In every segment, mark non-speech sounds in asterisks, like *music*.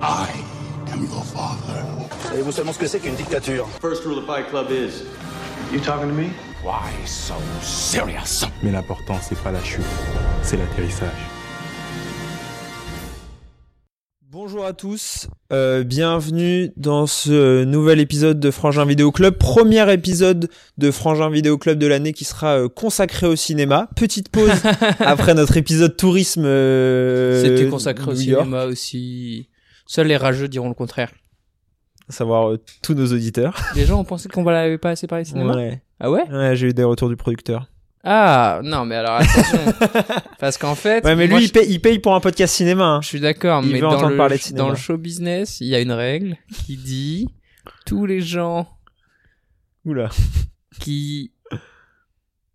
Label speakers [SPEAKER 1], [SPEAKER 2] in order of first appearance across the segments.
[SPEAKER 1] I am your father.
[SPEAKER 2] Savez-vous seulement ce que c'est qu'une dictature
[SPEAKER 3] First rule of Fight Club is You talking to me
[SPEAKER 1] Why so serious?
[SPEAKER 4] Mais l'important, c'est pas la chute, c'est l'atterrissage.
[SPEAKER 5] Bonjour à tous, euh, bienvenue dans ce nouvel épisode de Frangin Vidéo Club, premier épisode de Frangin Vidéo Club de l'année qui sera euh, consacré au cinéma. Petite pause
[SPEAKER 6] *laughs*
[SPEAKER 5] après notre épisode tourisme. euh,
[SPEAKER 6] C'était consacré au
[SPEAKER 5] New York,
[SPEAKER 6] cinéma aussi. Seuls les rageux diront le contraire.
[SPEAKER 5] à savoir euh, tous nos auditeurs.
[SPEAKER 6] Les gens ont pensé qu'on l'avait pas assez parlé de cinéma.
[SPEAKER 5] Ouais,
[SPEAKER 6] Ah ouais
[SPEAKER 5] Ouais, j'ai eu des retours du producteur.
[SPEAKER 6] Ah non, mais alors *laughs* attention. Parce qu'en fait,
[SPEAKER 5] Ouais, mais
[SPEAKER 6] moi,
[SPEAKER 5] lui, il
[SPEAKER 6] je,
[SPEAKER 5] paye, il paye pour un podcast cinéma. hein.
[SPEAKER 6] je suis d'accord,
[SPEAKER 5] il
[SPEAKER 6] mais
[SPEAKER 5] veut
[SPEAKER 6] dans
[SPEAKER 5] entendre
[SPEAKER 6] le,
[SPEAKER 5] parler de cinéma.
[SPEAKER 6] dans le show business, il y a une règle qui dit tous les gens
[SPEAKER 5] Oula.
[SPEAKER 6] qui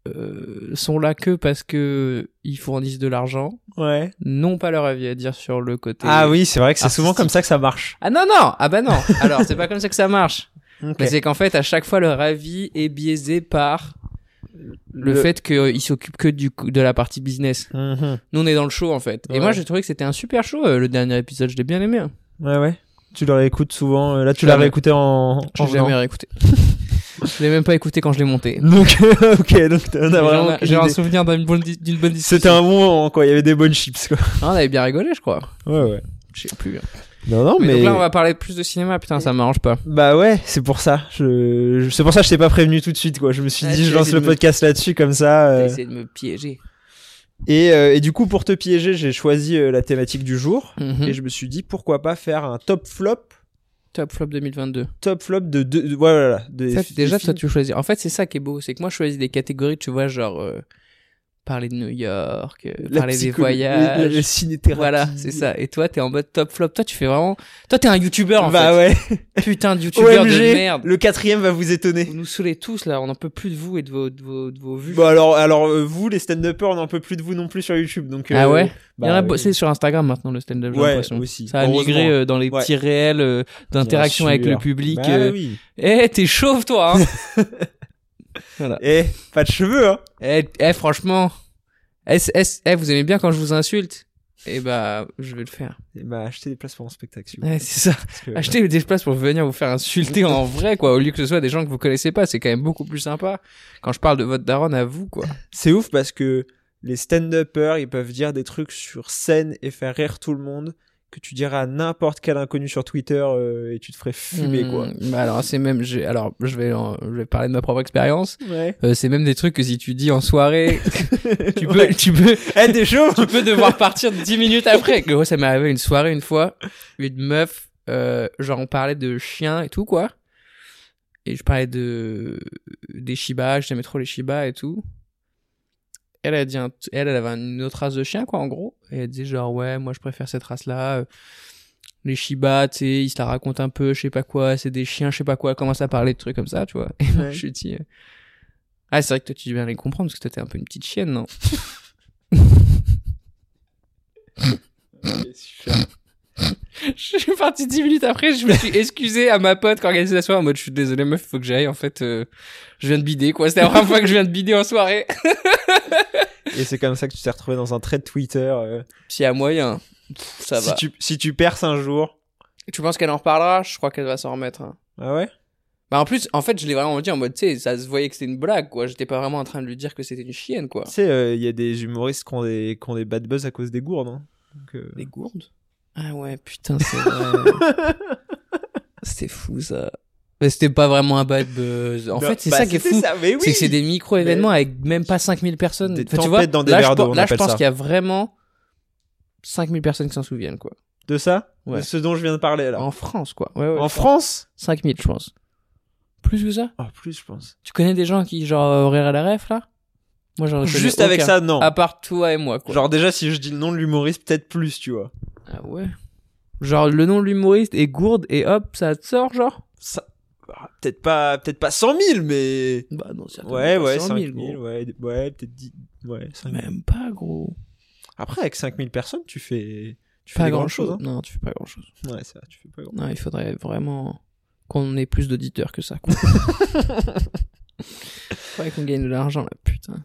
[SPEAKER 6] euh, sont là que parce que ils fournissent de l'argent
[SPEAKER 5] Ouais.
[SPEAKER 6] n'ont pas leur avis à dire sur le côté.
[SPEAKER 5] Ah oui, c'est vrai que c'est
[SPEAKER 6] Artistique.
[SPEAKER 5] souvent comme ça que ça marche.
[SPEAKER 6] Ah non non. Ah bah
[SPEAKER 5] *laughs*
[SPEAKER 6] non. Alors c'est pas comme ça que ça marche.
[SPEAKER 5] Ok.
[SPEAKER 6] Mais c'est qu'en fait, à chaque fois, leur avis est biaisé par le,
[SPEAKER 5] Le-
[SPEAKER 6] fait qu'ils s'occupent que du, de la partie business.
[SPEAKER 5] Mhm.
[SPEAKER 6] Nous, on est dans le show, en fait. Et
[SPEAKER 5] Ouais.
[SPEAKER 6] moi, j'ai trouvé que c'était un super show, euh, le dernier épisode. Je l'ai bien aimé. hein.
[SPEAKER 5] Ouais, ouais. Tu le réécoutes souvent. euh, Là, tu
[SPEAKER 6] Je
[SPEAKER 5] l'as
[SPEAKER 6] l'avais-
[SPEAKER 5] réécouté en.
[SPEAKER 6] Je
[SPEAKER 5] en
[SPEAKER 6] l'ai jamais
[SPEAKER 5] venant.
[SPEAKER 6] réécouté. je l'ai même pas écouté quand je l'ai monté.
[SPEAKER 5] Donc, *laughs* ok, donc on a
[SPEAKER 6] J'en-
[SPEAKER 5] vraiment. aucune
[SPEAKER 6] J'ai un
[SPEAKER 5] idée.
[SPEAKER 6] souvenir d'une bonne, di- d'une bonne discussion.
[SPEAKER 5] C'était un bon moment, quoi. Il y avait des bonnes chips, quoi.
[SPEAKER 6] Ah, on avait bien rigolé, je crois.
[SPEAKER 5] Ouais, ouais.
[SPEAKER 6] Je sais plus.
[SPEAKER 5] Non, non,
[SPEAKER 6] Mais,
[SPEAKER 5] Oh, mais.
[SPEAKER 6] donc là, on va parler plus de cinéma. Putain, ça m'arrange pas.
[SPEAKER 5] Bah ouais, c'est pour ça. Je... je- C'est pour ça que je t'ai pas prévenu tout de suite, quoi. Je me suis
[SPEAKER 6] Ah,
[SPEAKER 5] dit,
[SPEAKER 6] tu
[SPEAKER 5] je
[SPEAKER 6] as
[SPEAKER 5] lance
[SPEAKER 6] essayé
[SPEAKER 5] le
[SPEAKER 6] de me-
[SPEAKER 5] podcast là-dessus, comme ça.
[SPEAKER 6] T'as
[SPEAKER 5] euh.
[SPEAKER 6] essayé de me piéger.
[SPEAKER 5] Et, euh, et du coup, pour te piéger, j'ai choisi euh, la thématique du jour.
[SPEAKER 6] Mhm.
[SPEAKER 5] Et je me suis dit, pourquoi pas faire un top flop,
[SPEAKER 6] Top flop 2022.
[SPEAKER 5] top flop de deux. de- Voilà, des
[SPEAKER 6] Ça,
[SPEAKER 5] fi-
[SPEAKER 6] déjà,
[SPEAKER 5] des
[SPEAKER 6] toi,
[SPEAKER 5] films.
[SPEAKER 6] tu choisis. En fait, c'est ça qui est beau. C'est que moi, je choisis des catégories, tu vois, genre euh, parler de New York, euh,
[SPEAKER 5] La
[SPEAKER 6] parler des
[SPEAKER 5] psychologie,
[SPEAKER 6] voyages.
[SPEAKER 5] la- la cinéthérapie.
[SPEAKER 6] Voilà, c'est ça. Et toi, t'es en mode top flop. Toi, tu fais vraiment. Toi, t'es un youtubeur, en
[SPEAKER 5] bah
[SPEAKER 6] fait.
[SPEAKER 5] ouais.
[SPEAKER 6] Putain de youtubeur de
[SPEAKER 5] OMG,
[SPEAKER 6] merde.
[SPEAKER 5] Le quatrième va vous étonner.
[SPEAKER 6] Vous nous saoulez tous, là. On n'en peut plus de vous et de vos, de vos, de vos vues. Ah
[SPEAKER 5] Bon alors, alors euh, vous les stand-uppers, on n'en peut plus de vous non plus sur YouTube, donc.
[SPEAKER 6] Ah ouais
[SPEAKER 5] bah,
[SPEAKER 6] Il y en a-
[SPEAKER 5] euh,
[SPEAKER 6] C'est sur Instagram maintenant, le stand-up, j'ai
[SPEAKER 5] Ouais,
[SPEAKER 6] l'impression.
[SPEAKER 5] aussi.
[SPEAKER 6] Ça a migré
[SPEAKER 5] Heureusement.
[SPEAKER 6] euh, dans les
[SPEAKER 5] Ouais.
[SPEAKER 6] petits réels euh, d'interaction
[SPEAKER 5] Bien
[SPEAKER 6] avec
[SPEAKER 5] sûr.
[SPEAKER 6] le public.
[SPEAKER 5] Bah
[SPEAKER 6] euh,
[SPEAKER 5] oui.
[SPEAKER 6] Eh, t'es chauve, toi, hein.
[SPEAKER 5] Eh, pas de cheveux, hein.
[SPEAKER 6] Eh, eh, franchement, eh, c'est- eh, c'est- eh, vous aimez bien quand je vous insulte Eh bah, je vais le faire.
[SPEAKER 5] Eh bah, achetez des places pour un spectacle, si vous
[SPEAKER 6] Ouais,
[SPEAKER 5] voulez,
[SPEAKER 6] c'est ça.
[SPEAKER 5] parce
[SPEAKER 6] *laughs*
[SPEAKER 5] que-
[SPEAKER 6] Achetez des places pour venir vous faire insulter en vrai, quoi. Au lieu que ce soit des gens que vous connaissez pas, c'est quand même beaucoup plus sympa. Quand je parle de votre daronne à vous, quoi.
[SPEAKER 5] C'est ouf parce que les stand-uppers, ils peuvent dire des trucs sur scène et faire rire tout le monde que tu diras à n'importe quel inconnu sur Twitter euh, et tu te ferais fumer,
[SPEAKER 6] Hmm,
[SPEAKER 5] quoi.
[SPEAKER 6] Bah alors, c'est même, j'ai- alors, je vais, en- je vais parler de ma propre expérience.
[SPEAKER 5] Ouais.
[SPEAKER 6] Euh, c'est même des trucs que si tu dis en soirée, Hmm.
[SPEAKER 5] *laughs*
[SPEAKER 6] tu *laughs* peux,
[SPEAKER 5] Ouais.
[SPEAKER 6] tu peux,
[SPEAKER 5] Eh, t'es chaud
[SPEAKER 6] tu peux devoir partir 10 minutes après. Gros, ça m'est arrivé une soirée une fois, une meuf, euh, genre on parlait de chiens et tout quoi. Et je parlais de des Shiba, j'aimais trop les Shiba et tout. Elle a dit un- elle, elle avait une autre race de chien quoi en gros et elle disait genre ouais, moi je préfère cette race là. Les Shiba, tu sais, ils se la racontent un peu, je sais pas quoi, c'est des chiens, je sais pas quoi, elle commence à parler de trucs comme ça, tu vois. Et moi,
[SPEAKER 5] Ouais.
[SPEAKER 6] je lui dis euh, Ah, c'est vrai que toi tu viens les comprendre parce que toi t'es un peu une petite chienne, non Je suis parti 10 minutes après, je me suis excusé à ma pote qui organisait la soirée en mode je suis désolé meuf, faut que j'aille en fait, euh, je viens de bider quoi, c'était la première fois que je viens de bider en soirée.
[SPEAKER 5] *laughs* Et c'est comme ça que tu t'es retrouvé dans un trait de Twitter. euh,
[SPEAKER 6] S'il y a moyen, pff, ça
[SPEAKER 5] si
[SPEAKER 6] va. Tu...
[SPEAKER 5] Tu, si tu perces un jour.
[SPEAKER 6] penses qu'elle en reparlera Je crois qu'elle va s'en remettre. hein.
[SPEAKER 5] Ah ouais
[SPEAKER 6] Bah en plus, en fait, je l'ai vraiment dit en mode tu sais, ça se voyait que c'était une blague quoi, j'étais pas vraiment en train de lui dire que c'était une chienne quoi.
[SPEAKER 5] Tu sais, euh, il y a des humoristes qui ont des, qui ont des bad buzz à cause des gourdes. hein. Donc, euh,
[SPEAKER 6] Des gourdes Ah ouais, putain, c'est *laughs* vrai. c'était fou ça. Mais c'était pas vraiment un bad buzz. En
[SPEAKER 5] bah,
[SPEAKER 6] fait, c'est
[SPEAKER 5] bah,
[SPEAKER 6] ça qui est
[SPEAKER 5] c'était
[SPEAKER 6] fou.
[SPEAKER 5] mais oui.
[SPEAKER 6] C'est que c'est des micro-événements avec même pas 5000 personnes.
[SPEAKER 5] Des
[SPEAKER 6] tu
[SPEAKER 5] tempêtes
[SPEAKER 6] vois,
[SPEAKER 5] dans des
[SPEAKER 6] là,
[SPEAKER 5] verres
[SPEAKER 6] je,
[SPEAKER 5] d'eau,
[SPEAKER 6] pense-
[SPEAKER 5] on
[SPEAKER 6] là, je
[SPEAKER 5] appelle
[SPEAKER 6] pense
[SPEAKER 5] ça.
[SPEAKER 6] qu'il y a vraiment 5000 personnes qui s'en souviennent, quoi.
[SPEAKER 5] De ça
[SPEAKER 6] Ouais.
[SPEAKER 5] De ce dont je viens de parler là.
[SPEAKER 6] En France, quoi. Ouais, ouais.
[SPEAKER 5] Ah. en France
[SPEAKER 6] 5000, je pense. Plus que ça
[SPEAKER 5] Ah, plus, je pense.
[SPEAKER 6] Tu connais des gens qui, genre, auraient à la ref, là Moi, j'en connais
[SPEAKER 5] Juste avec
[SPEAKER 6] aucun.
[SPEAKER 5] ça, non.
[SPEAKER 6] À part toi et moi, quoi.
[SPEAKER 5] Genre, déjà, si je dis le nom de l'humoriste, peut-être plus, tu vois.
[SPEAKER 6] Ah ouais. Genre, le nom de l'humoriste est Gourde et hop, ça te sort, genre
[SPEAKER 5] Ça... bah, Peut-être pas, peut pas 100 000, mais.
[SPEAKER 6] Bah non, certainement
[SPEAKER 5] Ouais,
[SPEAKER 6] pas
[SPEAKER 5] ouais,
[SPEAKER 6] 100
[SPEAKER 5] 5 000,
[SPEAKER 6] 000, gros.
[SPEAKER 5] ouais, d- ouais peut-être 10. Ouais, 5 000.
[SPEAKER 6] Même pas, gros.
[SPEAKER 5] Après, avec 5 000 personnes, tu fais. Tu fais
[SPEAKER 6] Pas
[SPEAKER 5] des
[SPEAKER 6] grand
[SPEAKER 5] grandes choses,
[SPEAKER 6] chose. hein. Non, tu fais pas grand chose.
[SPEAKER 5] hein. Ouais, ça, tu fais pas grand
[SPEAKER 6] Non, il faudrait vraiment qu'on ait plus
[SPEAKER 5] *laughs*
[SPEAKER 6] *laughs* d'auditeurs que ça. quoi. faudrait qu'on gagne de l'argent là, putain.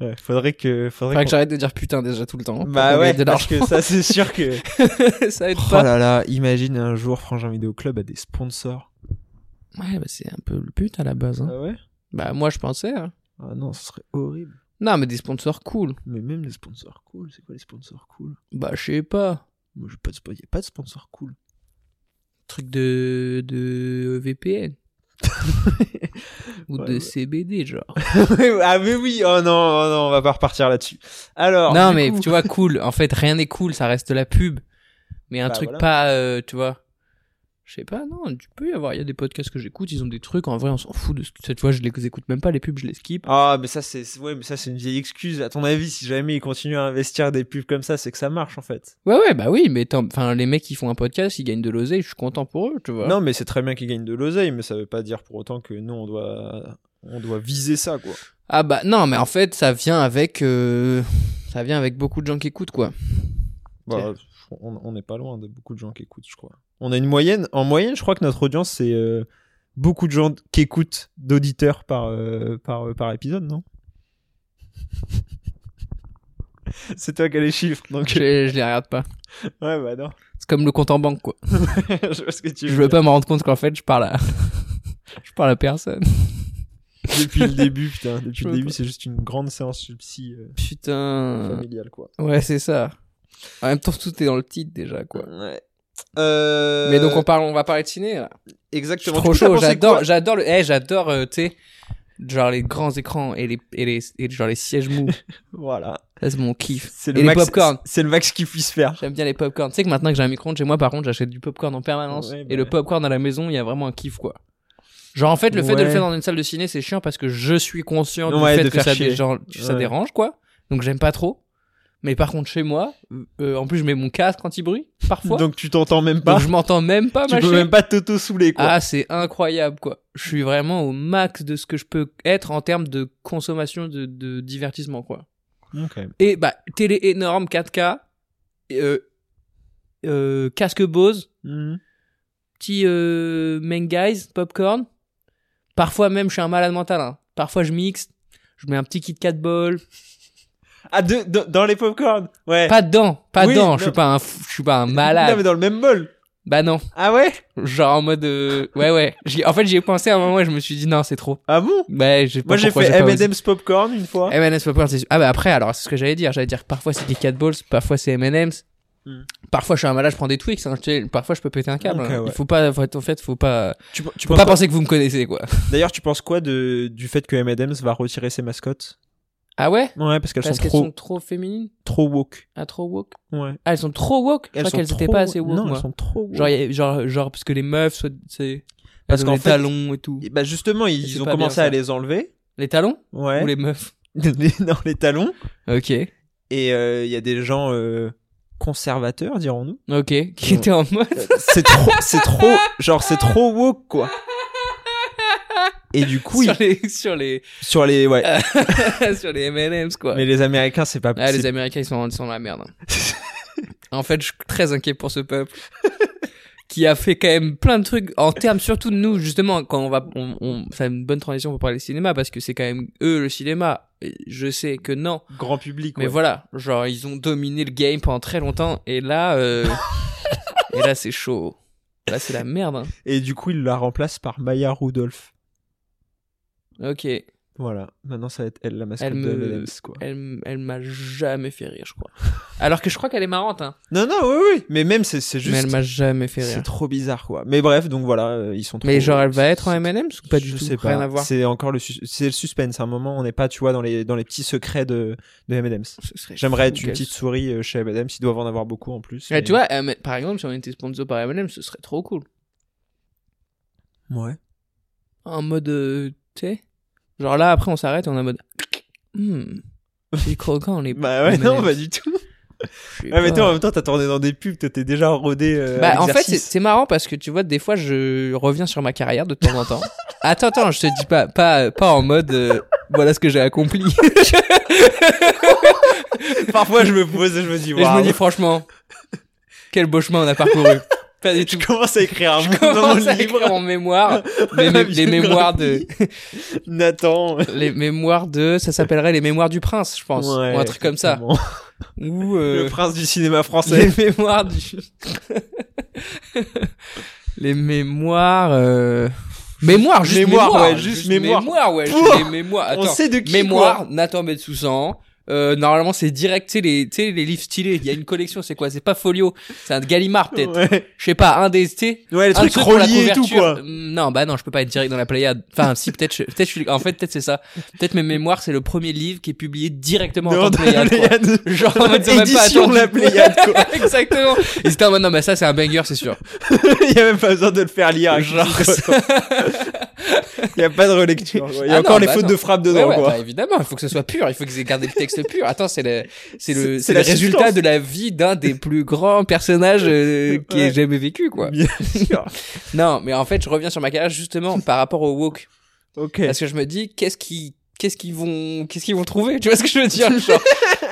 [SPEAKER 5] Ouais, faudrait que, faudrait,
[SPEAKER 6] Faudrait que
[SPEAKER 5] qu'on-
[SPEAKER 6] j'arrête de dire putain déjà tout le temps. pour
[SPEAKER 5] Bah
[SPEAKER 6] qu'on
[SPEAKER 5] ouais,
[SPEAKER 6] gagne de
[SPEAKER 5] parce
[SPEAKER 6] l'argent.
[SPEAKER 5] que ça c'est sûr que.
[SPEAKER 6] *laughs*
[SPEAKER 5] *laughs*
[SPEAKER 6] ça aide
[SPEAKER 5] oh *laughs*
[SPEAKER 6] pas.
[SPEAKER 5] là là, imagine un jour Frangin Vidéo Club a des sponsors.
[SPEAKER 6] Ouais, bah c'est un peu le but à la base. hein.
[SPEAKER 5] Ah ouais
[SPEAKER 6] Bah moi je pensais. hein.
[SPEAKER 5] Ah non, ce serait horrible.
[SPEAKER 6] Non, mais des sponsors cool.
[SPEAKER 5] Mais même les sponsors cool, c'est quoi les sponsors cool
[SPEAKER 6] Bah je sais pas.
[SPEAKER 5] Moi, j'ai pas de spo- y a pas de sponsors cool.
[SPEAKER 6] Truc de, de
[SPEAKER 5] *laughs*
[SPEAKER 6] VPN. Ou
[SPEAKER 5] Ouais,
[SPEAKER 6] de
[SPEAKER 5] ouais.
[SPEAKER 6] CBD genre.
[SPEAKER 5] *laughs* ah mais oui, oh non, oh non, on va pas repartir là-dessus. Alors,
[SPEAKER 6] non
[SPEAKER 5] du
[SPEAKER 6] mais
[SPEAKER 5] coup-
[SPEAKER 6] tu vois cool. En fait rien n'est cool, ça reste la pub. Mais un
[SPEAKER 5] Bah,
[SPEAKER 6] truc
[SPEAKER 5] voilà.
[SPEAKER 6] pas, euh, tu vois. Je sais pas, non, tu peux y avoir. Il y a des podcasts que j'écoute, ils ont des trucs. En vrai, on s'en fout de ce que. Tu vois, je les écoute même pas, les pubs, je les skip.
[SPEAKER 5] Ah mais ça c'est ouais, mais ça c'est une vieille excuse. À ton avis, si jamais ils continuent à investir des pubs comme ça, c'est que ça marche en fait.
[SPEAKER 6] Ouais, ouais, bah oui, mais tant- enfin, les mecs qui font un podcast, ils gagnent de l'oseille, je suis content pour eux, tu vois.
[SPEAKER 5] Non, mais c'est très bien qu'ils gagnent de l'oseille, mais ça veut pas dire pour autant que nous on doit on doit viser ça quoi.
[SPEAKER 6] Ah bah non, mais en fait, ça vient avec, euh, ça vient avec beaucoup de gens qui écoutent, quoi.
[SPEAKER 5] Bah, on on n'est pas loin de beaucoup de gens qui écoutent, je crois. On a une moyenne en moyenne, je crois que notre audience c'est euh, beaucoup de gens qui écoutent d'auditeurs par euh, par euh, par épisode, non *laughs* C'est toi qui as les chiffres, donc euh,
[SPEAKER 6] Je, les- je les regarde pas.
[SPEAKER 5] ouais bah non,
[SPEAKER 6] C'est comme le compte en banque, quoi.
[SPEAKER 5] je vois ce que
[SPEAKER 6] *laughs*
[SPEAKER 5] tu
[SPEAKER 6] Je
[SPEAKER 5] veux.
[SPEAKER 6] veux pas me rendre compte qu'en fait, je parle à, *laughs* je parle à personne.
[SPEAKER 5] depuis le début, putain. Depuis
[SPEAKER 6] *laughs* Je
[SPEAKER 5] le
[SPEAKER 6] vois
[SPEAKER 5] début,
[SPEAKER 6] pas.
[SPEAKER 5] c'est juste une grande séance de psy euh,
[SPEAKER 6] Putain.
[SPEAKER 5] familiale, quoi.
[SPEAKER 6] Ouais, c'est ça. En même temps, tout est dans le titre déjà, quoi.
[SPEAKER 5] Ouais. Euh,
[SPEAKER 6] Mais donc on parle, on va parler de ciné. Là. Je suis
[SPEAKER 5] exactement.
[SPEAKER 6] trop
[SPEAKER 5] Du coup, t'as
[SPEAKER 6] chaud,
[SPEAKER 5] pensé
[SPEAKER 6] j'adore,
[SPEAKER 5] quoi
[SPEAKER 6] j'adore le, eh, j'adore, euh, tu sais, genre les grands écrans et les, et les, et genre les sièges *laughs* mous.
[SPEAKER 5] Voilà.
[SPEAKER 6] Ça c'est mon kiff.
[SPEAKER 5] C'est
[SPEAKER 6] Et
[SPEAKER 5] le
[SPEAKER 6] les
[SPEAKER 5] max.
[SPEAKER 6] popcorn.
[SPEAKER 5] C'est le max qu'il puisse faire.
[SPEAKER 6] J'aime bien les popcorn. Tu sais que maintenant que j'ai un micro-ondes chez moi, par contre, j'achète du popcorn en permanence.
[SPEAKER 5] Ouais, bah
[SPEAKER 6] et le
[SPEAKER 5] ouais.
[SPEAKER 6] popcorn à la maison, il y a vraiment un kiff, quoi. Genre, en fait, le fait de
[SPEAKER 5] Ouais.
[SPEAKER 6] le faire dans une salle de ciné, c'est chiant parce que je suis conscient du
[SPEAKER 5] Ouais, de
[SPEAKER 6] fait que
[SPEAKER 5] faire
[SPEAKER 6] ça,
[SPEAKER 5] chier.
[SPEAKER 6] dé- genre, que ça
[SPEAKER 5] Ouais.
[SPEAKER 6] dérange, quoi. Donc, j'aime pas trop. Mais par contre, chez moi, euh, en plus, je mets mon casque anti-bruit, parfois. Donc,
[SPEAKER 5] Donc tu t'entends même pas.
[SPEAKER 6] je m'entends même pas,
[SPEAKER 5] Bah. tu
[SPEAKER 6] ma
[SPEAKER 5] peux
[SPEAKER 6] chérie.
[SPEAKER 5] même pas t'auto-souler, quoi.
[SPEAKER 6] Ah, c'est incroyable, quoi. Je suis vraiment au max de ce que je peux être en termes de consommation de, de divertissement, quoi.
[SPEAKER 5] Ok.
[SPEAKER 6] Et bah, télé énorme, 4K, euh, euh, casque Bose,
[SPEAKER 5] Mhm.
[SPEAKER 6] petit euh, Menguys, popcorn. Parfois même, je suis un malade mental. hein. Parfois, je mixe, je mets un petit Kit Kat Ball.
[SPEAKER 5] Ah, de- de- dans les popcorn Ouais.
[SPEAKER 6] Pas dedans, pas
[SPEAKER 5] Eh. Oui,
[SPEAKER 6] dedans.
[SPEAKER 5] non.
[SPEAKER 6] Je suis pas un, fou- je suis pas un
[SPEAKER 5] Non,
[SPEAKER 6] malade.
[SPEAKER 5] mais dans le même bol.
[SPEAKER 6] Bah non,
[SPEAKER 5] Ah ouais
[SPEAKER 6] genre en mode, euh, ouais ouais. J'y- En fait, j'y ai pensé à un moment et je me suis dit non, c'est trop.
[SPEAKER 5] Ah bon
[SPEAKER 6] Bah, j'ai pas
[SPEAKER 5] Moi j'ai
[SPEAKER 6] pourquoi
[SPEAKER 5] fait
[SPEAKER 6] j'ai pas osé.
[SPEAKER 5] M&M's popcorn une fois.
[SPEAKER 6] M&M's popcorn, c'est sûr. Ah bah après, alors c'est ce que j'allais dire. J'allais dire que parfois c'est des cat balls, parfois c'est M&M's.
[SPEAKER 5] Hmm.
[SPEAKER 6] Parfois je suis un malade, je prends des Twix. hein. Je te dis, Parfois je peux péter un câble.
[SPEAKER 5] Ok,
[SPEAKER 6] hein.
[SPEAKER 5] ouais.
[SPEAKER 6] Il faut pas, faut être- en fait, faut pas,
[SPEAKER 5] Tu, tu
[SPEAKER 6] faut
[SPEAKER 5] penses
[SPEAKER 6] pas
[SPEAKER 5] quoi-
[SPEAKER 6] penser que vous me connaissez quoi. *laughs*
[SPEAKER 5] D'ailleurs, tu penses quoi de, du fait que M&M's va retirer ses mascottes
[SPEAKER 6] Ah ouais
[SPEAKER 5] Ouais, parce qu'elles sont
[SPEAKER 6] Parce qu'elles
[SPEAKER 5] trop,
[SPEAKER 6] sont trop féminines,
[SPEAKER 5] trop woke.
[SPEAKER 6] ah, trop woke.
[SPEAKER 5] Ouais.
[SPEAKER 6] Ah elles sont trop woke. Je
[SPEAKER 5] Elles
[SPEAKER 6] crois
[SPEAKER 5] sont
[SPEAKER 6] qu'elles étaient
[SPEAKER 5] trop-
[SPEAKER 6] pas assez woke
[SPEAKER 5] Non,
[SPEAKER 6] moi.
[SPEAKER 5] elles sont trop woke.
[SPEAKER 6] Genre, il y a- genre, genre parce que les meufs, soit- c'est
[SPEAKER 5] Parce
[SPEAKER 6] elles ont
[SPEAKER 5] qu'en
[SPEAKER 6] les
[SPEAKER 5] fait-
[SPEAKER 6] talons et tout.
[SPEAKER 5] Et bah justement,
[SPEAKER 6] Et
[SPEAKER 5] ils
[SPEAKER 6] c'est
[SPEAKER 5] ont
[SPEAKER 6] pas
[SPEAKER 5] commencé
[SPEAKER 6] bien,
[SPEAKER 5] à
[SPEAKER 6] ça.
[SPEAKER 5] les enlever.
[SPEAKER 6] Les talons
[SPEAKER 5] Ouais.
[SPEAKER 6] ou
[SPEAKER 5] *laughs*
[SPEAKER 6] les meufs.
[SPEAKER 5] les... non, les talons.
[SPEAKER 6] Ok,
[SPEAKER 5] Et euh, il y a des gens euh, conservateurs, dirons-nous.
[SPEAKER 6] ok. Qui
[SPEAKER 5] Ouais.
[SPEAKER 6] était en mode.
[SPEAKER 5] c'est trop, c'est trop, genre c'est trop woke quoi. Et du coup, ils-
[SPEAKER 6] Sur les, sur les, *laughs*
[SPEAKER 5] sur les, ouais.
[SPEAKER 6] sur les M&M's quoi.
[SPEAKER 5] Mais les Américains, c'est pas.
[SPEAKER 6] Ah, les
[SPEAKER 5] c'est-
[SPEAKER 6] Américains, ils sont, ils sont dans la merde.
[SPEAKER 5] *laughs*
[SPEAKER 6] hein. en fait, je suis très inquiet pour ce peuple *laughs* qui a fait quand même plein de trucs en termes surtout de nous justement quand on va on, on c'est une bonne transition pour parler cinéma parce que c'est quand même eux le cinéma Et je sais que non
[SPEAKER 5] Grand public.
[SPEAKER 6] mais
[SPEAKER 5] ouais.
[SPEAKER 6] voilà genre ils ont dominé le game pendant très longtemps et là
[SPEAKER 5] *laughs*
[SPEAKER 6] euh, et là c'est chaud là c'est la merde hein.
[SPEAKER 5] Et du coup, ils la remplacent par Maya Rudolph.
[SPEAKER 6] ok
[SPEAKER 5] Voilà. Maintenant, ça va être elle la mascotte
[SPEAKER 6] Elle
[SPEAKER 5] de
[SPEAKER 6] me-
[SPEAKER 5] M&M's, quoi.
[SPEAKER 6] elle, m- elle m'a jamais fait rire je crois alors que je crois qu'elle est marrante hein
[SPEAKER 5] Non, non, oui, oui. Mais même, c'est c'est juste.
[SPEAKER 6] mais elle m'a jamais fait
[SPEAKER 5] c'est
[SPEAKER 6] rire
[SPEAKER 5] trop bizarre, quoi. Mais bref, donc voilà, euh, ils sont trop.
[SPEAKER 6] mais genre elle va être en M&M's ou pas du
[SPEAKER 5] je
[SPEAKER 6] tout
[SPEAKER 5] sais pas.
[SPEAKER 6] rien à voir
[SPEAKER 5] C'est encore le, sus- c'est le suspense. À un moment, on n'est pas, tu vois, dans les, dans les petits secrets de, de M&M's. J'aimerais être une petite souris euh, chez M&M's. Ils doivent en avoir beaucoup en plus.
[SPEAKER 6] Ouais,
[SPEAKER 5] mais-
[SPEAKER 6] tu vois, euh, mais par exemple, si on était sponsor par M&M, ce serait trop cool.
[SPEAKER 5] Ouais.
[SPEAKER 6] En mode, euh, tu sais, genre là, après, on s'arrête, on est en mode, hmm, c'est croquant, les.
[SPEAKER 5] *laughs* Bah ouais, non,
[SPEAKER 6] M&M's.
[SPEAKER 5] pas du tout.
[SPEAKER 6] M&M. Je sais
[SPEAKER 5] Ouais, mais
[SPEAKER 6] pas.
[SPEAKER 5] toi, en même temps, t'as tourné dans des pubs, toi, t'es déjà rodé. euh,
[SPEAKER 6] bah,
[SPEAKER 5] à
[SPEAKER 6] en fait, c'est-
[SPEAKER 5] l'exercice.
[SPEAKER 6] c'est marrant parce que tu vois, des fois, je reviens sur ma carrière de temps en temps. *laughs* attends, attends, je te dis pas, pas, pas en mode, euh, voilà ce que j'ai accompli. *laughs*
[SPEAKER 5] *laughs* Parfois, je me pose et je me dis,
[SPEAKER 6] Et je *laughs*
[SPEAKER 5] waouh.
[SPEAKER 6] me dis, franchement, quel beau chemin on a parcouru. Pas du
[SPEAKER 5] *laughs* Je
[SPEAKER 6] tout.
[SPEAKER 5] commence à écrire un
[SPEAKER 6] Je
[SPEAKER 5] mot dans mon
[SPEAKER 6] commence à
[SPEAKER 5] livre.
[SPEAKER 6] écrire en
[SPEAKER 5] *laughs*
[SPEAKER 6] mémoire les,
[SPEAKER 5] Ma
[SPEAKER 6] mé- les mémoires de
[SPEAKER 5] Nathan.
[SPEAKER 6] les mémoires de ça s'appellerait les mémoires du prince je pense
[SPEAKER 5] Ouais,
[SPEAKER 6] ou un truc comme ça
[SPEAKER 5] exactement.
[SPEAKER 6] ou
[SPEAKER 5] Le
[SPEAKER 6] euh,
[SPEAKER 5] prince du cinéma français.
[SPEAKER 6] les mémoires du *laughs* les mémoires euh... mémoires juste
[SPEAKER 5] Mémoire,
[SPEAKER 6] mémoires
[SPEAKER 5] ouais, juste mémoire.
[SPEAKER 6] ouais
[SPEAKER 5] Pouah
[SPEAKER 6] juste les mémoires
[SPEAKER 5] On
[SPEAKER 6] attends
[SPEAKER 5] sait de qui
[SPEAKER 6] mémoire
[SPEAKER 5] quoi.
[SPEAKER 6] Nathan Bensoussan euh, normalement c'est direct tu sais les tu sais les livres stylés il y a une collection c'est quoi c'est pas folio c'est un Gallimard peut-être
[SPEAKER 5] Ouais.
[SPEAKER 6] je sais pas un des tu sais,
[SPEAKER 5] ouais, les
[SPEAKER 6] un
[SPEAKER 5] trucs
[SPEAKER 6] truc pour la
[SPEAKER 5] reliés et tout
[SPEAKER 6] couverture.
[SPEAKER 5] quoi.
[SPEAKER 6] Mm, Non, bah non, je peux pas être direct dans la Pléiade. Enfin, si peut-être, je- peut-être je suis. En fait, peut-être c'est ça. Peut-être mes mémoires, c'est le premier livre qui est publié directement en
[SPEAKER 5] Dans
[SPEAKER 6] tant que
[SPEAKER 5] la
[SPEAKER 6] Pléiade. quoi.
[SPEAKER 5] Pléiade.
[SPEAKER 6] Genre, en mode, ils ont même pas
[SPEAKER 5] Édition
[SPEAKER 6] attendu. *laughs*
[SPEAKER 5] la Pléiade quoi.
[SPEAKER 6] Exactement. Ils étaient en mode non, bah ça c'est un banger, c'est sûr.
[SPEAKER 5] Il y a même pas besoin de le faire lire.
[SPEAKER 6] Genre,
[SPEAKER 5] Il y a pas de relecture. quoi. Il y a
[SPEAKER 6] Ah
[SPEAKER 5] encore
[SPEAKER 6] non,
[SPEAKER 5] les
[SPEAKER 6] bah
[SPEAKER 5] fautes
[SPEAKER 6] non.
[SPEAKER 5] de frappe
[SPEAKER 6] Ouais,
[SPEAKER 5] dedans
[SPEAKER 6] ouais,
[SPEAKER 5] quoi.
[SPEAKER 6] bah, évidemment, il faut que ce soit pur. Il faut qu'ils aient gardé le texte pur. Attends, c'est le, c'est
[SPEAKER 5] C'est-
[SPEAKER 6] le,
[SPEAKER 5] c'est
[SPEAKER 6] c'est
[SPEAKER 5] la
[SPEAKER 6] le résultat
[SPEAKER 5] substance.
[SPEAKER 6] de la vie d'un des plus grands personnages euh, qui
[SPEAKER 5] Ouais.
[SPEAKER 6] ait jamais vécu, quoi.
[SPEAKER 5] Bien sûr.
[SPEAKER 6] *laughs* Non, mais en fait, je reviens sur ma carrière justement par rapport au woke.
[SPEAKER 5] Ok.
[SPEAKER 6] bah, *laughs* Parce que je me dis, qu'est-ce qui qu'est-ce qu'ils vont qu'est-ce qu'ils vont trouver tu vois ce que je veux dire genre,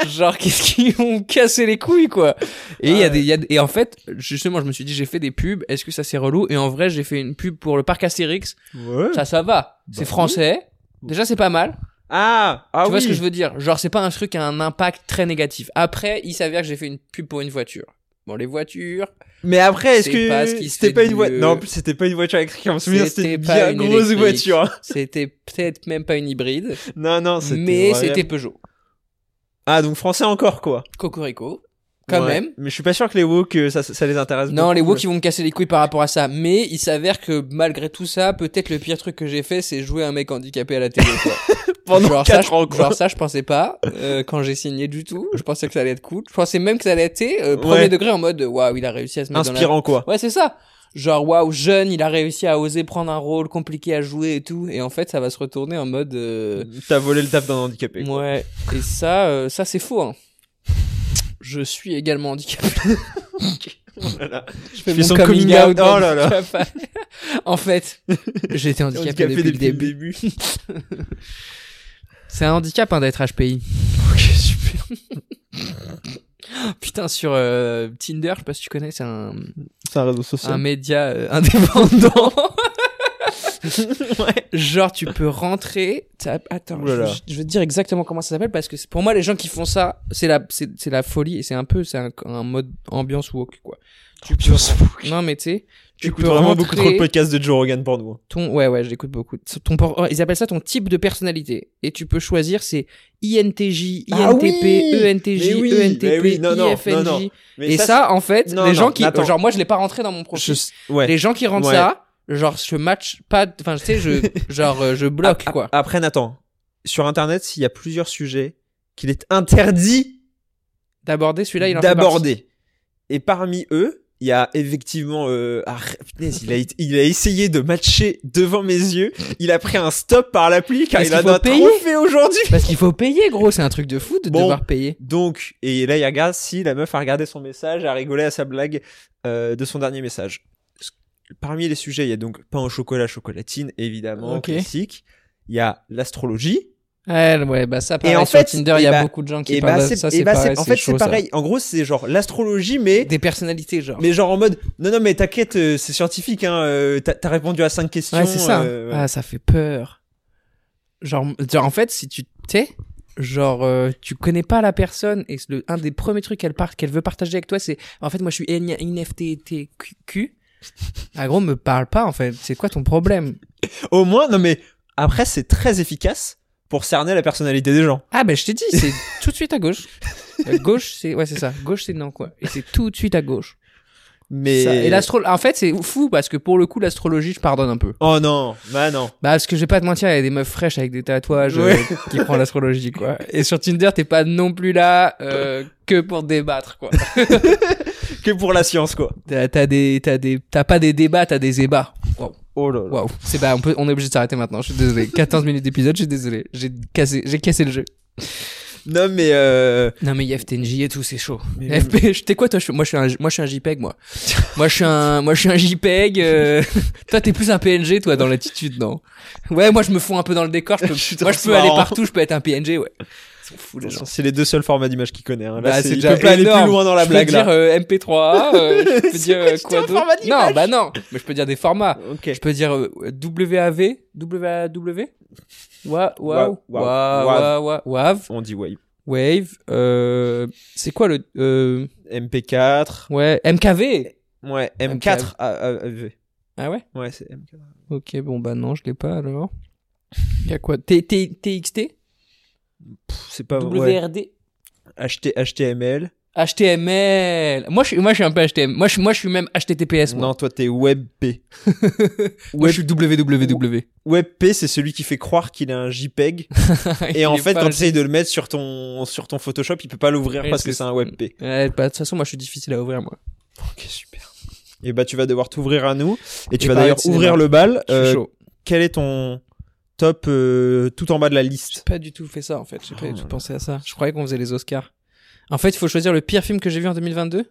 [SPEAKER 6] genre qu'est-ce qu'ils vont casser les couilles quoi et il y a des il y a des- et en fait justement je me suis dit j'ai fait des pubs est-ce que ça c'est relou et en vrai j'ai fait une pub pour le parc Astérix
[SPEAKER 5] Ouais. Bah
[SPEAKER 6] ça ça va
[SPEAKER 5] oui.
[SPEAKER 6] c'est français déjà c'est pas mal
[SPEAKER 5] Ah, ah
[SPEAKER 6] tu vois
[SPEAKER 5] oui.
[SPEAKER 6] ce que je veux dire genre c'est pas un truc qui a un impact très négatif après il s'avère que j'ai fait une pub pour une voiture bon les voitures
[SPEAKER 5] Mais après, est-ce
[SPEAKER 6] C'est pas ce
[SPEAKER 5] que
[SPEAKER 6] qui se
[SPEAKER 5] c'était
[SPEAKER 6] fait
[SPEAKER 5] pas
[SPEAKER 6] de
[SPEAKER 5] une voiture
[SPEAKER 6] mieux.
[SPEAKER 5] Non, en plus c'était pas une voiture électrique. Je me souviens, c'était une
[SPEAKER 6] C'était pas
[SPEAKER 5] bien
[SPEAKER 6] une
[SPEAKER 5] grosse
[SPEAKER 6] électrique.
[SPEAKER 5] voiture.
[SPEAKER 6] c'était peut-être même pas une hybride
[SPEAKER 5] Non, non, Oh, c'était.
[SPEAKER 6] mais
[SPEAKER 5] vraiment-
[SPEAKER 6] c'était Peugeot
[SPEAKER 5] Ah, donc français encore quoi.
[SPEAKER 6] Cocorico quand
[SPEAKER 5] Ouais.
[SPEAKER 6] même
[SPEAKER 5] Mais je suis pas sûr que les woke euh, ça, ça les intéresse.
[SPEAKER 6] Non,
[SPEAKER 5] beaucoup, euh,
[SPEAKER 6] les woke
[SPEAKER 5] mais-
[SPEAKER 6] ils vont me casser les couilles par rapport à ça. Mais il s'avère que malgré tout ça, peut-être le pire truc que j'ai fait, c'est jouer un mec handicapé à la télé. Quoi.
[SPEAKER 5] *laughs* pendant
[SPEAKER 6] genre, ça,
[SPEAKER 5] quatre
[SPEAKER 6] je-
[SPEAKER 5] ans quoi.
[SPEAKER 6] genre ça, je pensais pas euh, quand j'ai signé du tout. Je pensais que ça allait être cool. Je pensais même que ça allait être tu sais, euh, premier
[SPEAKER 5] Ouais.
[SPEAKER 6] degré en mode waouh, il a réussi à se mettre
[SPEAKER 5] Inspirant quoi.
[SPEAKER 6] dans la. Ouais, c'est ça. Genre waouh, jeune, il a réussi à oser prendre un rôle compliqué à jouer et tout. Et en fait, ça va se retourner en mode euh,
[SPEAKER 5] T'as volé le taf d'un handicapé. quoi.
[SPEAKER 6] ouais. Et ça, euh, ça c'est faux. Hein. Je suis également handicapé. *laughs*
[SPEAKER 5] Je
[SPEAKER 6] Oh fais
[SPEAKER 5] fais
[SPEAKER 6] mon
[SPEAKER 5] son
[SPEAKER 6] coming out
[SPEAKER 5] Oh
[SPEAKER 6] *laughs*
[SPEAKER 5] là là.
[SPEAKER 6] handicapé. en fait, j'étais handicapé,
[SPEAKER 5] Handicapé
[SPEAKER 6] depuis, le début. C'est un handicap hein, d'être HPI. ok, super. *laughs* Putain, sur euh, Tinder, je sais pas si tu connais, *laughs* c'est un,
[SPEAKER 5] C'est un réseau
[SPEAKER 6] un
[SPEAKER 5] social.
[SPEAKER 6] média euh, indépendant.
[SPEAKER 5] Ah, *laughs*
[SPEAKER 6] Genre, tu peux rentrer. t'as- Attends,
[SPEAKER 5] Ouh là là.
[SPEAKER 6] je, je vais te dire exactement comment ça s'appelle parce que c'est- pour moi, les gens qui font ça, c'est la, c'est c'est la folie et c'est un peu, c'est un, un mode ambiance woke quoi. Tu peux- Non, mais tu sais, tu
[SPEAKER 5] J'écoute
[SPEAKER 6] peux
[SPEAKER 5] vraiment
[SPEAKER 6] rentrer-
[SPEAKER 5] beaucoup trop le podcast de Joe Rogan pour nous. hein.
[SPEAKER 6] ton ouais ouais je l'écoute beaucoup ton por- oh, ils appellent ça ton type de personnalité et tu peux choisir c'est INTJ INTP
[SPEAKER 5] Ah oui
[SPEAKER 6] ENTJ
[SPEAKER 5] Mais oui, mais
[SPEAKER 6] ENTP
[SPEAKER 5] oui, non, non,
[SPEAKER 6] IFNJ
[SPEAKER 5] non, non. Mais
[SPEAKER 6] et ça, en fait
[SPEAKER 5] non,
[SPEAKER 6] les
[SPEAKER 5] non,
[SPEAKER 6] gens qui
[SPEAKER 5] attends.
[SPEAKER 6] genre moi je l'ai pas rentré dans mon profil
[SPEAKER 5] Je- ouais.
[SPEAKER 6] les gens qui rentrent
[SPEAKER 5] Ouais.
[SPEAKER 6] ça genre je match pas enfin tu sais je
[SPEAKER 5] *laughs*
[SPEAKER 6] genre euh, je bloque
[SPEAKER 5] Ap-
[SPEAKER 6] quoi
[SPEAKER 5] Après Nathan, sur internet, il y a plusieurs sujets qu'il est interdit
[SPEAKER 6] d'aborder celui-là il en fait
[SPEAKER 5] d'aborder. Et parmi eux, il y a effectivement euh, ah, punaise, il a été- il a essayé de matcher devant mes yeux, il a pris un stop par l'appli car
[SPEAKER 6] Est-ce
[SPEAKER 5] il en
[SPEAKER 6] qu'il faut
[SPEAKER 5] a
[SPEAKER 6] payer
[SPEAKER 5] trop fait aujourd'hui.
[SPEAKER 6] partie. parce qu'il faut payer gros c'est un truc de fou de
[SPEAKER 5] Bon.
[SPEAKER 6] devoir payer
[SPEAKER 5] Donc, et là, il regarde si la meuf a regardé son message, a rigolé à sa blague euh, de son dernier message. Ce- Parmi les sujets, il y a donc pain au chocolat, chocolatine, évidemment,
[SPEAKER 6] Ok.
[SPEAKER 5] classique. Il y a l'astrologie.
[SPEAKER 6] ouais, ouais bah ça pareil,
[SPEAKER 5] en
[SPEAKER 6] sur
[SPEAKER 5] fait,
[SPEAKER 6] Tinder il
[SPEAKER 5] et
[SPEAKER 6] y a
[SPEAKER 5] bah-
[SPEAKER 6] beaucoup de gens qui
[SPEAKER 5] Et
[SPEAKER 6] parlent
[SPEAKER 5] bah,
[SPEAKER 6] de
[SPEAKER 5] c'est
[SPEAKER 6] ça
[SPEAKER 5] et
[SPEAKER 6] c'est
[SPEAKER 5] bah,
[SPEAKER 6] pareil
[SPEAKER 5] c'est- en fait,
[SPEAKER 6] chaud,
[SPEAKER 5] c'est
[SPEAKER 6] ça.
[SPEAKER 5] pareil. En gros, c'est genre l'astrologie, mais
[SPEAKER 6] des personnalités genre
[SPEAKER 5] mais genre en mode non non mais t'inquiète, euh, c'est scientifique. Hein, euh, t'as- t'as répondu à cinq questions.
[SPEAKER 6] Ouais, c'est ça.
[SPEAKER 5] euh,
[SPEAKER 6] Ah, ça fait peur. Genre, genre, en fait, si tu t'es, genre, euh, tu connais pas la personne et le, un des premiers trucs qu'elle part, qu'elle veut partager avec toi, c'est, en fait, moi, je suis NFTTQ. Ah, gros, me parle pas, en fait. C'est quoi ton problème?
[SPEAKER 5] Au moins, non mais après, c'est très efficace pour cerner la personnalité des gens.
[SPEAKER 6] Ah, ben, je t'ai dit, c'est *laughs* tout de suite à gauche. Euh, Gauche, c'est, ouais, c'est ça. Gauche, c'est non, quoi. Et c'est tout de suite à gauche.
[SPEAKER 5] Mais
[SPEAKER 6] Ça- et l'astrologie, en fait, c'est fou parce que pour le coup, l'astrologie, je pardonne un peu.
[SPEAKER 5] oh non, bah non.
[SPEAKER 6] Bah, parce que je vais pas te mentir, il y a des meufs fraîches avec des tatouages euh,
[SPEAKER 5] Ouais.
[SPEAKER 6] qui prend l'astrologie, quoi. Et sur Tinder, t'es pas non plus là euh, que pour débattre, quoi.
[SPEAKER 5] Que pour la science quoi.
[SPEAKER 6] T'as t'as des, t'as des, t'as pas des débats, t'as des ébats. Waouh,
[SPEAKER 5] Oh là là.
[SPEAKER 6] waouh. C'est bah, on peut, on est obligé de s'arrêter maintenant. Je suis désolé. 14 minutes d'épisode, je suis désolé. J'ai cassé, j'ai cassé le jeu.
[SPEAKER 5] Non mais euh...
[SPEAKER 6] Non mais IFTNJ et tout, c'est chaud.
[SPEAKER 5] Mais-
[SPEAKER 6] FP, je- *laughs* t'es quoi toi je, suis- Moi, je suis un, moi, je suis un JPEG, moi. moi, je suis un, moi, je suis un JPEG. euh, *laughs* toi, t'es plus un PNG, toi, dans l'attitude, non Ouais, *laughs* moi, je me fonds un peu dans le décor. Je peux,
[SPEAKER 5] *laughs* Je suis
[SPEAKER 6] moi, je peux aller
[SPEAKER 5] transparent.
[SPEAKER 6] partout. Je peux être un PNG, ouais. Fou, les gens.
[SPEAKER 5] C'est les deux seuls formats d'image qu'il connaît. hein. Là,
[SPEAKER 6] Bah,
[SPEAKER 5] c'est-
[SPEAKER 6] c'est
[SPEAKER 5] il
[SPEAKER 6] déjà
[SPEAKER 5] peut pas aller
[SPEAKER 6] énorme.
[SPEAKER 5] plus loin dans la
[SPEAKER 6] je
[SPEAKER 5] blague.
[SPEAKER 6] peux dire
[SPEAKER 5] là.
[SPEAKER 6] euh, MP3, euh, je
[SPEAKER 5] *laughs*
[SPEAKER 6] peux
[SPEAKER 5] C'est
[SPEAKER 6] dire
[SPEAKER 5] quoi,
[SPEAKER 6] euh,
[SPEAKER 5] c'est
[SPEAKER 6] quoi
[SPEAKER 5] un
[SPEAKER 6] d'autre.
[SPEAKER 5] format d'image
[SPEAKER 6] Non, bah non, mais je peux dire des formats.
[SPEAKER 5] Ok.
[SPEAKER 6] Je peux dire euh, WAV, WAW, Wa- Waw,
[SPEAKER 5] Waw,
[SPEAKER 6] Wa- Wa-
[SPEAKER 5] Wav.
[SPEAKER 6] Wa- Wav,
[SPEAKER 5] On dit wave.
[SPEAKER 6] Wave, euh, c'est quoi le, euh,
[SPEAKER 5] MP4.
[SPEAKER 6] ouais, MKV.
[SPEAKER 5] Ouais, M4. A- A- AV.
[SPEAKER 6] Ah ouais?
[SPEAKER 5] Ouais, c'est M4.
[SPEAKER 6] Ok, bon bah non, je l'ai pas
[SPEAKER 5] *laughs*
[SPEAKER 6] alors. Y a quoi T- T- TXT,
[SPEAKER 5] Pff, C'est pas ouais.
[SPEAKER 6] WRD,
[SPEAKER 5] HT, HTML.
[SPEAKER 6] HTML. Moi je suis, moi je suis un peu HTML. Moi je, suis- moi je suis même HTTPS. Moi,
[SPEAKER 5] Non, toi, t'es WebP.
[SPEAKER 6] *laughs*
[SPEAKER 5] *laughs*
[SPEAKER 6] Moi, je suis WWW.
[SPEAKER 5] WebP, c'est celui qui fait croire qu'il a
[SPEAKER 6] *laughs*
[SPEAKER 5] un JPEG.
[SPEAKER 6] Il
[SPEAKER 5] et en
[SPEAKER 6] est
[SPEAKER 5] fait,
[SPEAKER 6] pas-
[SPEAKER 5] quand tu essayes de le mettre sur ton, sur ton Photoshop, il peut pas l'ouvrir
[SPEAKER 6] Ouais,
[SPEAKER 5] parce
[SPEAKER 6] E. c'est-
[SPEAKER 5] que c'est un WebP.
[SPEAKER 6] Ouais, bah, de toute façon, moi je suis difficile à ouvrir moi.
[SPEAKER 5] Ok, super. Et bah, tu vas devoir t'ouvrir à nous. Et tu
[SPEAKER 6] Et
[SPEAKER 5] vas
[SPEAKER 6] parler
[SPEAKER 5] d'ailleurs
[SPEAKER 6] de cinéma.
[SPEAKER 5] ouvrir le bal.
[SPEAKER 6] bah, Je suis
[SPEAKER 5] Euh,
[SPEAKER 6] chaud.
[SPEAKER 5] quel est ton top euh, tout en bas de la liste
[SPEAKER 6] pas du tout fait ça en fait. J'ai pas
[SPEAKER 5] Oh
[SPEAKER 6] du
[SPEAKER 5] là
[SPEAKER 6] tout
[SPEAKER 5] là.
[SPEAKER 6] pensé à ça. Je croyais qu'on faisait les Oscars. En fait, il faut choisir le pire film que j'ai vu en 2022,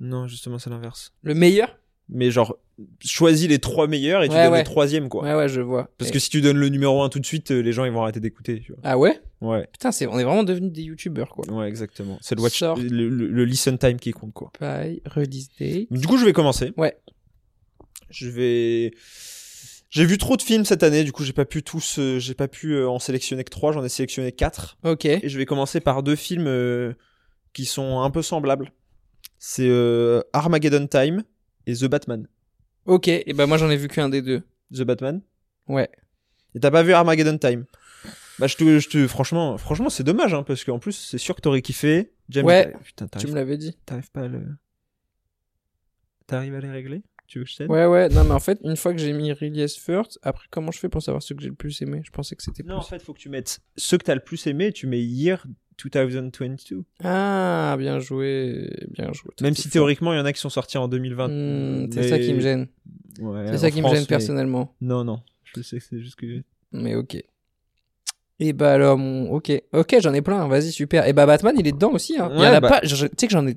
[SPEAKER 5] Non, justement, c'est l'inverse.
[SPEAKER 6] le meilleur.
[SPEAKER 5] Mais genre, choisis les trois meilleurs et tu
[SPEAKER 6] Ouais,
[SPEAKER 5] donnes
[SPEAKER 6] ouais.
[SPEAKER 5] le troisième, quoi.
[SPEAKER 6] Ouais ouais, je vois.
[SPEAKER 5] Parce
[SPEAKER 6] Et-
[SPEAKER 5] que si tu donnes le numéro un tout de suite, euh, les gens ils vont arrêter d'écouter. tu vois.
[SPEAKER 6] ah ouais,
[SPEAKER 5] Ouais,
[SPEAKER 6] putain, c'est on est vraiment devenus des youtubeurs quoi.
[SPEAKER 5] ouais, exactement. C'est le watch,
[SPEAKER 6] Sort.
[SPEAKER 5] le, le- le listen time qui compte, quoi.
[SPEAKER 6] Bye, release day.
[SPEAKER 5] Du coup, je vais commencer.
[SPEAKER 6] Ouais.
[SPEAKER 5] Je vais. J'ai vu trop de films cette année, du coup j'ai pas pu tous, euh, j'ai pas pu euh, en sélectionner que trois, j'en ai sélectionné quatre.
[SPEAKER 6] OK.
[SPEAKER 5] Et je vais commencer par deux films euh, qui sont un peu semblables. C'est euh, Armageddon Time et The Batman.
[SPEAKER 6] OK, et ben moi j'en ai vu qu'un des deux.
[SPEAKER 5] The Batman
[SPEAKER 6] Ouais.
[SPEAKER 5] Et t'as pas vu Armageddon Time Bah je te, je te franchement, franchement c'est dommage hein, parce qu'en plus c'est sûr que t'aurais kiffé. James,
[SPEAKER 6] Ouais.
[SPEAKER 5] t'as- putain,
[SPEAKER 6] Tu me
[SPEAKER 5] t'arrives,
[SPEAKER 6] l'avais dit.
[SPEAKER 5] t'arrives pas à le, t'arrives à les régler Tu veux que je t'aide
[SPEAKER 6] Ouais ouais, non mais en fait, une fois que j'ai mis release first, après comment je fais pour savoir ceux que j'ai le plus aimé Je pensais que c'était plus.
[SPEAKER 5] Non, en fait faut que tu mettes ceux que t'as le plus aimé. Tu mets Year 2022.
[SPEAKER 6] Ah, bien joué, bien joué.
[SPEAKER 5] Même si théoriquement il y en a qui sont sortis en 2020.
[SPEAKER 6] Hmm, c'est ça qui me gêne. Mm. C'est ça qui me gêne personnellement.
[SPEAKER 5] Non non, je sais que c'est juste que
[SPEAKER 6] Mais ok. Et bah alors, mon... ok, ok, j'en ai plein, vas-y, super. Et bah Batman, il est dedans aussi. Hein. il y en
[SPEAKER 5] Ouais,
[SPEAKER 6] a
[SPEAKER 5] bah-
[SPEAKER 6] pas, je- je- tu sais que j'en ai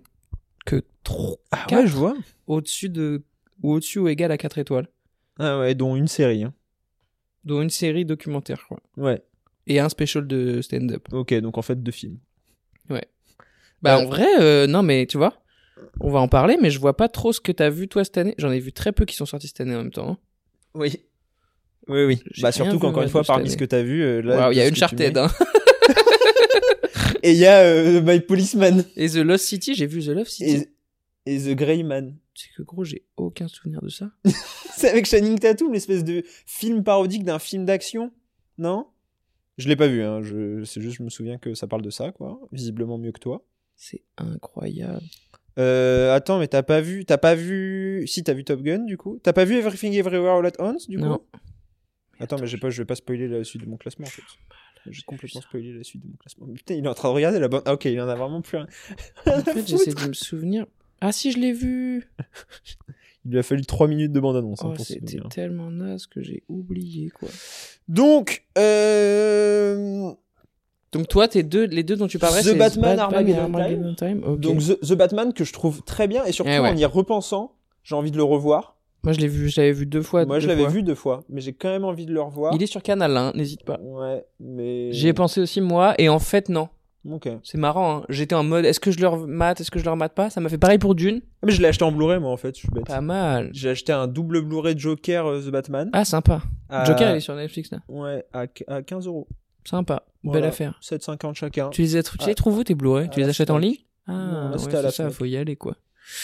[SPEAKER 6] que trop.
[SPEAKER 5] Ah
[SPEAKER 6] Quatre.
[SPEAKER 5] ouais, je vois.
[SPEAKER 6] Au-dessus de. ou au-dessus ou égal à 4 étoiles.
[SPEAKER 5] Ah ouais, dont une série. hein.
[SPEAKER 6] Dont une série documentaire, quoi.
[SPEAKER 5] Ouais.
[SPEAKER 6] Et un special de stand-up.
[SPEAKER 5] Ok, donc en fait deux films.
[SPEAKER 6] Bah en
[SPEAKER 5] Ouais.
[SPEAKER 6] vrai, euh, non mais tu vois, on va en parler, mais je vois pas trop ce que t'as vu toi cette année. J'en ai vu très peu qui sont sortis cette année en même temps. hein.
[SPEAKER 5] Oui. Oui, oui.
[SPEAKER 6] J'ai
[SPEAKER 5] Bah
[SPEAKER 6] rien
[SPEAKER 5] surtout
[SPEAKER 6] vu,
[SPEAKER 5] qu'encore
[SPEAKER 6] moi,
[SPEAKER 5] une fois,
[SPEAKER 6] de cette
[SPEAKER 5] parmi ce
[SPEAKER 6] année.
[SPEAKER 5] que t'as vu, euh, là.
[SPEAKER 6] Waouh, il y a
[SPEAKER 5] tout ce
[SPEAKER 6] une
[SPEAKER 5] que tu
[SPEAKER 6] Uncharted,
[SPEAKER 5] mets-
[SPEAKER 6] hein.
[SPEAKER 5] Et il y a euh, *laughs* My Policeman.
[SPEAKER 6] hein. Et The Lost City, j'ai vu The Lost City.
[SPEAKER 5] Et, et The Grey Man. *laughs*
[SPEAKER 6] C'est que gros, j'ai aucun souvenir de ça.
[SPEAKER 5] C'est avec Channing Tatum, l'espèce de film parodique d'un film d'action. Non Je l'ai pas vu, hein. Je... C'est juste, je me souviens que ça parle de ça, quoi. Visiblement mieux que toi.
[SPEAKER 6] C'est incroyable.
[SPEAKER 5] Euh, attends, mais t'as pas vu. T'as pas vu. Si, t'as vu Top Gun, du coup. T'as pas vu Everything Everywhere All at Once, du
[SPEAKER 6] Non.
[SPEAKER 5] coup Attends, mais j'ai pas, je vais pas spoiler la suite de mon classement en fait. J'ai complètement spoilé la suite de mon classement. Mais putain, il est en train de regarder la bonne. Ah, ok, il en a vraiment plus rien. *laughs*
[SPEAKER 6] En fait, j'essaie de me souvenir. Ah si, je l'ai vu.
[SPEAKER 5] Il lui a fallu 3 minutes de bande-annonce. hein,
[SPEAKER 6] Oh,
[SPEAKER 5] pour se
[SPEAKER 6] c'était
[SPEAKER 5] souvenir.
[SPEAKER 6] tellement naze que j'ai oublié quoi.
[SPEAKER 5] Donc, euh...
[SPEAKER 6] Donc toi, tes deux, les deux dont tu parlais,
[SPEAKER 5] The
[SPEAKER 6] c'est
[SPEAKER 5] Batman, Armageddon
[SPEAKER 6] et Time. ok.
[SPEAKER 5] Donc The, The Batman que je trouve très bien et surtout
[SPEAKER 6] Eh ouais.
[SPEAKER 5] en y repensant, j'ai envie de le revoir.
[SPEAKER 6] moi, je l'ai vu, je l'avais vu deux fois.
[SPEAKER 5] Moi, je
[SPEAKER 6] deux
[SPEAKER 5] l'avais
[SPEAKER 6] fois.
[SPEAKER 5] vu deux fois, mais j'ai quand même envie de le revoir.
[SPEAKER 6] Il est sur Canal, hein, n'hésite pas.
[SPEAKER 5] Ouais, mais.
[SPEAKER 6] J'y ai pensé aussi moi, et en fait non.
[SPEAKER 5] Ok.
[SPEAKER 6] C'est marrant. Hein. J'étais en mode, est-ce que je leur mate, est-ce que je leur mate pas Ça m'a fait pareil pour Dune.
[SPEAKER 5] Ah, Mais je l'ai acheté en Blu-ray, moi, en fait. Je suis bête.
[SPEAKER 6] Pas mal.
[SPEAKER 5] J'ai acheté un double Blu-ray de Joker euh, The Batman.
[SPEAKER 6] Ah sympa.
[SPEAKER 5] à-
[SPEAKER 6] Joker, il est sur Netflix là.
[SPEAKER 5] Ouais, à, à 15 euros.
[SPEAKER 6] Sympa.
[SPEAKER 5] Voilà.
[SPEAKER 6] Belle affaire.
[SPEAKER 5] 7,50 chacun.
[SPEAKER 6] Tu les, as, tu
[SPEAKER 5] Ah.
[SPEAKER 6] les trouves où tes Blu-ray
[SPEAKER 5] À
[SPEAKER 6] Tu les
[SPEAKER 5] la
[SPEAKER 6] achètes en
[SPEAKER 5] Fnac.
[SPEAKER 6] ligne Ah,
[SPEAKER 5] Non, là,
[SPEAKER 6] ouais,
[SPEAKER 5] c'était à la
[SPEAKER 6] c'est ça,
[SPEAKER 5] Fnac.
[SPEAKER 6] faut y aller quoi.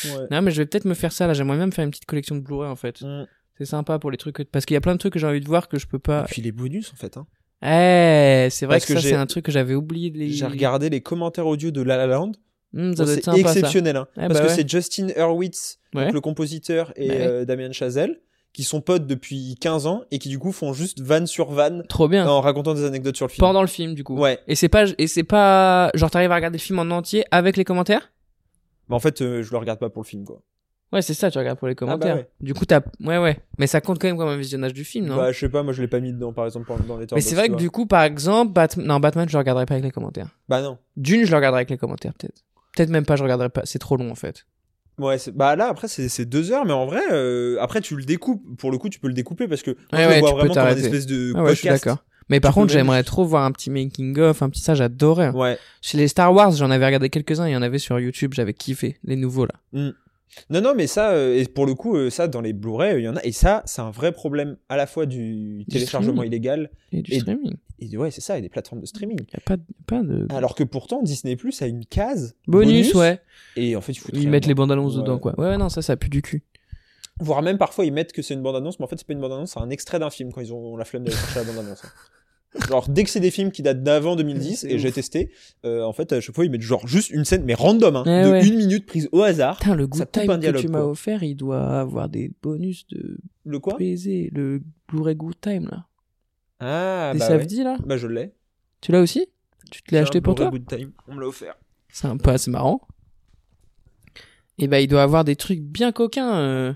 [SPEAKER 5] Ouais.
[SPEAKER 6] Non, mais je vais peut-être me faire ça là. J'aimerais même faire une petite collection de Blu-ray en fait.
[SPEAKER 5] Mm.
[SPEAKER 6] C'est sympa pour les trucs. que- Parce qu'il y a plein de trucs que j'ai envie de voir que je peux pas.
[SPEAKER 5] Et puis les bonus en fait. Hein.
[SPEAKER 6] Eh, c'est vrai
[SPEAKER 5] Parce
[SPEAKER 6] que, ça,
[SPEAKER 5] que j'ai-
[SPEAKER 6] c'est un truc que j'avais oublié de les.
[SPEAKER 5] J'ai regardé les commentaires audio de La La Land.
[SPEAKER 6] Hmm, ça
[SPEAKER 5] Bon,
[SPEAKER 6] doit être
[SPEAKER 5] c'est
[SPEAKER 6] sympa ça.
[SPEAKER 5] exceptionnel. Hein,
[SPEAKER 6] Eh
[SPEAKER 5] parce
[SPEAKER 6] bah
[SPEAKER 5] que
[SPEAKER 6] ouais.
[SPEAKER 5] c'est Justin Hurwitz, donc
[SPEAKER 6] Ouais.
[SPEAKER 5] le compositeur, et
[SPEAKER 6] Bah ouais.
[SPEAKER 5] euh, Damien Chazelle, qui sont potes depuis 15 ans et qui du coup font juste vanne sur vanne
[SPEAKER 6] Trop bien.
[SPEAKER 5] en racontant des anecdotes sur le film.
[SPEAKER 6] Pendant le film, du coup.
[SPEAKER 5] Ouais.
[SPEAKER 6] Et c'est pas, et c'est pas, genre t'arrives à regarder le film en entier avec les commentaires
[SPEAKER 5] Mais en fait, euh, je le regarde pas pour le film quoi.
[SPEAKER 6] Ouais, c'est ça, tu regardes pour les
[SPEAKER 5] bah
[SPEAKER 6] commentaires.
[SPEAKER 5] ouais.
[SPEAKER 6] Du coup, t'as, ouais, ouais. Mais ça compte quand même comme un visionnage du film, non
[SPEAKER 5] Bah, je sais pas, moi je l'ai pas mis dedans par exemple pour- dans les
[SPEAKER 6] Mais c'est vrai que du coup, par exemple, Batman, non, Batman, je le regarderai pas avec les commentaires.
[SPEAKER 5] Bah non.
[SPEAKER 6] Dune, je le regarderai avec les commentaires, peut-être. Peut-être même pas, je regarderai pas. C'est trop long, en fait.
[SPEAKER 5] Ouais, c'est- bah là après c'est c'est deux heures, mais en vrai, euh, après tu le découpes. Pour le coup, tu peux le découper parce que moi,
[SPEAKER 6] Ouais,
[SPEAKER 5] je
[SPEAKER 6] ouais,
[SPEAKER 5] le vois
[SPEAKER 6] tu peux
[SPEAKER 5] vraiment comme une
[SPEAKER 6] t'arrêter.
[SPEAKER 5] espèce de
[SPEAKER 6] Ah ouais, je suis
[SPEAKER 5] podcast.
[SPEAKER 6] d'accord. Mais par
[SPEAKER 5] peux
[SPEAKER 6] contre,
[SPEAKER 5] même-
[SPEAKER 6] j'aimerais trop voir un petit making of, un petit ça, j'adorais.
[SPEAKER 5] Ouais.
[SPEAKER 6] Chez les Star Wars, j'en avais regardé quelques-uns, il y en avait sur YouTube, j'avais kiffé, les nouveaux là.
[SPEAKER 5] Non, non, mais ça, euh, et pour le coup, euh, ça, dans les Blu-ray, euh, il y en a. Et ça, c'est un vrai problème à la fois du téléchargement
[SPEAKER 6] streaming.
[SPEAKER 5] illégal
[SPEAKER 6] Et du
[SPEAKER 5] Et-
[SPEAKER 6] streaming.
[SPEAKER 5] et du- ouais, c'est ça, et des plateformes de streaming.
[SPEAKER 6] Y a pas de. Pas de...
[SPEAKER 5] Alors que pourtant, Disney Plus a une case
[SPEAKER 6] bonus, ouais.
[SPEAKER 5] Et en fait, ils foutent
[SPEAKER 6] Ils
[SPEAKER 5] rien
[SPEAKER 6] mettent les
[SPEAKER 5] dedans.
[SPEAKER 6] bandes annonces
[SPEAKER 5] Ouais.
[SPEAKER 6] dedans, quoi. Ouais, ouais, non, ça, ça pue du cul.
[SPEAKER 5] Voire même parfois, ils mettent que c'est une bande-annonce, mais en fait, c'est pas une bande-annonce, c'est un extrait d'un film quand ils ont la flemme d'aller chercher la bande-annonce.
[SPEAKER 6] *laughs*
[SPEAKER 5] hein. Genre, dès que c'est des films qui datent d'avant 2010,
[SPEAKER 6] C'est
[SPEAKER 5] et j'ai
[SPEAKER 6] ouf.
[SPEAKER 5] testé, euh, en fait, à chaque fois, ils mettent genre juste une scène, mais random, hein,
[SPEAKER 6] Ouais,
[SPEAKER 5] de
[SPEAKER 6] ouais.
[SPEAKER 5] une minute prise au hasard.
[SPEAKER 6] Putain, le
[SPEAKER 5] Ça
[SPEAKER 6] good
[SPEAKER 5] coupe un
[SPEAKER 6] time que
[SPEAKER 5] dialogue,
[SPEAKER 6] tu m'as
[SPEAKER 5] quoi.
[SPEAKER 6] offert, il doit avoir des bonus de
[SPEAKER 5] Le quoi
[SPEAKER 6] baiser. Le Blu-ray good time, là.
[SPEAKER 5] Ah,
[SPEAKER 6] Des
[SPEAKER 5] bah, ouais.
[SPEAKER 6] samedis, là.
[SPEAKER 5] bah je l'ai.
[SPEAKER 6] Tu l'as aussi Tu te l'as
[SPEAKER 5] J'ai
[SPEAKER 6] acheté
[SPEAKER 5] un
[SPEAKER 6] pour
[SPEAKER 5] Blu-ray
[SPEAKER 6] toi
[SPEAKER 5] Good Time. On me l'a offert.
[SPEAKER 6] C'est un peu assez marrant. Et bah, il doit avoir des trucs bien coquins. euh.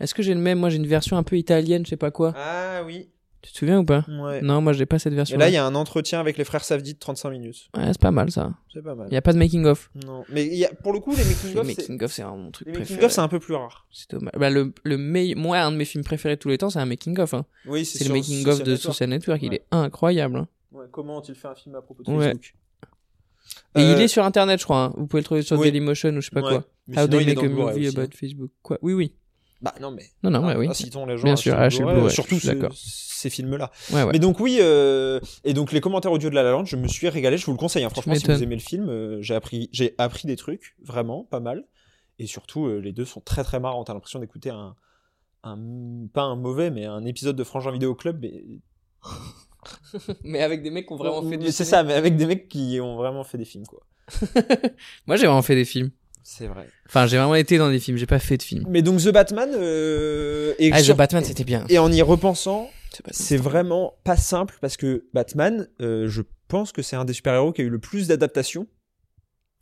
[SPEAKER 6] Est-ce que j'ai le même Moi, j'ai une version un peu italienne, je sais pas quoi.
[SPEAKER 5] Ah oui.
[SPEAKER 6] Tu te souviens ou pas
[SPEAKER 5] Ouais.
[SPEAKER 6] Non, moi, j'ai pas cette
[SPEAKER 5] Et
[SPEAKER 6] version.
[SPEAKER 5] là, il y a un entretien avec les frères Savdi de 35 minutes.
[SPEAKER 6] Ouais, c'est pas mal, ça.
[SPEAKER 5] C'est pas mal.
[SPEAKER 6] Y a pas de making-of.
[SPEAKER 5] Non. Mais il y a- pour le coup, les
[SPEAKER 6] Les
[SPEAKER 5] making-of, c'est-
[SPEAKER 6] making-of, c'est vraiment mon truc
[SPEAKER 5] les
[SPEAKER 6] préféré.
[SPEAKER 5] making-of, c'est un peu plus rare.
[SPEAKER 6] C'est dommage. Bah, le, le meille- Moi, un de mes films préférés de tous les temps, c'est un making-of. Hein.
[SPEAKER 5] Oui,
[SPEAKER 6] C'est le
[SPEAKER 5] sur
[SPEAKER 6] making-of
[SPEAKER 5] Social
[SPEAKER 6] de
[SPEAKER 5] Network.
[SPEAKER 6] Social Network. Il
[SPEAKER 5] Ouais.
[SPEAKER 6] est incroyable. hein.
[SPEAKER 5] Ouais, comment ont-ils fait un film à propos de
[SPEAKER 6] Ouais.
[SPEAKER 5] Facebook
[SPEAKER 6] Et
[SPEAKER 5] Euh,
[SPEAKER 6] il est sur Internet, je crois. hein. Vous pouvez le trouver sur
[SPEAKER 5] oui.
[SPEAKER 6] Dailymotion ou je sais pas
[SPEAKER 5] Ouais.
[SPEAKER 6] quoi.
[SPEAKER 5] Mais
[SPEAKER 6] How
[SPEAKER 5] sinon,
[SPEAKER 6] they
[SPEAKER 5] il est
[SPEAKER 6] make
[SPEAKER 5] dans
[SPEAKER 6] a
[SPEAKER 5] le Blu-ray
[SPEAKER 6] movie
[SPEAKER 5] aussi,
[SPEAKER 6] about
[SPEAKER 5] hein.
[SPEAKER 6] Facebook. Quoi Oui, oui.
[SPEAKER 5] Bah non, mais.
[SPEAKER 6] Non, non, ouais, oui.
[SPEAKER 5] Ah, citons les gens.
[SPEAKER 6] Bien
[SPEAKER 5] à
[SPEAKER 6] sûr,
[SPEAKER 5] acheter
[SPEAKER 6] ah,
[SPEAKER 5] le
[SPEAKER 6] chez le
[SPEAKER 5] Blu-ray,
[SPEAKER 6] Blu-ray,
[SPEAKER 5] Surtout
[SPEAKER 6] je suis
[SPEAKER 5] ce-
[SPEAKER 6] d'accord.
[SPEAKER 5] euh, ces films-là.
[SPEAKER 6] Ouais, ouais.
[SPEAKER 5] Mais donc, oui, euh, et donc les commentaires audio de La La Land, je me suis régalé, je vous le conseille. hein. Franchement, si
[SPEAKER 6] m'étonnes.
[SPEAKER 5] vous aimez le film, euh, j'ai appris, j'ai appris des trucs, vraiment, pas mal. Et surtout, euh, les deux sont très très marrants. T'as l'impression d'écouter un, un. Pas un mauvais, mais un épisode de Frangin Vidéo Club. Mais...
[SPEAKER 6] Mais avec des mecs qui ont
[SPEAKER 5] Euh, Mais C'est ça, mais avec des mecs qui ont vraiment fait des films, quoi.
[SPEAKER 6] Moi, j'ai vraiment fait des films.
[SPEAKER 5] C'est vrai.
[SPEAKER 6] Enfin, j'ai vraiment été dans des films. J'ai pas fait de films.
[SPEAKER 5] Mais donc, The Batman. euh, et
[SPEAKER 6] Ah, The
[SPEAKER 5] sur-
[SPEAKER 6] Batman, c'était bien.
[SPEAKER 5] Et en y repensant,
[SPEAKER 6] The Batman,
[SPEAKER 5] c'est vraiment pas simple parce que Batman, euh, je pense que c'est un des super-héros qui a eu le plus d'adaptations.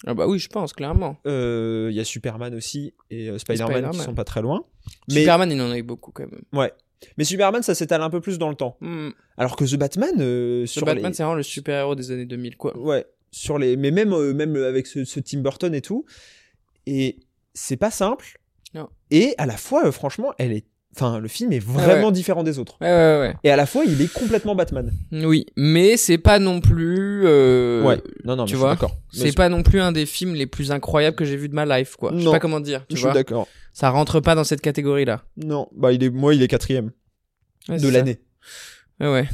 [SPEAKER 6] Ah, bah oui, je pense, clairement.
[SPEAKER 5] Euh, Il y a Superman aussi et euh, Spider-Man qui
[SPEAKER 6] Spider-Man.
[SPEAKER 5] sont pas très loin. Mais
[SPEAKER 6] Superman, il en a eu beaucoup quand même.
[SPEAKER 5] mais Superman, ça s'étale un peu plus dans le temps.
[SPEAKER 6] Hmm.
[SPEAKER 5] Alors que The Batman, euh,
[SPEAKER 6] The
[SPEAKER 5] sur
[SPEAKER 6] Batman,
[SPEAKER 5] les...
[SPEAKER 6] c'est vraiment le super-héros des années 2000, quoi.
[SPEAKER 5] ouais, sur les, mais même euh, même avec ce, ce Tim Burton et tout, et c'est pas simple.
[SPEAKER 6] Non.
[SPEAKER 5] Et à la fois, euh, franchement, elle est, enfin, le film est vraiment différent des autres.
[SPEAKER 6] Ouais, ouais, ouais.
[SPEAKER 5] Et à la fois, il est complètement Batman.
[SPEAKER 6] Oui, mais c'est pas non plus. euh,
[SPEAKER 5] ouais. Non, non, mais
[SPEAKER 6] tu
[SPEAKER 5] je suis
[SPEAKER 6] vois,
[SPEAKER 5] d'accord. Mais
[SPEAKER 6] C'est pas non plus un des films les plus incroyables que j'ai vu de ma life, quoi. Je sais
[SPEAKER 5] Non.
[SPEAKER 6] pas comment dire, tu
[SPEAKER 5] Je suis
[SPEAKER 6] vois.
[SPEAKER 5] d'accord.
[SPEAKER 6] Ça rentre pas dans cette catégorie-là.
[SPEAKER 5] Non, bah il est, moi, il est quatrième.
[SPEAKER 6] Ouais,
[SPEAKER 5] de
[SPEAKER 6] c'est
[SPEAKER 5] l'année.
[SPEAKER 6] ça. Ouais, ouais.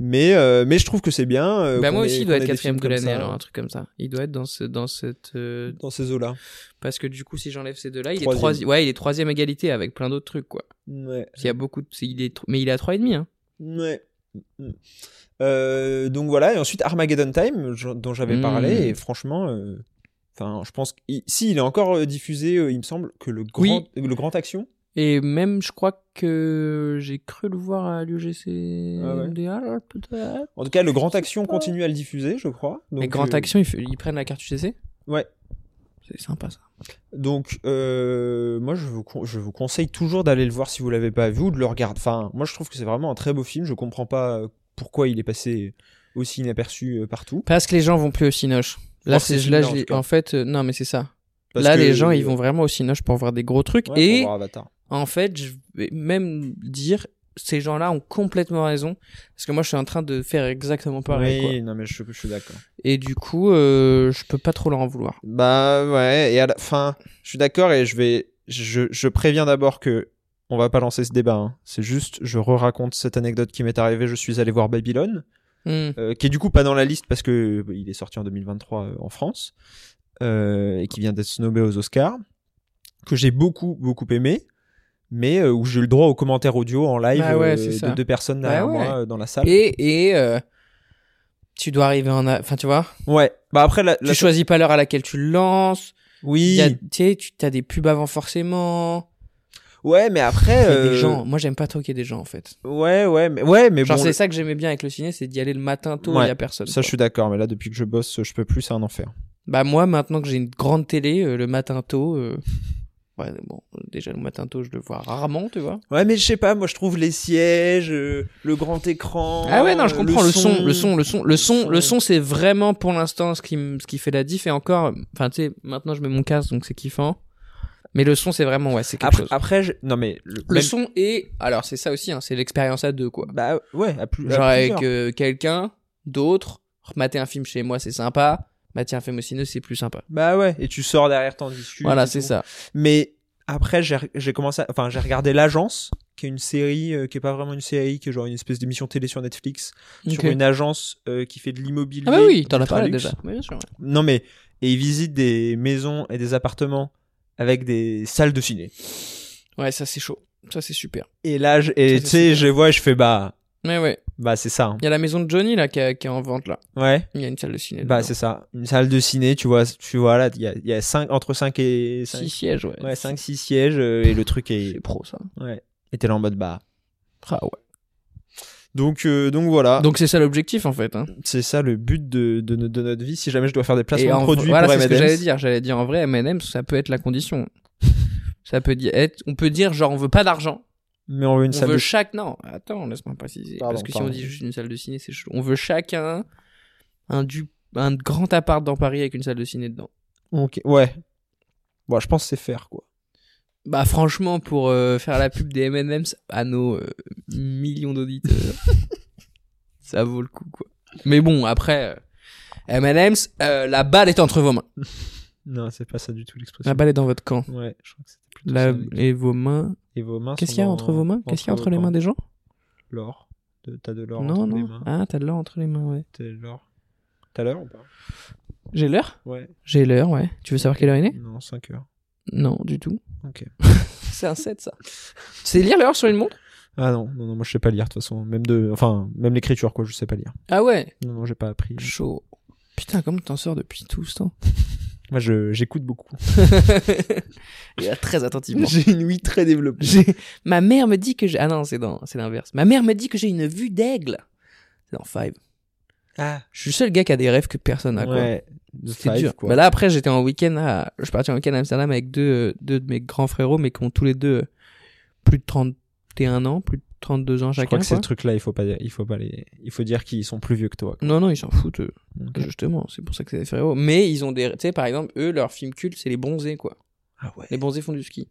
[SPEAKER 5] Mais, euh, mais je trouve que c'est bien. euh,
[SPEAKER 6] bah,
[SPEAKER 5] qu'on
[SPEAKER 6] moi
[SPEAKER 5] ait-
[SPEAKER 6] aussi, il
[SPEAKER 5] qu'on
[SPEAKER 6] doit
[SPEAKER 5] ait
[SPEAKER 6] être
[SPEAKER 5] des
[SPEAKER 6] quatrième de
[SPEAKER 5] films comme
[SPEAKER 6] l'année,
[SPEAKER 5] ça,
[SPEAKER 6] alors, un truc comme ça. Il doit être dans, ce, dans cette. euh,
[SPEAKER 5] Dans ces eaux-là.
[SPEAKER 6] Parce que du coup, si j'enlève ces deux-là, il est
[SPEAKER 5] Troisième.
[SPEAKER 6] troisième. Ouais, il est troisième égalité avec plein d'autres trucs, quoi.
[SPEAKER 5] Ouais.
[SPEAKER 6] Il y a beaucoup de. c'est- Il est... tro- Mais il est à trois et demi, hein.
[SPEAKER 5] Ouais. Mm, Euh, donc voilà, et ensuite Armageddon Time, je- dont j'avais
[SPEAKER 6] Mm.
[SPEAKER 5] parlé, et franchement, euh, enfin, je pense que si il est encore euh, diffusé, euh, il me semble que le grand,
[SPEAKER 6] Oui.
[SPEAKER 5] le grand action.
[SPEAKER 6] Et même, je crois que j'ai cru le voir à l'UGC
[SPEAKER 5] Ah ouais.
[SPEAKER 6] MDA, peut-être.
[SPEAKER 5] En tout cas, le grand action continue à le diffuser, je crois. Donc,
[SPEAKER 6] Mais Grand
[SPEAKER 5] euh,
[SPEAKER 6] Action, ils, f- ils prennent la carte UGC
[SPEAKER 5] Ouais.
[SPEAKER 6] C'est sympa, ça.
[SPEAKER 5] Donc, euh, moi, je vous, con- je vous conseille toujours d'aller le voir si vous l'avez pas vu ou de le regarder. Enfin, moi, je trouve que c'est vraiment un très beau film. Je comprends pas euh, pourquoi il est passé aussi inaperçu euh, partout.
[SPEAKER 6] Parce que les gens vont plus au Cinoche. Là,
[SPEAKER 5] Or, c'est
[SPEAKER 6] c'est là,
[SPEAKER 5] celui-là,
[SPEAKER 6] je
[SPEAKER 5] en
[SPEAKER 6] l'ai-
[SPEAKER 5] tout cas.
[SPEAKER 6] en, fait, euh, non, mais c'est ça.
[SPEAKER 5] Parce
[SPEAKER 6] là,
[SPEAKER 5] que-
[SPEAKER 6] les gens, ils vont vraiment au Cinoche pour voir des gros trucs.
[SPEAKER 5] Ouais,
[SPEAKER 6] et
[SPEAKER 5] pour voir Avatar.
[SPEAKER 6] en fait, je vais même dire, ces gens-là ont complètement raison. Parce que moi, je suis en train de faire exactement pareil.
[SPEAKER 5] oui,
[SPEAKER 6] quoi.
[SPEAKER 5] non, mais je, je suis d'accord.
[SPEAKER 6] Et du coup, euh, je peux pas trop leur en vouloir.
[SPEAKER 5] Bah ouais, et à la fin, je suis d'accord et je vais, je, je préviens d'abord que on va pas lancer ce débat. hein. C'est juste, je re-raconte cette anecdote qui m'est arrivée. Je suis allé voir Babylone,
[SPEAKER 6] Hmm.
[SPEAKER 5] euh, qui est du coup pas dans la liste parce que euh, il est sorti en 2023 euh, en France euh, et qui vient d'être snobé aux Oscars, que j'ai beaucoup beaucoup aimé, mais euh, où j'ai eu le droit aux commentaires audio en live
[SPEAKER 6] Ah ouais,
[SPEAKER 5] euh,
[SPEAKER 6] c'est ça.
[SPEAKER 5] de deux personnes
[SPEAKER 6] Bah
[SPEAKER 5] derrière
[SPEAKER 6] ouais.
[SPEAKER 5] moi euh, dans la salle.
[SPEAKER 6] Et, et euh, tu dois arriver en. a- Enfin, tu vois,
[SPEAKER 5] Ouais. Bah après la, la-
[SPEAKER 6] tu choisis pas l'heure à laquelle tu le lances. Il
[SPEAKER 5] oui.
[SPEAKER 6] y a- Tu sais, tu as des pubs avant forcément.
[SPEAKER 5] Ouais, mais après
[SPEAKER 6] Il y a
[SPEAKER 5] euh,
[SPEAKER 6] des gens. Moi, j'aime pas trop qu'il y ait des gens, en fait.
[SPEAKER 5] Ouais, ouais, mais ouais, mais
[SPEAKER 6] Genre,
[SPEAKER 5] bon,
[SPEAKER 6] c'est ça que j'aimais bien avec le ciné, c'est d'y aller le matin tôt, il
[SPEAKER 5] Ouais,
[SPEAKER 6] y a personne.
[SPEAKER 5] Ça,
[SPEAKER 6] quoi.
[SPEAKER 5] je suis d'accord, mais là, depuis que je bosse, je peux plus, c'est un enfer.
[SPEAKER 6] Bah moi, maintenant que j'ai une grande télé, euh, le matin tôt... *laughs* euh, Ouais, bon, déjà le matin tôt, je le vois rarement, tu vois.
[SPEAKER 5] Ouais, mais je sais pas, moi, je trouve les sièges, euh, le grand écran.
[SPEAKER 6] Ah ouais, non, je
[SPEAKER 5] euh,
[SPEAKER 6] comprends le son, le son, le son, le son, le
[SPEAKER 5] son.
[SPEAKER 6] son, c'est vraiment pour l'instant ce qui, m- ce qui fait la diff et encore, enfin tu sais, maintenant je mets mon casque donc c'est kiffant. Mais le son, c'est vraiment, ouais, c'est quelque
[SPEAKER 5] Après,
[SPEAKER 6] chose.
[SPEAKER 5] après je- non mais le,
[SPEAKER 6] le
[SPEAKER 5] même-
[SPEAKER 6] son et alors c'est ça aussi, hein, c'est l'expérience à deux quoi.
[SPEAKER 5] bah ouais, à plus, à
[SPEAKER 6] Genre avec
[SPEAKER 5] plusieurs.
[SPEAKER 6] euh, quelqu'un d'autre, remater un film chez moi, c'est sympa. Mater un film au ciné, c'est plus sympa.
[SPEAKER 5] bah ouais, et tu sors derrière t'en discutes.
[SPEAKER 6] Voilà,
[SPEAKER 5] et
[SPEAKER 6] c'est
[SPEAKER 5] tout.
[SPEAKER 6] ça.
[SPEAKER 5] Mais après, j'ai j'ai commencé, à- enfin, j'ai regardé l'agence, qui est une série, euh, qui est pas vraiment une série, qui est genre une espèce d'émission télé sur Netflix, sur
[SPEAKER 6] Ok.
[SPEAKER 5] une agence euh, qui fait de l'immobilier.
[SPEAKER 6] Ah bah oui, t'en as
[SPEAKER 5] d'ultra
[SPEAKER 6] parlé
[SPEAKER 5] luxe.
[SPEAKER 6] déjà. Oui, bien sûr, ouais.
[SPEAKER 5] Non mais et ils visitent des maisons et des appartements avec des salles de ciné.
[SPEAKER 6] Ouais, ça c'est chaud. Ça c'est super.
[SPEAKER 5] Et là, je-
[SPEAKER 6] Ça,
[SPEAKER 5] et tu
[SPEAKER 6] c'est
[SPEAKER 5] sais,
[SPEAKER 6] super.
[SPEAKER 5] je les vois, et je fais bah,
[SPEAKER 6] Mais ouais,
[SPEAKER 5] bah c'est ça. hein.
[SPEAKER 6] il y a la maison de Johnny là qui, a- qui est en vente là.
[SPEAKER 5] Ouais.
[SPEAKER 6] Il y a une salle de ciné.
[SPEAKER 5] Bah
[SPEAKER 6] dedans.
[SPEAKER 5] c'est ça. Une salle de ciné, tu vois, tu vois là, il y a, il y a cinq entre 5 et cinq-
[SPEAKER 6] six sièges ouais.
[SPEAKER 5] ouais, 5 6 sièges euh, et le truc est
[SPEAKER 6] C'est pro ça.
[SPEAKER 5] ouais. Et t'es là en mode bah.
[SPEAKER 6] Ah ouais.
[SPEAKER 5] Donc euh, donc voilà.
[SPEAKER 6] Ah. Donc c'est ça l'objectif en fait. Hein.
[SPEAKER 5] C'est ça le but de, de, no- de notre vie. Si jamais je dois faire des
[SPEAKER 6] Et
[SPEAKER 5] placements de
[SPEAKER 6] en-
[SPEAKER 5] produits
[SPEAKER 6] voilà,
[SPEAKER 5] pour
[SPEAKER 6] c'est ce que j'allais
[SPEAKER 5] M&M's.
[SPEAKER 6] dire. J'allais dire en vrai, M&M, ça peut être la condition. *laughs* ça peut dire, être, on peut dire genre on veut pas d'argent.
[SPEAKER 5] Mais on veut une
[SPEAKER 6] On
[SPEAKER 5] salle
[SPEAKER 6] veut
[SPEAKER 5] de
[SPEAKER 6] chaque. Non, attends, laisse-moi préciser.
[SPEAKER 5] Pardon,
[SPEAKER 6] parce que
[SPEAKER 5] pardon.
[SPEAKER 6] si on dit juste une salle de ciné, c'est chaud. On veut chacun un du un grand appart dans Paris avec une salle de ciné dedans.
[SPEAKER 5] Ok, ouais. Bon, je pense que c'est faire quoi.
[SPEAKER 6] Bah franchement, pour euh, faire la pub des M&M's à nos euh, millions *laughs* d'auditeurs, ça vaut le coup quoi. Mais bon, après euh, M&M's, euh, la balle est entre vos mains.
[SPEAKER 5] Non, c'est pas ça du tout l'expression.
[SPEAKER 6] La balle est dans votre camp.
[SPEAKER 5] Ouais, je crois que c'était plutôt
[SPEAKER 6] Ah. La,
[SPEAKER 5] ça.
[SPEAKER 6] et vos mains.
[SPEAKER 5] Et vos mains
[SPEAKER 6] Qu'est-ce
[SPEAKER 5] sont
[SPEAKER 6] qu'il y a
[SPEAKER 5] dans-
[SPEAKER 6] entre vos mains Qu'est-ce qu'il y a entre les
[SPEAKER 5] vos
[SPEAKER 6] mains des gens
[SPEAKER 5] L'or. De- T'as de l'or
[SPEAKER 6] Non,
[SPEAKER 5] entre les
[SPEAKER 6] non.
[SPEAKER 5] mains.
[SPEAKER 6] Ah, t'as de l'or entre les mains, ouais.
[SPEAKER 5] T'as de l'or. T'as l'heure ou pas
[SPEAKER 6] J'ai l'heure
[SPEAKER 5] Ouais.
[SPEAKER 6] J'ai l'heure, ouais. Tu veux savoir quelle heure il est
[SPEAKER 5] Non, 5 heures.
[SPEAKER 6] Non, du tout.
[SPEAKER 5] Ok.
[SPEAKER 6] *laughs* C'est un 7, ça. C'est lire l'heure sur une montre
[SPEAKER 5] Ah non, non, non, moi je sais pas lire de toute façon. Même de, enfin, même l'écriture quoi, je sais pas lire.
[SPEAKER 6] Ah ouais
[SPEAKER 5] Non, non, j'ai pas appris.
[SPEAKER 6] Chaud. Putain, comment t'en sors depuis tout ce temps
[SPEAKER 5] Moi, je, j'écoute beaucoup.
[SPEAKER 6] Et là, très *laughs* attentivement.
[SPEAKER 5] une ouïe très développée.
[SPEAKER 6] J'ai- *laughs* Ma mère me dit que j'ai... Ah non, c'est, dans... c'est l'inverse. Ma mère me dit que j'ai une vue d'aigle. C'est dans Five.
[SPEAKER 5] Ah.
[SPEAKER 6] Je suis le seul gars qui a des rêves que personne n'a, quoi.
[SPEAKER 5] Ouais. The
[SPEAKER 6] C'est
[SPEAKER 5] Five,
[SPEAKER 6] dur.
[SPEAKER 5] quoi.
[SPEAKER 6] Bah là, après, j'étais en week-end à, je suis parti en week-end à Amsterdam avec deux, euh, deux de mes grands frérots, mais qui ont tous les deux euh, plus de 31 ans, plus de 32 ans
[SPEAKER 5] je
[SPEAKER 6] chacun.
[SPEAKER 5] crois que ces
[SPEAKER 6] quoi.
[SPEAKER 5] trucs-là, il faut pas, il faut pas les, il faut dire qu'ils sont plus vieux que toi. quoi.
[SPEAKER 6] Non, non, ils s'en foutent, eux.
[SPEAKER 5] Ok.
[SPEAKER 6] justement. C'est pour ça que c'est des frérots. Mais ils ont des, tu sais, par exemple, eux, leur film culte, c'est les bronzés, quoi.
[SPEAKER 5] Ah ouais.
[SPEAKER 6] Les bronzés font du ski.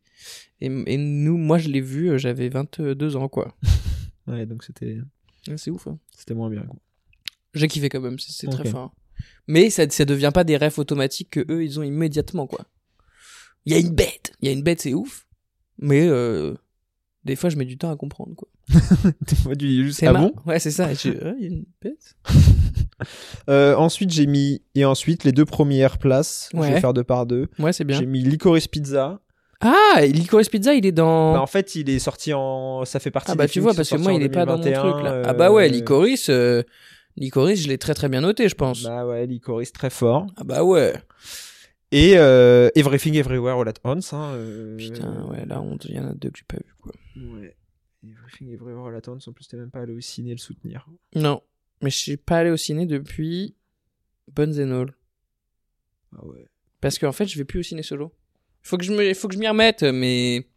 [SPEAKER 6] Et, et nous, moi, je l'ai vu, euh, j'avais 22 ans, quoi.
[SPEAKER 5] *laughs* Ouais, donc c'était,
[SPEAKER 6] Ouais, C'est ouf. hein.
[SPEAKER 5] c'était moins bien. quoi.
[SPEAKER 6] J'ai kiffé quand même, c'est c'est
[SPEAKER 5] Ok.
[SPEAKER 6] très fort. Mais ça, ça devient pas des rêves automatiques que eux, ils ont immédiatement, quoi. Il y a une bête. Il y a une bête, c'est ouf. Mais euh, des fois, je mets du temps à comprendre,
[SPEAKER 5] *laughs*
[SPEAKER 6] quoi.
[SPEAKER 5] Moi, tu dis juste,
[SPEAKER 6] C'est
[SPEAKER 5] ah
[SPEAKER 6] marrant.
[SPEAKER 5] bon
[SPEAKER 6] Ouais, c'est ça. Et tu- Ah, Il y a une bête
[SPEAKER 5] Euh, ensuite, j'ai mis, et ensuite, les deux premières places, je vais
[SPEAKER 6] Ouais.
[SPEAKER 5] faire deux par deux.
[SPEAKER 6] Ouais, c'est bien.
[SPEAKER 5] J'ai mis Licorice Pizza.
[SPEAKER 6] Ah, et Licorice Pizza, il est dans...
[SPEAKER 5] Bah, en fait, il est sorti en, ça fait partie.
[SPEAKER 6] Ah bah
[SPEAKER 5] des
[SPEAKER 6] tu
[SPEAKER 5] films
[SPEAKER 6] vois
[SPEAKER 5] qui
[SPEAKER 6] parce
[SPEAKER 5] sont
[SPEAKER 6] que moi il
[SPEAKER 5] sortis
[SPEAKER 6] est
[SPEAKER 5] en
[SPEAKER 6] pas dans mon truc
[SPEAKER 5] 2021,
[SPEAKER 6] là.
[SPEAKER 5] euh,
[SPEAKER 6] Ah bah ouais, Licorice euh, Licorice, je l'ai très très bien noté, je pense.
[SPEAKER 5] Bah ouais, Licorice très fort. Euh,
[SPEAKER 6] Ah bah ouais.
[SPEAKER 5] Et euh, Everything Everywhere All at Once. Hein, euh,
[SPEAKER 6] Putain, ouais, là on il y en a deux que j'ai pas vu quoi.
[SPEAKER 5] Ouais. Everything Everywhere All at Once. En plus, t'es même pas allé au ciné le soutenir.
[SPEAKER 6] Non, mais je suis pas allé au ciné depuis Bones and All
[SPEAKER 5] Ah ouais.
[SPEAKER 6] parce qu'en fait, je vais plus au ciné solo. Faut que je me faut que je m'y remette mais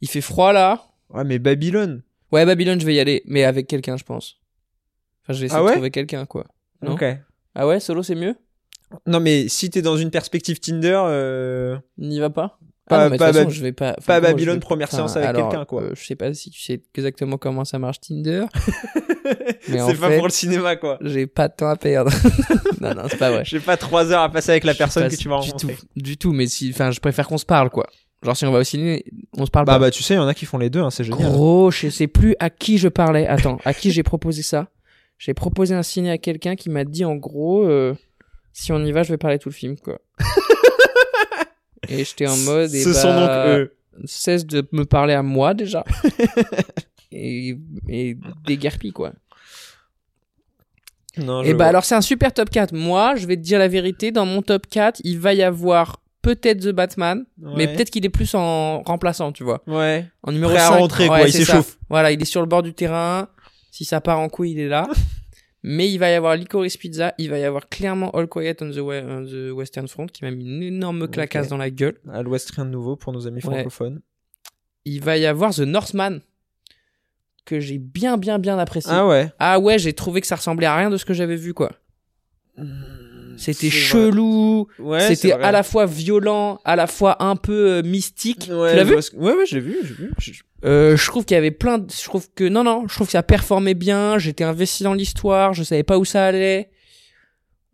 [SPEAKER 6] il fait froid là.
[SPEAKER 5] Ouais, mais Babylone.
[SPEAKER 6] Ouais, Babylone, je vais y aller mais avec quelqu'un, je pense. Enfin, je vais essayer
[SPEAKER 5] Ah ouais
[SPEAKER 6] de trouver quelqu'un quoi. Non.
[SPEAKER 5] Ok.
[SPEAKER 6] Ah ouais, solo c'est mieux
[SPEAKER 5] Non, mais si t'es dans une perspective Tinder, euh,
[SPEAKER 6] N'y va pas
[SPEAKER 5] Pas-
[SPEAKER 6] ah non, mais de
[SPEAKER 5] pas
[SPEAKER 6] toute façon,
[SPEAKER 5] Baby-
[SPEAKER 6] je vais pas. enfin,
[SPEAKER 5] pas
[SPEAKER 6] gros, je
[SPEAKER 5] Babylone,
[SPEAKER 6] vais-
[SPEAKER 5] première
[SPEAKER 6] enfin,
[SPEAKER 5] séance avec
[SPEAKER 6] alors,
[SPEAKER 5] quelqu'un, quoi.
[SPEAKER 6] euh, je sais pas si tu sais exactement comment ça marche Tinder.
[SPEAKER 5] *laughs*
[SPEAKER 6] mais en
[SPEAKER 5] c'est pas
[SPEAKER 6] fait,
[SPEAKER 5] pour le cinéma, quoi.
[SPEAKER 6] j'ai pas de temps à perdre. *laughs* non, non, c'est pas vrai.
[SPEAKER 5] J'ai pas trois heures à passer avec la
[SPEAKER 6] Je
[SPEAKER 5] personne
[SPEAKER 6] passe
[SPEAKER 5] que tu vas
[SPEAKER 6] du tout,
[SPEAKER 5] rencontrer.
[SPEAKER 6] du tout, mais si, enfin, je préfère qu'on se parle, quoi. Genre, si on va au ciné, on se parle
[SPEAKER 5] Bah,
[SPEAKER 6] pas.
[SPEAKER 5] bah, tu sais, il y en a qui font les deux, hein, c'est génial.
[SPEAKER 6] Gros, je sais plus à qui je parlais. Attends, à qui j'ai proposé ça J'ai proposé un ciné à quelqu'un qui m'a dit, en gros, euh, si on y va, je vais parler tout le film,
[SPEAKER 5] *laughs*
[SPEAKER 6] quoi. Et j'étais en mode. eh
[SPEAKER 5] Ce sont donc
[SPEAKER 6] bah,
[SPEAKER 5] eux.
[SPEAKER 6] cesse de me parler à moi
[SPEAKER 5] *laughs*
[SPEAKER 6] déjà et, et déguerpille quoi.
[SPEAKER 5] Non, je
[SPEAKER 6] et bah
[SPEAKER 5] vois.
[SPEAKER 6] alors c'est un super top 4. Moi, je vais te dire la vérité, dans mon top 4, il va y avoir peut-être The Batman, mais
[SPEAKER 5] Ouais.
[SPEAKER 6] peut-être qu'il est plus en remplaçant, tu vois.
[SPEAKER 5] Ouais.
[SPEAKER 6] En numéro
[SPEAKER 5] Prêt à
[SPEAKER 6] 5,
[SPEAKER 5] rentrer, quoi, il
[SPEAKER 6] c'est ça.
[SPEAKER 5] s'échauffe.
[SPEAKER 6] Voilà, il est sur le bord du terrain, si ça part en couille, il est
[SPEAKER 5] *laughs*
[SPEAKER 6] là. mais il va y avoir Licorice Pizza, il va y avoir clairement All Quiet on the, Wa- on the Western Front qui m'a mis une énorme claquasse
[SPEAKER 5] Ok.
[SPEAKER 6] dans la gueule.
[SPEAKER 5] À l'ouest, rien de nouveau pour nos amis
[SPEAKER 6] Ouais.
[SPEAKER 5] francophones.
[SPEAKER 6] Il va y avoir The Northman que j'ai bien bien bien apprécié.
[SPEAKER 5] Ah ouais.
[SPEAKER 6] Ah ouais, j'ai trouvé que ça ressemblait à rien de ce que j'avais vu, quoi. C'était
[SPEAKER 5] Hmm, C'est vrai.
[SPEAKER 6] chelou.
[SPEAKER 5] Ouais, c'est
[SPEAKER 6] c'était
[SPEAKER 5] vrai.
[SPEAKER 6] à la fois violent, à la fois un peu euh, mystique.
[SPEAKER 5] Ouais,
[SPEAKER 6] tu l'as
[SPEAKER 5] je
[SPEAKER 6] vu
[SPEAKER 5] vois ce que- Ouais, ouais, je l'ai vu, j'ai vu. Je- je-
[SPEAKER 6] Euh, je trouve qu'il y avait plein de... Je trouve que... Non, non, je trouve que ça performait bien, j'étais investi dans l'histoire, je savais pas où ça allait.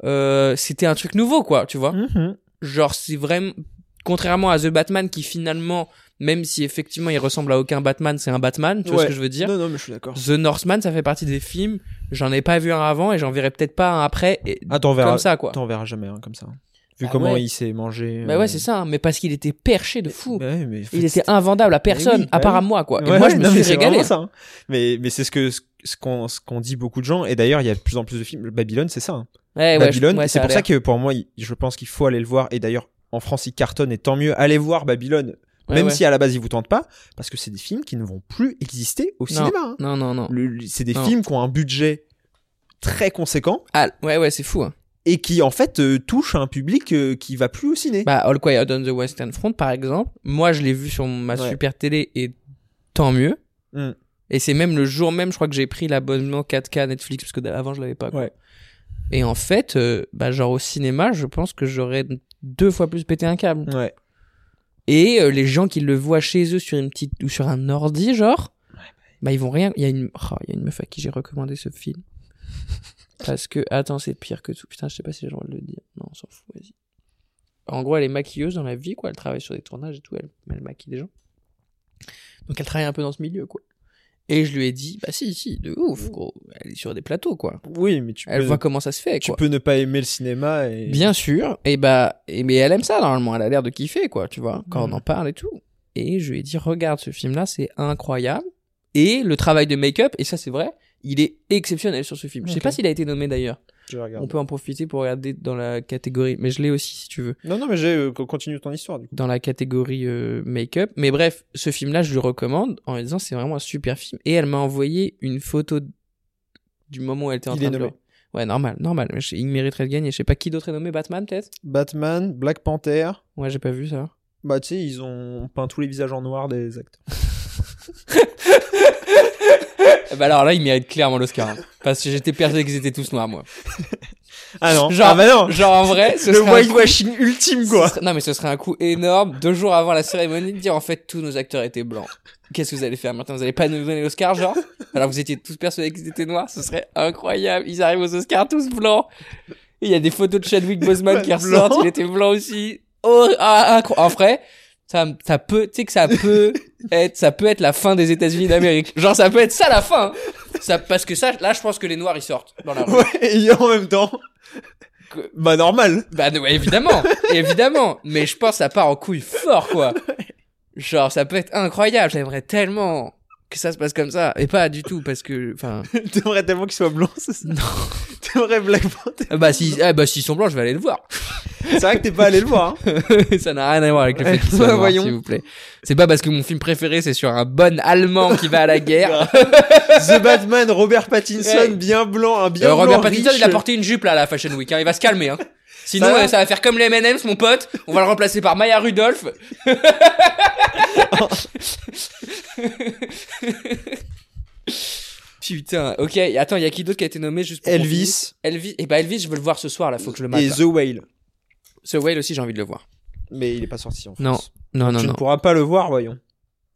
[SPEAKER 6] Euh, c'était un truc nouveau, quoi, tu vois.
[SPEAKER 5] Mm-hmm.
[SPEAKER 6] Genre, c'est vraiment... Contrairement à The Batman qui finalement, même si effectivement il ressemble à aucun Batman, c'est un Batman, tu vois
[SPEAKER 5] Ouais.
[SPEAKER 6] ce que je veux dire
[SPEAKER 5] Non, non, mais je suis d'accord.
[SPEAKER 6] The Northman, ça fait partie des films, j'en ai pas vu un avant et j'en verrai peut-être pas un après, et...
[SPEAKER 5] Ah, t'en verras,
[SPEAKER 6] comme ça, quoi.
[SPEAKER 5] t'en verras jamais, hein, comme ça. Vu
[SPEAKER 6] Bah
[SPEAKER 5] comment
[SPEAKER 6] ouais.
[SPEAKER 5] il s'est mangé.
[SPEAKER 6] Bah ouais, c'est ça, hein, mais parce qu'il était perché de fou.
[SPEAKER 5] Bah Ouais, mais en fait,
[SPEAKER 6] Il était
[SPEAKER 5] c'était-
[SPEAKER 6] invendable à personne,
[SPEAKER 5] oui,
[SPEAKER 6] à
[SPEAKER 5] bah
[SPEAKER 6] part
[SPEAKER 5] oui.
[SPEAKER 6] à moi, quoi. Et
[SPEAKER 5] Ouais,
[SPEAKER 6] moi,
[SPEAKER 5] ouais,
[SPEAKER 6] je me
[SPEAKER 5] non, mais
[SPEAKER 6] suis
[SPEAKER 5] c'est
[SPEAKER 6] régalé.
[SPEAKER 5] vraiment ça, hein. Mais, mais c'est ce que, ce ce qu'on, ce qu'on dit beaucoup de gens. Et d'ailleurs, il y a de plus en plus de films. Babylone, c'est ça. hein.
[SPEAKER 6] Ouais, ouais, je-
[SPEAKER 5] Babylone,
[SPEAKER 6] ouais,
[SPEAKER 5] c'est
[SPEAKER 6] a
[SPEAKER 5] pour
[SPEAKER 6] l'air.
[SPEAKER 5] ça que pour moi, il- je pense qu'il faut aller le voir. Et d'ailleurs, en France, il cartonne et tant mieux. Allez voir Babylone.
[SPEAKER 6] Ouais,
[SPEAKER 5] même
[SPEAKER 6] ouais.
[SPEAKER 5] si à la base, il vous tente pas. Parce que c'est des films qui ne vont plus exister au cinéma. hein.
[SPEAKER 6] Non, non, non.
[SPEAKER 5] Le- le- c'est des
[SPEAKER 6] Non.
[SPEAKER 5] films qui ont un budget très conséquent
[SPEAKER 6] Ah, ouais, ouais, c'est fou. hein.
[SPEAKER 5] et qui en fait euh, touchent un public euh, qui va plus au ciné.
[SPEAKER 6] Bah, All Quiet on the Western Front, par exemple, moi, je l'ai vu sur ma
[SPEAKER 5] Ouais.
[SPEAKER 6] super télé et tant mieux.
[SPEAKER 5] Mm.
[SPEAKER 6] Et c'est même le jour même, je crois que j'ai pris l'abonnement 4K Netflix parce que d- avant je l'avais pas. quoi.
[SPEAKER 5] Ouais.
[SPEAKER 6] Et en fait, euh, bah, genre au cinéma, je pense que j'aurais deux fois plus pété un câble.
[SPEAKER 5] Ouais.
[SPEAKER 6] Et euh, les gens qui le voient chez eux sur une petite ou sur un ordi, genre, bah ils vont rien. Il y a une, oh, il y a une meuf à qui j'ai recommandé ce
[SPEAKER 5] *laughs*
[SPEAKER 6] film parce que attends, c'est pire que tout. Putain, je sais pas si j'ai le droit de le dire. Non, on s'en fout. Vas-y. En gros, elle est maquilleuse dans la vie, quoi. Elle travaille sur des tournages et tout. Elle, elle maquille des gens. Donc elle travaille un peu dans ce milieu, quoi. Et je lui ai dit, bah si, si, de ouf, gros. Elle est sur des plateaux, quoi.
[SPEAKER 5] Oui, mais Mm. tu,
[SPEAKER 6] Elle
[SPEAKER 5] peux,
[SPEAKER 6] voit comment ça se fait,
[SPEAKER 5] tu
[SPEAKER 6] quoi.
[SPEAKER 5] peux ne pas aimer le cinéma et.
[SPEAKER 6] Bien sûr. Et bah, et mais elle aime ça normalement. Elle a l'air de kiffer, quoi, tu vois, quand
[SPEAKER 5] Mm.
[SPEAKER 6] on en parle et tout. Et je lui ai dit, regarde ce film-là, c'est incroyable. Et le travail de make-up, et ça c'est vrai, il est exceptionnel sur ce film. Je sais
[SPEAKER 5] Ok.
[SPEAKER 6] pas s'il a été nommé d'ailleurs.
[SPEAKER 5] Je regarde.
[SPEAKER 6] On peut en profiter pour regarder dans la catégorie, mais je l'ai aussi si tu veux,
[SPEAKER 5] Non, non, mais j'ai, euh, continue ton histoire, du coup.
[SPEAKER 6] dans la catégorie euh, make-up. Mais bref, ce film-là, je lui recommande en lui disant c'est vraiment un super film. Et elle m'a envoyé une photo du moment où elle était en
[SPEAKER 5] Il
[SPEAKER 6] train
[SPEAKER 5] est
[SPEAKER 6] de le-
[SPEAKER 5] nommé.
[SPEAKER 6] Ouais, normal, normal. Mais je- Il mériterait de gagner. Je sais pas qui d'autre est nommé, Batman peut-être.
[SPEAKER 5] Batman, Black Panther.
[SPEAKER 6] Ouais, j'ai pas vu ça.
[SPEAKER 5] Bah, tu sais, ils ont peint tous les visages en noir des
[SPEAKER 6] *laughs*
[SPEAKER 5] acteurs.
[SPEAKER 6] Eh ben alors là, il mérite clairement l'Oscar. hein. parce que j'étais persuadé qu'ils étaient tous noirs, moi.
[SPEAKER 5] Ah non.
[SPEAKER 6] Genre-
[SPEAKER 5] ah bah non.
[SPEAKER 6] Genre, en vrai, ce
[SPEAKER 5] le
[SPEAKER 6] serait un coup-
[SPEAKER 5] whitewashing ultime,
[SPEAKER 6] ce
[SPEAKER 5] quoi.
[SPEAKER 6] serait- Non, mais ce serait un coup énorme, deux jours avant la cérémonie, de dire en fait, tous nos acteurs étaient blancs. Qu'est-ce que vous allez faire maintenant Vous allez pas nous donner l'Oscar, genre Alors vous étiez tous persuadés qu'ils étaient noirs, ce serait incroyable. Ils arrivent aux Oscars tous blancs. Et Il y a des photos de
[SPEAKER 5] *laughs*
[SPEAKER 6] Chadwick Boseman qui
[SPEAKER 5] Blanc.
[SPEAKER 6] ressortent, il était blanc aussi. Oh, ah, incro- en vrai, ça, ça peut, tu sais que ça
[SPEAKER 5] *laughs*
[SPEAKER 6] peut être, ça peut être la fin des États-Unis d'Amérique. Genre, ça peut être ça la fin. hein. Ça, parce que ça, là, je pense que les noirs, ils sortent dans la rue.
[SPEAKER 5] Ouais, et en même temps.
[SPEAKER 6] Que-
[SPEAKER 5] Bah, normal. *laughs*
[SPEAKER 6] Bah ouais, évidemment, évidemment. Mais je pense que ça part en couille fort,
[SPEAKER 5] *laughs*
[SPEAKER 6] quoi. Genre, ça peut être incroyable. J'aimerais tellement que ça se passe comme ça. Et pas du tout, parce que,
[SPEAKER 5] *laughs*
[SPEAKER 6] enfin,
[SPEAKER 5] T'aimerais tellement qu'ils soient blancs, c'est ça? Non. *laughs* T'aimerais Black Panther.
[SPEAKER 6] ah bah si, ah bah s'ils sont blancs, je vais aller le voir.
[SPEAKER 5] C'est vrai que t'es pas allé le voir, hein.
[SPEAKER 6] ça n'a rien à voir avec le fait qu'ils
[SPEAKER 5] Ouais,
[SPEAKER 6] soient noirs,
[SPEAKER 5] voyons.
[SPEAKER 6] s'il vous plaît. C'est pas parce que mon film préféré, c'est sur un bon Allemand qui va
[SPEAKER 5] *laughs*
[SPEAKER 6] à la guerre.
[SPEAKER 5] The Batman, Robert Pattinson,
[SPEAKER 6] Ouais.
[SPEAKER 5] bien blanc, un bien
[SPEAKER 6] Euh, Robert
[SPEAKER 5] blanc,
[SPEAKER 6] Pattinson,
[SPEAKER 5] riche.
[SPEAKER 6] il a porté une jupe là à la Fashion Week. Hein. Il va se calmer. Hein. Sinon,
[SPEAKER 5] Ça
[SPEAKER 6] euh,
[SPEAKER 5] va
[SPEAKER 6] ça, va faire comme les M&M's, mon pote. On va le remplacer par Maya
[SPEAKER 5] *laughs*
[SPEAKER 6] Rudolph. Putain. Ok. Attends, il y a qui d'autre qui a été nommé juste pour qu'on finisse
[SPEAKER 5] Elvis
[SPEAKER 6] Elvis. Et bah Elvis, je veux le voir ce soir. Là, faut que je le mate.
[SPEAKER 5] et
[SPEAKER 6] là.
[SPEAKER 5] The Whale.
[SPEAKER 6] Ce Whale aussi, j'ai envie de le voir.
[SPEAKER 5] Mais il est pas sorti en France.
[SPEAKER 6] Non, Non, non,
[SPEAKER 5] tu
[SPEAKER 6] non.
[SPEAKER 5] ne pourras pas le voir, voyons.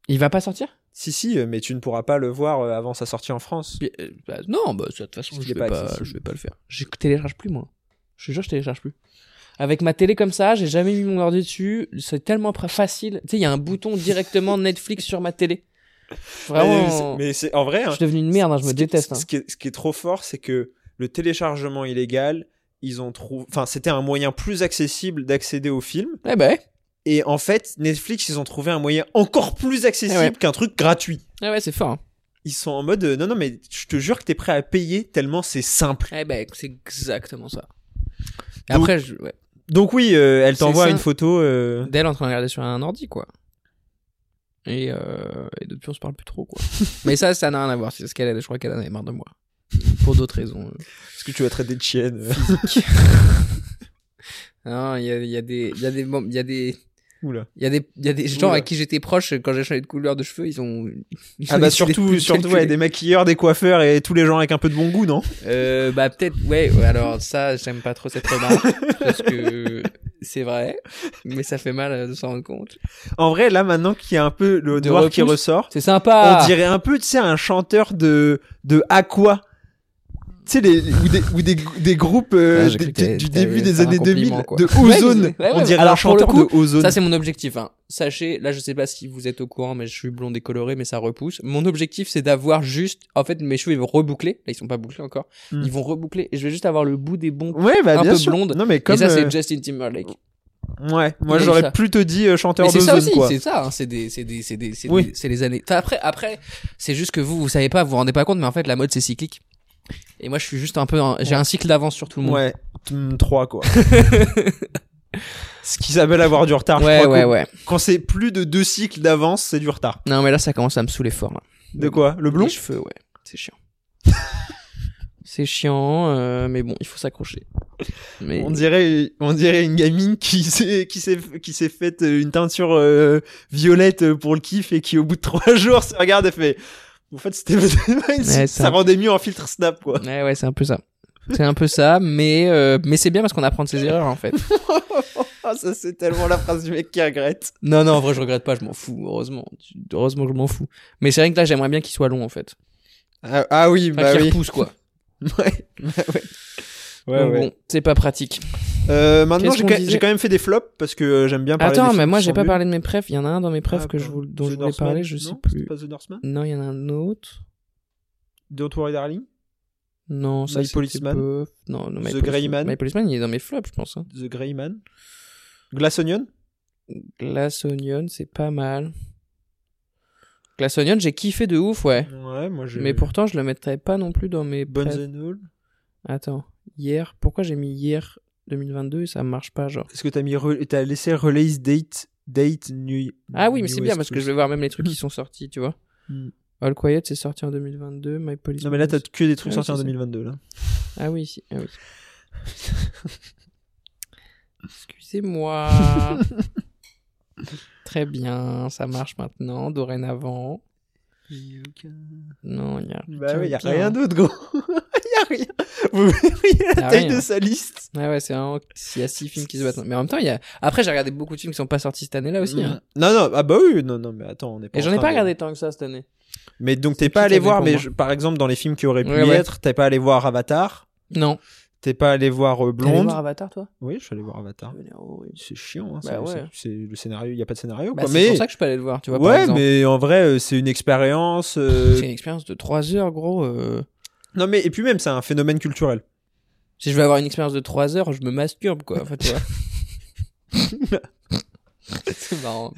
[SPEAKER 6] Il va pas sortir
[SPEAKER 5] Si, si, euh, mais tu ne pourras pas le voir euh, avant sa sortie en France.
[SPEAKER 6] Bi- euh, bah, non, bah, de toute façon,
[SPEAKER 5] Parce
[SPEAKER 6] je
[SPEAKER 5] qu'il
[SPEAKER 6] vais,
[SPEAKER 5] est pas
[SPEAKER 6] pas,
[SPEAKER 5] accessible.
[SPEAKER 6] je vais pas le faire. Je télécharge plus, moi. Je te jure, je télécharge plus. Avec ma télé comme ça, j'ai jamais mis mon ordi dessus. C'est tellement pra- facile. Tu sais, il y a un bouton directement *laughs* Netflix sur ma télé. Ah
[SPEAKER 5] Mais c'est-
[SPEAKER 6] Vraiment.
[SPEAKER 5] Mais c'est en vrai, hein,
[SPEAKER 6] Je suis devenu une merde, hein, je
[SPEAKER 5] Ce
[SPEAKER 6] me
[SPEAKER 5] qui-
[SPEAKER 6] déteste.
[SPEAKER 5] Ce
[SPEAKER 6] hein.
[SPEAKER 5] qui, est, ce qui est trop fort, c'est que le téléchargement illégal, ils ont trouvé. Enfin, c'était un moyen plus accessible d'accéder au film.
[SPEAKER 6] Eh ben,
[SPEAKER 5] Et en fait, Netflix, ils ont trouvé un moyen encore plus accessible
[SPEAKER 6] Eh ouais.
[SPEAKER 5] qu'un truc gratuit.
[SPEAKER 6] eh ouais, c'est fort. hein.
[SPEAKER 5] Ils sont en mode euh, non, non, mais je te jure que t'es prêt à payer tellement c'est simple.
[SPEAKER 6] Eh ben, c'est exactement ça. Et
[SPEAKER 5] Donc-
[SPEAKER 6] après, je... ouais.
[SPEAKER 5] Donc, oui, euh, elle
[SPEAKER 6] C'est
[SPEAKER 5] t'envoie
[SPEAKER 6] ça.
[SPEAKER 5] une photo. euh,
[SPEAKER 6] Dell en train de regarder sur un ordi, quoi. Et, euh, et depuis, on se parle plus trop,
[SPEAKER 5] *laughs*
[SPEAKER 6] quoi. Mais ça, ça n'a rien à voir. C'est ce qu'elle a. Je crois qu'elle en avait marre de moi. Pour d'autres raisons. euh.
[SPEAKER 5] Est-ce que tu vas traiter de chienne euh,
[SPEAKER 6] Non, il y a, il y a des, il y a des, mom- il y a des,
[SPEAKER 5] Oula.
[SPEAKER 6] Il y a des, il y a des gens
[SPEAKER 5] Oula.
[SPEAKER 6] à qui j'étais proche quand j'ai changé de couleur de cheveux, ils ont. ils
[SPEAKER 5] Ah
[SPEAKER 6] ont
[SPEAKER 5] bah
[SPEAKER 6] essayé de
[SPEAKER 5] surtout,
[SPEAKER 6] plus
[SPEAKER 5] surtout
[SPEAKER 6] calculer.
[SPEAKER 5] ouais, des maquilleurs, des coiffeurs et tous les gens avec un peu de bon goût, non
[SPEAKER 6] Euh, bah peut-être, ouais, ouais, alors ça, j'aime pas trop cette remarque, parce que c'est vrai, mais ça fait mal euh, de s'en rendre compte.
[SPEAKER 5] En vrai, là maintenant qu'il y a un peu le
[SPEAKER 6] De
[SPEAKER 5] noir qui
[SPEAKER 6] repousse.
[SPEAKER 5] ressort,
[SPEAKER 6] C'est sympa
[SPEAKER 5] on dirait un peu, tu sais, un chanteur de de Aqua. Tu sais, les, ou des, ou des, des groupes euh,
[SPEAKER 6] Ah, j'ai cru
[SPEAKER 5] des-
[SPEAKER 6] que t'allais-
[SPEAKER 5] du
[SPEAKER 6] t'allais
[SPEAKER 5] début des
[SPEAKER 6] faire un
[SPEAKER 5] années 2000,
[SPEAKER 6] compliment, quoi.
[SPEAKER 5] de
[SPEAKER 6] Ouais,
[SPEAKER 5] Ozone.
[SPEAKER 6] ouais, ouais,
[SPEAKER 5] on dirait
[SPEAKER 6] alors,
[SPEAKER 5] un
[SPEAKER 6] pour le
[SPEAKER 5] chanteur
[SPEAKER 6] coup,
[SPEAKER 5] de Ozone.
[SPEAKER 6] Ça, c'est mon objectif. Hein. Sachez, là, je sais pas si vous êtes au courant, mais je suis blond décoloré, mais ça repousse. Mon objectif, c'est d'avoir juste. En fait, mes cheveux, ils vont reboucler. Là, ils sont pas bouclés encore.
[SPEAKER 5] Hmm.
[SPEAKER 6] Ils vont reboucler. Et je vais juste avoir le bout des bons.
[SPEAKER 5] ouais, bah
[SPEAKER 6] un
[SPEAKER 5] bien
[SPEAKER 6] peu
[SPEAKER 5] sûr.
[SPEAKER 6] blonde.
[SPEAKER 5] Non mais comme
[SPEAKER 6] et ça,
[SPEAKER 5] euh,
[SPEAKER 6] c'est Justin Timberlake.
[SPEAKER 5] ouais,
[SPEAKER 6] il
[SPEAKER 5] moi
[SPEAKER 6] aime ça.
[SPEAKER 5] j'aurais plutôt dit euh, chanteur
[SPEAKER 6] Mais c'est ça
[SPEAKER 5] d'Ozone
[SPEAKER 6] aussi,
[SPEAKER 5] quoi.
[SPEAKER 6] c'est ça. hein, C'est des, c'est des, c'est des, c'est
[SPEAKER 5] Oui.
[SPEAKER 6] des- c'est les années. Enfin, après, après, c'est juste que vous, vous savez pas, vous vous rendez pas compte, mais en fait, la mode, c'est cyclique. Et moi, je suis juste un peu. en- J'ai un cycle d'avance sur tout le monde.
[SPEAKER 5] Ouais, 3 quoi. Ce qui s'appelle avoir du retard. je
[SPEAKER 6] Ouais,
[SPEAKER 5] crois
[SPEAKER 6] ouais,
[SPEAKER 5] qu'au-
[SPEAKER 6] ouais.
[SPEAKER 5] Quand c'est plus de deux cycles d'avance, c'est du retard.
[SPEAKER 6] Non, mais là, ça commence à me saouler fort. là.
[SPEAKER 5] De quoi Le blond
[SPEAKER 6] Les cheveux, ouais. C'est chiant. *laughs* c'est chiant, euh, mais bon, il faut s'accrocher. Mais
[SPEAKER 5] On dirait, on dirait une gamine qui *laughs* s'est, qui s'est, qui s'est faite une teinture euh, violette pour le kiff et qui au bout de trois *laughs* jours se regarde et fait. En fait, c'était peut-être pas une-
[SPEAKER 6] Ouais, c'est
[SPEAKER 5] ça
[SPEAKER 6] un-
[SPEAKER 5] rendait mieux en filtre snap quoi.
[SPEAKER 6] ouais, ouais, c'est un peu ça. C'est un peu ça, mais euh, mais c'est bien parce qu'on apprend de ses erreurs en fait.
[SPEAKER 5] Ah ça c'est tellement la phrase du mec qui regrette.
[SPEAKER 6] Non, non, en vrai, je regrette pas, je m'en fous. Heureusement, heureusement que je m'en fous. Mais c'est vrai que là, j'aimerais bien qu'il soit long en fait,
[SPEAKER 5] Ah, oui,
[SPEAKER 6] enfin,
[SPEAKER 5] bah
[SPEAKER 6] qu'il
[SPEAKER 5] oui.
[SPEAKER 6] repousse *laughs* quoi.
[SPEAKER 5] Ouais, ouais,
[SPEAKER 6] Donc, Bon, c'est pas pratique.
[SPEAKER 5] Euh, maintenant,
[SPEAKER 6] Qu'est-ce
[SPEAKER 5] j'ai
[SPEAKER 6] qu'on
[SPEAKER 5] quand-
[SPEAKER 6] disait
[SPEAKER 5] j'ai quand même fait des flops parce que euh, j'aime bien parler.
[SPEAKER 6] Attends,
[SPEAKER 5] des
[SPEAKER 6] mais
[SPEAKER 5] films
[SPEAKER 6] moi,
[SPEAKER 5] qui
[SPEAKER 6] j'ai
[SPEAKER 5] sont
[SPEAKER 6] pas
[SPEAKER 5] nuls.
[SPEAKER 6] parlé de mes prefs. Il y en a un dans mes prefs
[SPEAKER 5] Ah,
[SPEAKER 6] que je,
[SPEAKER 5] pardon.
[SPEAKER 6] voulais- dont
[SPEAKER 5] The
[SPEAKER 6] je voulais
[SPEAKER 5] Northman,
[SPEAKER 6] parler, je sais
[SPEAKER 5] non
[SPEAKER 6] plus.
[SPEAKER 5] C'était pas The Northman
[SPEAKER 6] Non, il y en a un autre.
[SPEAKER 5] Don't Worry Darling
[SPEAKER 6] Non, ça
[SPEAKER 5] My
[SPEAKER 6] c'était
[SPEAKER 5] Policeman.
[SPEAKER 6] pas- Non, non, My
[SPEAKER 5] The
[SPEAKER 6] Policeman-
[SPEAKER 5] Grey Man.
[SPEAKER 6] My Policeman, il est dans mes flops, je pense. hein.
[SPEAKER 5] The Grey Man Glass Onion
[SPEAKER 6] Glass Onion, c'est pas mal. Glass Onion, j'ai kiffé de ouf, ouais.
[SPEAKER 5] Ouais, moi j'ai.
[SPEAKER 6] Mais pourtant, je le mettrais pas non plus dans mes.
[SPEAKER 5] Bones
[SPEAKER 6] pref-
[SPEAKER 5] and All.
[SPEAKER 6] Attends, hier, pourquoi j'ai mis hier 2022 et ça marche pas, genre
[SPEAKER 5] Est-ce que t'as mis re- t'as laissé release date date new
[SPEAKER 6] Ah oui, mais c'est
[SPEAKER 5] newest
[SPEAKER 6] bien parce que je vais voir même les trucs qui sont sortis, tu vois.
[SPEAKER 5] Hmm.
[SPEAKER 6] All Quiet, c'est sorti en 2022. My Police.
[SPEAKER 5] Non mais là t'as que des trucs
[SPEAKER 6] Ouais,
[SPEAKER 5] sortis en
[SPEAKER 6] c'est ça.
[SPEAKER 5] 2022 là.
[SPEAKER 6] Ah oui, si, ah oui.
[SPEAKER 5] *laughs*
[SPEAKER 6] Excusez-moi. Très bien, ça marche maintenant, dorénavant. Non, il y a
[SPEAKER 5] Bah oui, y a
[SPEAKER 6] aucun-
[SPEAKER 5] rien d'autre gros. *laughs* y a rien. Vous verriez
[SPEAKER 6] Y
[SPEAKER 5] la
[SPEAKER 6] a
[SPEAKER 5] taille
[SPEAKER 6] rien.
[SPEAKER 5] de sa liste.
[SPEAKER 6] hein. Ah Ouais, ouais, c'est vraiment. Il y a six films qui se battent. Mais en même temps, il y a. Après, j'ai regardé beaucoup de films qui sont pas sortis cette année-là aussi. hein.
[SPEAKER 5] Non non, ah bah oui, non non mais attends, on est pas
[SPEAKER 6] Et
[SPEAKER 5] en
[SPEAKER 6] j'en ai
[SPEAKER 5] train
[SPEAKER 6] pas
[SPEAKER 5] de-
[SPEAKER 6] regardé tant que ça cette année.
[SPEAKER 5] Mais donc t'es
[SPEAKER 6] C'est
[SPEAKER 5] pas
[SPEAKER 6] tout
[SPEAKER 5] allé
[SPEAKER 6] à fait
[SPEAKER 5] voir
[SPEAKER 6] pour
[SPEAKER 5] mais
[SPEAKER 6] moi.
[SPEAKER 5] je- par exemple dans les films qui auraient pu
[SPEAKER 6] Ouais,
[SPEAKER 5] y
[SPEAKER 6] ouais.
[SPEAKER 5] être, t'es pas allé voir Avatar,
[SPEAKER 6] Non.
[SPEAKER 5] t'es pas allé voir euh,
[SPEAKER 6] T'es allé
[SPEAKER 5] Blonde.
[SPEAKER 6] voir Avatar, toi
[SPEAKER 5] Oui, je suis allé voir Avatar.
[SPEAKER 6] Ça a l'air horrible.
[SPEAKER 5] C'est chiant hein,
[SPEAKER 6] Bah
[SPEAKER 5] c'est-
[SPEAKER 6] ouais.
[SPEAKER 5] c'est- c'est le scénario, il y a pas de scénario
[SPEAKER 6] Bah,
[SPEAKER 5] quoi.
[SPEAKER 6] c'est
[SPEAKER 5] mais
[SPEAKER 6] pour ça que je peux aller le voir, tu vois. par
[SPEAKER 5] Ouais,
[SPEAKER 6] exemple.
[SPEAKER 5] mais en vrai, euh, c'est une expérience. euh,
[SPEAKER 6] C'est une expérience de 3 heures, gros. euh.
[SPEAKER 5] Non, mais et puis même, c'est un phénomène culturel.
[SPEAKER 6] Si je veux avoir une expérience de 3 heures, je me masturbe, quoi. Enfin, tu vois.
[SPEAKER 5] *laughs*
[SPEAKER 6] *laughs* c'est marrant.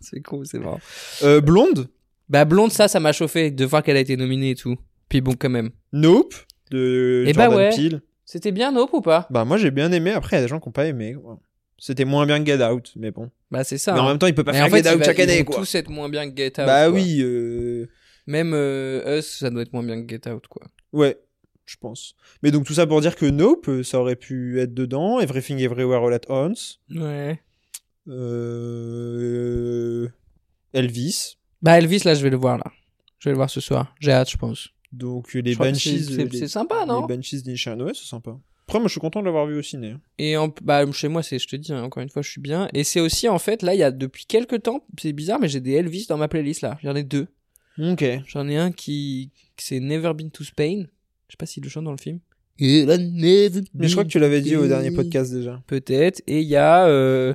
[SPEAKER 6] c'est con, c'est marrant.
[SPEAKER 5] Euh, blonde,
[SPEAKER 6] Bah, Blonde, ça, ça m'a chauffé de voir qu'elle a été nominée et tout. Puis bon, quand même.
[SPEAKER 5] Nope de
[SPEAKER 6] Eh bah
[SPEAKER 5] Jordan
[SPEAKER 6] ouais.
[SPEAKER 5] Peele.
[SPEAKER 6] C'était bien Nope ou pas
[SPEAKER 5] Bah moi j'ai bien aimé. Après, il y a des gens qui n'ont pas aimé. quoi. C'était moins bien que Get Out, mais bon.
[SPEAKER 6] Bah, c'est ça.
[SPEAKER 5] mais en
[SPEAKER 6] hein.
[SPEAKER 5] même temps, il peut pas
[SPEAKER 6] Mais
[SPEAKER 5] faire
[SPEAKER 6] en fait,
[SPEAKER 5] Get
[SPEAKER 6] il
[SPEAKER 5] Out
[SPEAKER 6] va-
[SPEAKER 5] chaque
[SPEAKER 6] ils
[SPEAKER 5] année,
[SPEAKER 6] vont
[SPEAKER 5] quoi.
[SPEAKER 6] tous être moins bien que Get Out.
[SPEAKER 5] bah
[SPEAKER 6] quoi.
[SPEAKER 5] oui, euh,
[SPEAKER 6] Même euh, Us, ça doit être moins bien que Get Out, quoi.
[SPEAKER 5] ouais, je pense. Mais donc tout ça pour dire que Nope, euh, ça aurait pu être dedans. Everything Everywhere All at Once,
[SPEAKER 6] Ouais.
[SPEAKER 5] euh, Elvis.
[SPEAKER 6] Bah, Elvis, là, je vais le voir, là. Je vais le voir ce soir. J'ai hâte, je pense.
[SPEAKER 5] Donc les
[SPEAKER 6] Je crois que
[SPEAKER 5] Banshees.
[SPEAKER 6] c'est- c'est-
[SPEAKER 5] euh, les-
[SPEAKER 6] c'est sympa, non
[SPEAKER 5] Les Banshees d'Inisherin. Ouais, c'est sympa. Après, moi je suis content de l'avoir vu au ciné.
[SPEAKER 6] Et en, bah, chez moi, c'est, je te dis, hein, encore une fois, je suis bien. Et c'est aussi, en fait, là, il y a depuis quelques temps, c'est bizarre, mais j'ai des Elvis dans ma playlist, là. J'en ai deux.
[SPEAKER 5] Ok.
[SPEAKER 6] J'en ai un qui, c'est Never Been to Spain. Je sais pas s'il le chante dans le film. Il a never
[SPEAKER 5] Mais je crois que tu l'avais dit au
[SPEAKER 6] been-
[SPEAKER 5] dernier podcast déjà.
[SPEAKER 6] Peut-être. Et il y a, euh,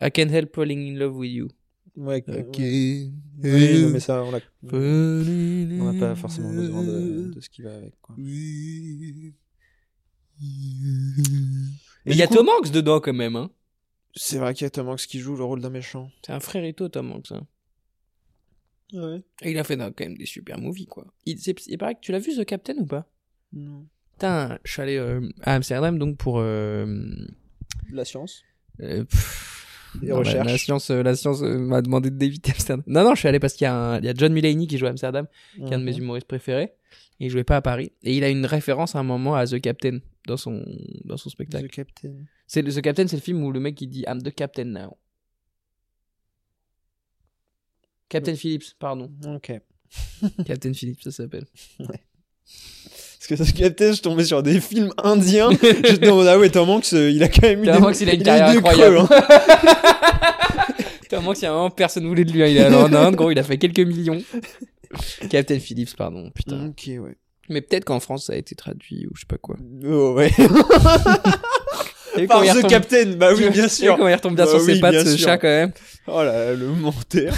[SPEAKER 6] I Can't Help Falling in Love with You.
[SPEAKER 5] Ouais. que-
[SPEAKER 6] Okay.
[SPEAKER 5] Oui, non, mais ça, on l'a. On n'a pas forcément besoin de, de ce qui va avec. Quoi.
[SPEAKER 6] Mais il y a
[SPEAKER 5] Thomas
[SPEAKER 6] Tom Hanks dedans quand même. Hein.
[SPEAKER 5] C'est vrai qu'il y a Tom Hanks qui joue le rôle d'un méchant.
[SPEAKER 6] C'est un frérito Tom Hanks. hein.
[SPEAKER 5] Ouais.
[SPEAKER 6] Et il a fait dans- quand même des super movies quoi. Il, c'est, il paraît que tu l'as vu The Captain ou pas
[SPEAKER 5] Non.
[SPEAKER 6] Putain, je suis allé euh, à Amsterdam donc pour euh,
[SPEAKER 5] De la science.
[SPEAKER 6] euh, pff,
[SPEAKER 5] Des
[SPEAKER 6] non, la-
[SPEAKER 5] recherches.
[SPEAKER 6] La, science, euh, la science euh, m'a demandé d'éviter Amsterdam. Non non, je suis allé parce qu'il y a, un- il y a John Mulaney qui joue à Amsterdam, qui est un de
[SPEAKER 5] Mhm.
[SPEAKER 6] mes humoristes préférés. Et il jouait pas à Paris et il a une référence à un moment à The Captain dans son dans son spectacle.
[SPEAKER 5] The Captain.
[SPEAKER 6] C'est le- The Captain, c'est le film où le mec il dit I'm the Captain now. Captain Phillips, pardon.
[SPEAKER 5] Ok.
[SPEAKER 6] Captain Phillips, ça s'appelle.
[SPEAKER 5] Parce que ça se captait, je tombais sur des films *laughs* indiens. J'étais en mode, ah ouais, Tom Hanks, euh, il a quand même eu
[SPEAKER 6] Tom
[SPEAKER 5] des-
[SPEAKER 6] Hanks, il a une
[SPEAKER 5] eu
[SPEAKER 6] carrière
[SPEAKER 5] des
[SPEAKER 6] incroyable.
[SPEAKER 5] creux, hein.
[SPEAKER 6] *laughs* Tom Hanks, il y a un moment, personne voulait de lui. hein. Il est allé en Inde, gros, il a fait quelques millions. Captain Phillips, pardon, putain.
[SPEAKER 5] Ok, ouais.
[SPEAKER 6] Mais peut-être qu'en France, ça a été traduit ou je sais pas quoi.
[SPEAKER 5] Oh, ouais.
[SPEAKER 6] *laughs* Et
[SPEAKER 5] Par The Captain, bah oui, bien sûr.
[SPEAKER 6] quand il retombe bien
[SPEAKER 5] Bah
[SPEAKER 6] sur
[SPEAKER 5] oui,
[SPEAKER 6] ses pattes,
[SPEAKER 5] bien
[SPEAKER 6] ce
[SPEAKER 5] sûr.
[SPEAKER 6] chat, quand même.
[SPEAKER 5] Oh là, le
[SPEAKER 6] *laughs*
[SPEAKER 5] menteur.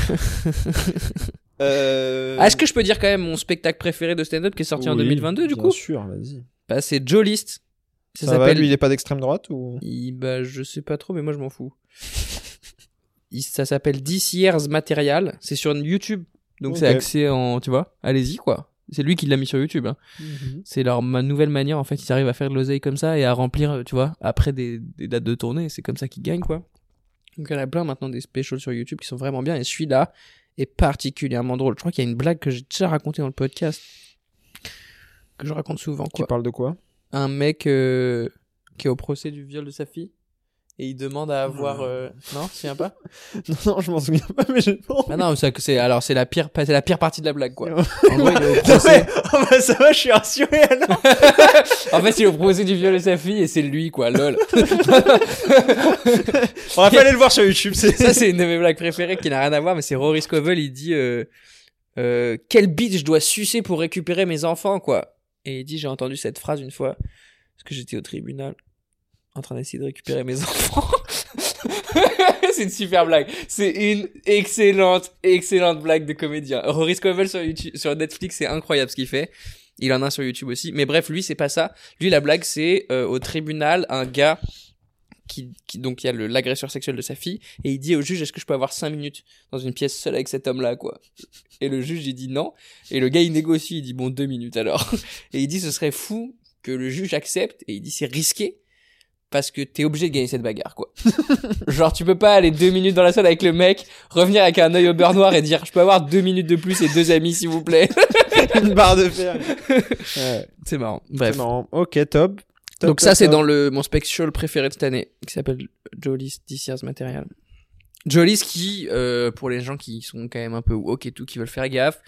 [SPEAKER 5] euh...
[SPEAKER 6] Ah, Est-ce que je peux dire quand même mon spectacle préféré de stand-up qui est sorti en
[SPEAKER 5] Oui,
[SPEAKER 6] 2022, du
[SPEAKER 5] bien
[SPEAKER 6] coup
[SPEAKER 5] sûr, vas-y.
[SPEAKER 6] Bah, c'est Joe List. Ça,
[SPEAKER 5] Ça, va,
[SPEAKER 6] s'appelle
[SPEAKER 5] lui, il est pas d'extrême droite ou
[SPEAKER 6] Il- bah, je sais pas trop, mais moi je m'en
[SPEAKER 5] *laughs*
[SPEAKER 6] fous. Il- ça s'appelle This Year's Material. C'est sur YouTube. Donc c'est
[SPEAKER 5] Ok.
[SPEAKER 6] axé en. Tu vois Allez-y quoi. C'est lui qui l'a mis sur YouTube. hein.
[SPEAKER 5] Mhm.
[SPEAKER 6] C'est leur ma nouvelle manière en fait. Ils arrivent à faire de l'oseille comme ça et à remplir, euh, tu vois, après des, des dates de tournée. C'est comme ça qu'ils gagnent quoi. Donc il y en a plein maintenant des specials sur YouTube qui sont vraiment bien. Et celui-là est particulièrement drôle. Je crois qu'il y a une blague que j'ai déjà racontée dans le podcast. Que je raconte souvent
[SPEAKER 5] Qui
[SPEAKER 6] quoi
[SPEAKER 5] parle de quoi
[SPEAKER 6] un mec euh, qui est au procès du viol de sa fille et il demande à avoir euh, non, tu te souviens pas
[SPEAKER 5] *laughs* Non, non, je m'en souviens pas, mais je pense.
[SPEAKER 6] Ah non, ça que c'est alors c'est la pire pa- c'est la pire partie de la blague quoi.
[SPEAKER 5] *laughs* Non.
[SPEAKER 6] En gros, il est au procès.
[SPEAKER 5] oh, bah, ça va, je suis rassuré alors.
[SPEAKER 6] *laughs* En fait, il est au procès du viol de sa fille et c'est lui quoi,
[SPEAKER 5] *laughs*
[SPEAKER 6] lol.
[SPEAKER 5] On va pas aller le voir sur YouTube, c'est
[SPEAKER 6] ça c'est une de mes blagues préférées qui n'a rien à voir mais c'est Rory Scovel, il dit euh, euh, quelle bite je dois sucer pour récupérer mes enfants quoi. Et il dit j'ai entendu cette phrase une fois parce que j'étais au tribunal en train d'essayer de récupérer mes *laughs* enfants. c'est une super blague. C'est une excellente, excellente blague de comédien. Rory Scovel sur, YouTube- sur Netflix, c'est incroyable ce qu'il fait. Il en a un sur YouTube aussi. Mais bref, lui, c'est pas ça. Lui, la blague, c'est euh, au tribunal, un gars qui, qui donc il y a le- l'agresseur sexuel de sa fille et il dit au juge est-ce que je peux avoir 5 minutes dans une pièce seule avec cet homme-là quoi. Et le juge il dit non et le gars il négocie, il dit bon 2 minutes alors. *laughs* Et il dit ce serait fou que le juge accepte et il dit c'est risqué parce que t'es obligé de gagner cette bagarre
[SPEAKER 5] *laughs*
[SPEAKER 6] quoi. Genre tu peux pas aller deux minutes dans la salle avec le mec, revenir avec un œil au beurre noir et dire je peux avoir deux minutes de plus et deux amis s'il vous plaît.
[SPEAKER 5] *laughs* une barre de
[SPEAKER 6] *laughs*
[SPEAKER 5] fer. Ouais,
[SPEAKER 6] C'est marrant.
[SPEAKER 5] c'est
[SPEAKER 6] Bref.
[SPEAKER 5] marrant. Ok, top. Top,
[SPEAKER 6] Donc
[SPEAKER 5] top,
[SPEAKER 6] ça c'est
[SPEAKER 5] top.
[SPEAKER 6] dans le mon special préféré de cette année qui s'appelle Jolies This Year's Material. Jolies qui euh, pour les gens qui sont quand même un peu woke et tout qui veulent faire gaffe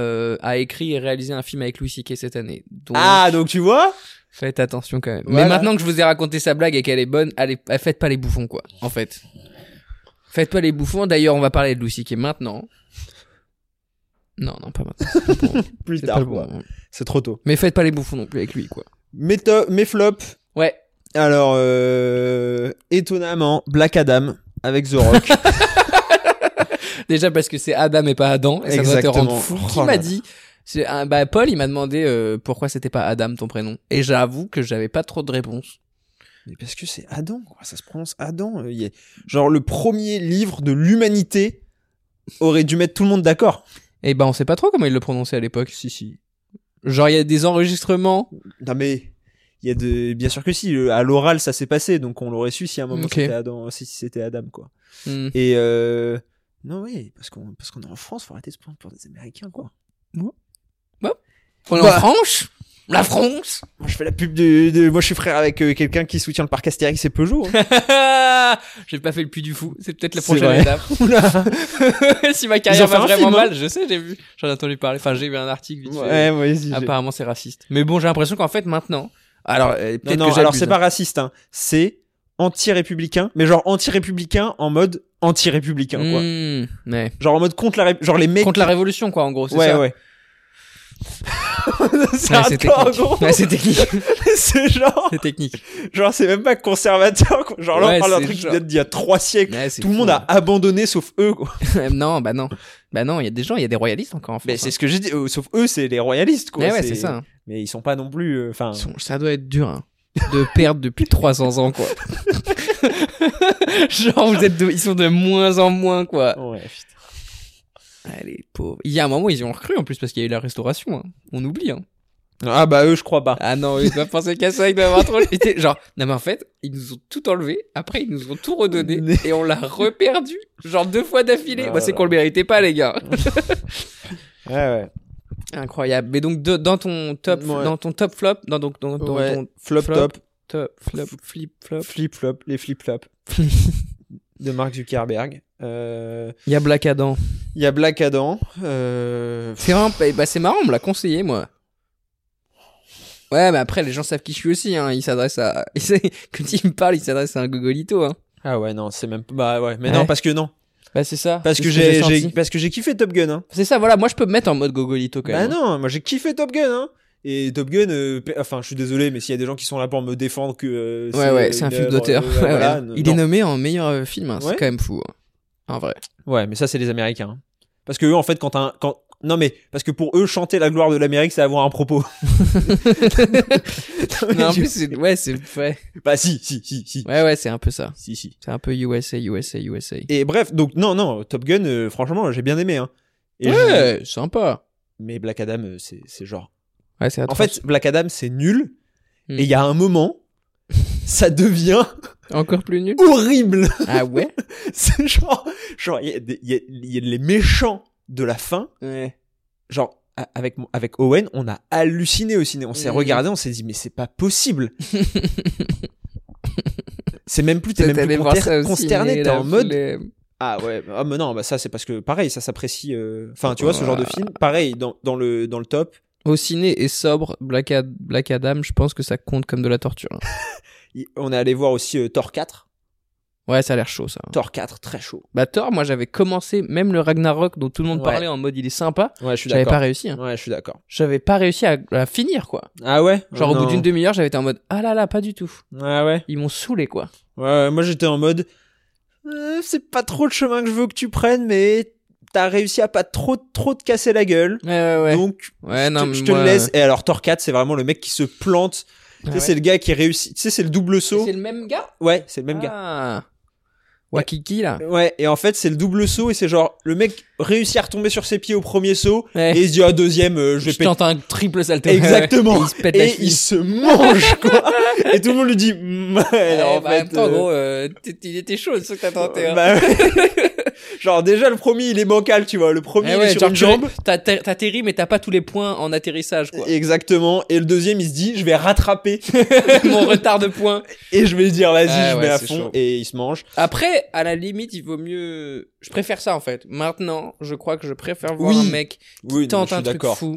[SPEAKER 6] euh, a écrit et réalisé un film avec Louis C.K. cette année. Donc,
[SPEAKER 5] Ah, donc tu vois
[SPEAKER 6] Faites attention quand même.
[SPEAKER 5] Voilà.
[SPEAKER 6] Mais maintenant que je vous ai raconté sa blague et qu'elle est bonne, allez, euh, faites pas les bouffons, quoi, en fait. Faites pas les bouffons. D'ailleurs, on va parler de Lucy qui est maintenant. Non, non, pas maintenant. C'est pas le bon moment.
[SPEAKER 5] *laughs* Plus
[SPEAKER 6] C'est pas
[SPEAKER 5] tard,
[SPEAKER 6] le bon
[SPEAKER 5] quoi.
[SPEAKER 6] moment.
[SPEAKER 5] C'est trop tôt.
[SPEAKER 6] Mais faites pas les bouffons non plus avec lui, quoi.
[SPEAKER 5] Mes, to- mes flops.
[SPEAKER 6] Ouais.
[SPEAKER 5] Alors, euh... étonnamment, Black Adam avec The Rock.
[SPEAKER 6] Déjà parce que c'est Adam et pas Adam. Et ça doit te
[SPEAKER 5] Exactement.
[SPEAKER 6] rendre fou.
[SPEAKER 5] Oh
[SPEAKER 6] Qui
[SPEAKER 5] là
[SPEAKER 6] m'a
[SPEAKER 5] là.
[SPEAKER 6] dit C'est un- bah, Paul, il m'a demandé euh, pourquoi c'était pas Adam ton prénom. Et j'avoue que j'avais pas trop de réponses.
[SPEAKER 5] Mais parce que c'est Adam, quoi. Ça se prononce Adam. Euh, Il y a- Genre, le premier livre de l'humanité aurait dû mettre tout le monde d'accord.
[SPEAKER 6] Et ben, on sait pas trop comment il le prononçait à l'époque. Si, si. Genre, il y a des enregistrements.
[SPEAKER 5] Non, mais. Il y a de... Bien sûr que si, le- à l'oral ça s'est passé, donc on l'aurait su si à un moment
[SPEAKER 6] Ok.
[SPEAKER 5] c'était Adam, si si c'était Adam quoi.
[SPEAKER 6] Hmm.
[SPEAKER 5] Et euh... non oui, parce qu'on parce qu'on est en France, faut arrêter de se prendre pour des Américains quoi.
[SPEAKER 6] On est
[SPEAKER 5] Bah.
[SPEAKER 6] en France La France
[SPEAKER 5] Moi, je fais la pub de, de- moi je suis frère avec euh, quelqu'un qui soutient le parc Astérix et Peugeot.
[SPEAKER 6] *laughs*
[SPEAKER 5] hein.
[SPEAKER 6] J'ai pas fait le puits du fou, c'est peut-être la
[SPEAKER 5] C'est
[SPEAKER 6] prochaine
[SPEAKER 5] vrai.
[SPEAKER 6] étape.
[SPEAKER 5] Oula.
[SPEAKER 6] si ma
[SPEAKER 5] Ils
[SPEAKER 6] carrière
[SPEAKER 5] ont fait
[SPEAKER 6] va
[SPEAKER 5] un
[SPEAKER 6] vraiment
[SPEAKER 5] film, hein.
[SPEAKER 6] mal, je sais, j'ai vu. J'en ai entendu parler, enfin j'ai vu un article vite fait.
[SPEAKER 5] ouais, vas-y. j'ai-
[SPEAKER 6] Apparemment c'est raciste. Mais bon, j'ai l'impression qu'en fait maintenant... Alors, euh,
[SPEAKER 5] Non,
[SPEAKER 6] peut-être
[SPEAKER 5] non,
[SPEAKER 6] que
[SPEAKER 5] alors
[SPEAKER 6] j'abuse,
[SPEAKER 5] c'est
[SPEAKER 6] hein.
[SPEAKER 5] pas raciste, hein. c'est anti-républicain, mais genre anti-républicain en mode anti-républicain, quoi.
[SPEAKER 6] Mmh, ouais.
[SPEAKER 5] Genre en mode contre la, ré- genre les mecs.
[SPEAKER 6] Contre la révolution, quoi, en gros, c'est
[SPEAKER 5] ouais,
[SPEAKER 6] ça
[SPEAKER 5] ouais. *laughs* c'est
[SPEAKER 6] Ouais,
[SPEAKER 5] hardcore,
[SPEAKER 6] technique.
[SPEAKER 5] gros.
[SPEAKER 6] *laughs* Ouais, c'est technique.
[SPEAKER 5] *laughs* c'est genre,
[SPEAKER 6] C'est technique.
[SPEAKER 5] genre c'est même pas conservateur, quoi. Genre là
[SPEAKER 6] Ouais,
[SPEAKER 5] on parle d'un
[SPEAKER 6] c'est
[SPEAKER 5] truc qui
[SPEAKER 6] genre-
[SPEAKER 5] date d'il y a trois siècles.
[SPEAKER 6] Ouais, c'est
[SPEAKER 5] Tout le
[SPEAKER 6] fou,
[SPEAKER 5] monde a abandonné sauf
[SPEAKER 6] *laughs*
[SPEAKER 5] eux, quoi.
[SPEAKER 6] hein. non, bah non. Bah non, il y a des gens, il y a des royalistes encore en France.
[SPEAKER 5] Mais c'est ce que j'ai dit, euh, sauf eux, c'est les
[SPEAKER 6] hein.
[SPEAKER 5] royalistes, quoi.
[SPEAKER 6] Ouais, ouais, c'est ça. hein.
[SPEAKER 5] Mais ils sont pas non plus, euh, enfin.
[SPEAKER 6] Ils sont- Ça doit être dur hein, *laughs* de perdre depuis 300 ans, quoi. *laughs* Genre, vous êtes de- ils sont de moins en moins, quoi.
[SPEAKER 5] Ouais, putain.
[SPEAKER 6] Ah, les pauvres. Il y a un moment, ils y ont recru en plus parce qu'il y a eu la restauration. hein. On oublie. Hein.
[SPEAKER 5] Ah bah eux, je crois pas.
[SPEAKER 6] Ah non, ils doivent penser qu'à ça, ils doivent *laughs* avoir trop. Ils étaient Genre, non mais en fait, ils nous ont tout enlevé. Après, ils nous ont tout *laughs* redonné et on l'a reperdu. Genre deux fois d'affilée. Bah, c'est qu'on le méritait pas, les gars.
[SPEAKER 5] Ouais, ouais.
[SPEAKER 6] Incroyable. Mais donc de- dans ton top,
[SPEAKER 5] Ouais.
[SPEAKER 6] dans ton top flop, dans donc dans, dans
[SPEAKER 5] Ouais.
[SPEAKER 6] ton
[SPEAKER 5] Flop,
[SPEAKER 6] Flop.
[SPEAKER 5] top.
[SPEAKER 6] top, flop, flip, flop.
[SPEAKER 5] Flip flop, les
[SPEAKER 6] *laughs*
[SPEAKER 5] flip flops de Mark Zuckerberg. Euh,
[SPEAKER 6] Il y a Black Adam.
[SPEAKER 5] Il y a Black Adam. euh,
[SPEAKER 6] C'est vraiment, bah, bah, c'est marrant, on me l'a conseillé, moi. Ouais, mais après, les gens savent qui je suis aussi, hein. Ils s'adressent à, *laughs* quand ils me parlent, ils s'adressent à un gogolito, hein.
[SPEAKER 5] Ah ouais non, c'est même bah ouais, mais
[SPEAKER 6] Ouais.
[SPEAKER 5] non parce que non,
[SPEAKER 6] Bah, c'est ça.
[SPEAKER 5] parce
[SPEAKER 6] C'est
[SPEAKER 5] que
[SPEAKER 6] ce j'ai
[SPEAKER 5] j'ai j'ai-
[SPEAKER 6] senti.
[SPEAKER 5] parce que j'ai kiffé Top Gun. Hein.
[SPEAKER 6] C'est ça, voilà. Moi, je peux me mettre en mode gogolito, quand
[SPEAKER 5] Bah
[SPEAKER 6] même. hein.
[SPEAKER 5] non, moi j'ai kiffé Top Gun. Hein. Et Top Gun, euh, pe- enfin je suis désolé, mais s'il y a des gens qui sont là pour me défendre que euh,
[SPEAKER 6] Ouais, ouais, c'est un
[SPEAKER 5] une
[SPEAKER 6] film
[SPEAKER 5] œuvre,
[SPEAKER 6] d'auteur.
[SPEAKER 5] euh,
[SPEAKER 6] Ouais,
[SPEAKER 5] voilà,
[SPEAKER 6] *laughs* ouais.
[SPEAKER 5] ne-
[SPEAKER 6] Il est
[SPEAKER 5] non.
[SPEAKER 6] nommé en meilleur euh, film, hein.
[SPEAKER 5] Ouais.
[SPEAKER 6] c'est quand même fou. hein. En vrai.
[SPEAKER 5] Ouais, mais ça, c'est les Américains. hein. Parce que eux, en fait, quand un. Quand... Non, mais parce que pour eux, chanter la gloire de l'Amérique, c'est avoir
[SPEAKER 6] *laughs*
[SPEAKER 5] un propos. *laughs* Non, mais
[SPEAKER 6] Non, en
[SPEAKER 5] tu-
[SPEAKER 6] plus, c'est- *laughs* ouais, c'est ouais.
[SPEAKER 5] Bah, si, si, si, si.
[SPEAKER 6] ouais, ouais, c'est un peu ça.
[SPEAKER 5] Si, si.
[SPEAKER 6] C'est un peu USA, USA, USA.
[SPEAKER 5] Et bref, donc, non, non, Top Gun, euh, franchement, j'ai bien aimé. Hein. Et je-
[SPEAKER 6] ouais, sympa.
[SPEAKER 5] Mais Black Adam, euh, c'est c'est genre.
[SPEAKER 6] Ouais, c'est
[SPEAKER 5] En
[SPEAKER 6] atroce.
[SPEAKER 5] fait, Black Adam, c'est nul.
[SPEAKER 6] Hmm.
[SPEAKER 5] Et il y a
[SPEAKER 6] *laughs*
[SPEAKER 5] un moment, ça devient
[SPEAKER 6] encore plus nul.
[SPEAKER 5] horrible.
[SPEAKER 6] Ah ouais.
[SPEAKER 5] *laughs* c'est genre. Genre, il y, a des- il y a- il y a les méchants de la fin.
[SPEAKER 6] ouais.
[SPEAKER 5] genre a- avec mon- avec Owen, on a halluciné au ciné. On s'est
[SPEAKER 6] Mhm.
[SPEAKER 5] regardé, on s'est dit mais c'est pas
[SPEAKER 6] *laughs*
[SPEAKER 5] possible. c'est même plus t'es
[SPEAKER 6] Peut-être
[SPEAKER 5] même plus
[SPEAKER 6] aller voir
[SPEAKER 5] conter-
[SPEAKER 6] ça aussi,
[SPEAKER 5] consterné,
[SPEAKER 6] mais
[SPEAKER 5] t'es
[SPEAKER 6] la
[SPEAKER 5] en mode
[SPEAKER 6] flemme.
[SPEAKER 5] ah ouais ah mais non bah ça c'est parce que pareil ça s'apprécie. euh, Enfin tu vois ce genre de
[SPEAKER 6] Voilà.
[SPEAKER 5] film pareil dans dans le dans le top
[SPEAKER 6] Au ciné et sobre, Black, Ad- Black Adam, je pense que ça compte comme de la torture. hein.
[SPEAKER 5] il- on est allé voir aussi euh, Thor 4
[SPEAKER 6] Ouais, ça a l'air chaud ça. hein.
[SPEAKER 5] Thor 4 très chaud.
[SPEAKER 6] Bah Thor, moi j'avais commencé même le Ragnarok dont tout le monde
[SPEAKER 5] Ouais.
[SPEAKER 6] parlait en mode il est sympa.
[SPEAKER 5] Ouais je suis
[SPEAKER 6] J'avais pas
[SPEAKER 5] d'accord.
[SPEAKER 6] réussi. hein.
[SPEAKER 5] Ouais je suis d'accord.
[SPEAKER 6] J'avais pas réussi à, à finir quoi.
[SPEAKER 5] Ah ouais
[SPEAKER 6] Genre au
[SPEAKER 5] Non.
[SPEAKER 6] bout d'une demi-heure, j'avais été en mode ah là là, pas du tout.
[SPEAKER 5] Ah ouais.
[SPEAKER 6] Ils m'ont saoulé quoi.
[SPEAKER 5] Ouais, ouais, moi j'étais en mode euh, c'est pas trop le chemin que je veux que tu prennes mais t'as réussi à pas trop trop te casser la gueule.
[SPEAKER 6] Ouais ouais ouais.
[SPEAKER 5] Donc
[SPEAKER 6] ouais
[SPEAKER 5] je
[SPEAKER 6] non,
[SPEAKER 5] te-
[SPEAKER 6] mais
[SPEAKER 5] je te
[SPEAKER 6] moi, euh.
[SPEAKER 5] le laisse. Et alors Thor 4, c'est vraiment le mec qui se plante.
[SPEAKER 6] Ah
[SPEAKER 5] Tu sais,
[SPEAKER 6] ouais.
[SPEAKER 5] c'est le gars qui réussit. Tu sais, c'est le double saut.
[SPEAKER 6] C'est le même gars
[SPEAKER 5] Ouais, c'est le même gars.
[SPEAKER 6] Ah. Wakiki là.
[SPEAKER 5] Ouais, et en fait, c'est le double saut et c'est genre le mec réussit à retomber sur ses pieds au premier saut
[SPEAKER 6] Ouais.
[SPEAKER 5] et il se dit ah deuxième, euh, je
[SPEAKER 6] Je,
[SPEAKER 5] vais péter.
[SPEAKER 6] tente un triple salto.
[SPEAKER 5] Exactement.
[SPEAKER 6] Et il se pète la
[SPEAKER 5] Et
[SPEAKER 6] cheville.
[SPEAKER 5] il se mange quoi. et tout le monde
[SPEAKER 6] *laughs*
[SPEAKER 5] lui dit Mm, ouais,
[SPEAKER 6] Ouais,
[SPEAKER 5] alors, en
[SPEAKER 6] bah, en même
[SPEAKER 5] fait,
[SPEAKER 6] temps,
[SPEAKER 5] euh,
[SPEAKER 6] gros, euh, t'es- il était chaud ce que t'as tenté. hein.
[SPEAKER 5] bah, *laughs* genre déjà le premier il est bancal, tu vois. Le premier
[SPEAKER 6] Eh
[SPEAKER 5] il
[SPEAKER 6] ouais,
[SPEAKER 5] est sur
[SPEAKER 6] genre,
[SPEAKER 5] une
[SPEAKER 6] tu-
[SPEAKER 5] jambe.
[SPEAKER 6] t'as- t'as- T'atterris, mais t'as pas tous les points en atterrissage, quoi.
[SPEAKER 5] Exactement. Et le deuxième il se dit je vais rattraper
[SPEAKER 6] *laughs* Mon retard de points.
[SPEAKER 5] et je vais dire vas-y
[SPEAKER 6] Ah
[SPEAKER 5] je
[SPEAKER 6] ouais,
[SPEAKER 5] mets à
[SPEAKER 6] c'est
[SPEAKER 5] fond
[SPEAKER 6] chaud.
[SPEAKER 5] et il se mange.
[SPEAKER 6] Après, à la limite, il vaut mieux. Je préfère ça, en fait. Maintenant, je crois que je préfère voir
[SPEAKER 5] Oui.
[SPEAKER 6] un mec
[SPEAKER 5] Oui, non,
[SPEAKER 6] tente
[SPEAKER 5] je suis
[SPEAKER 6] un truc
[SPEAKER 5] d'accord.
[SPEAKER 6] fou,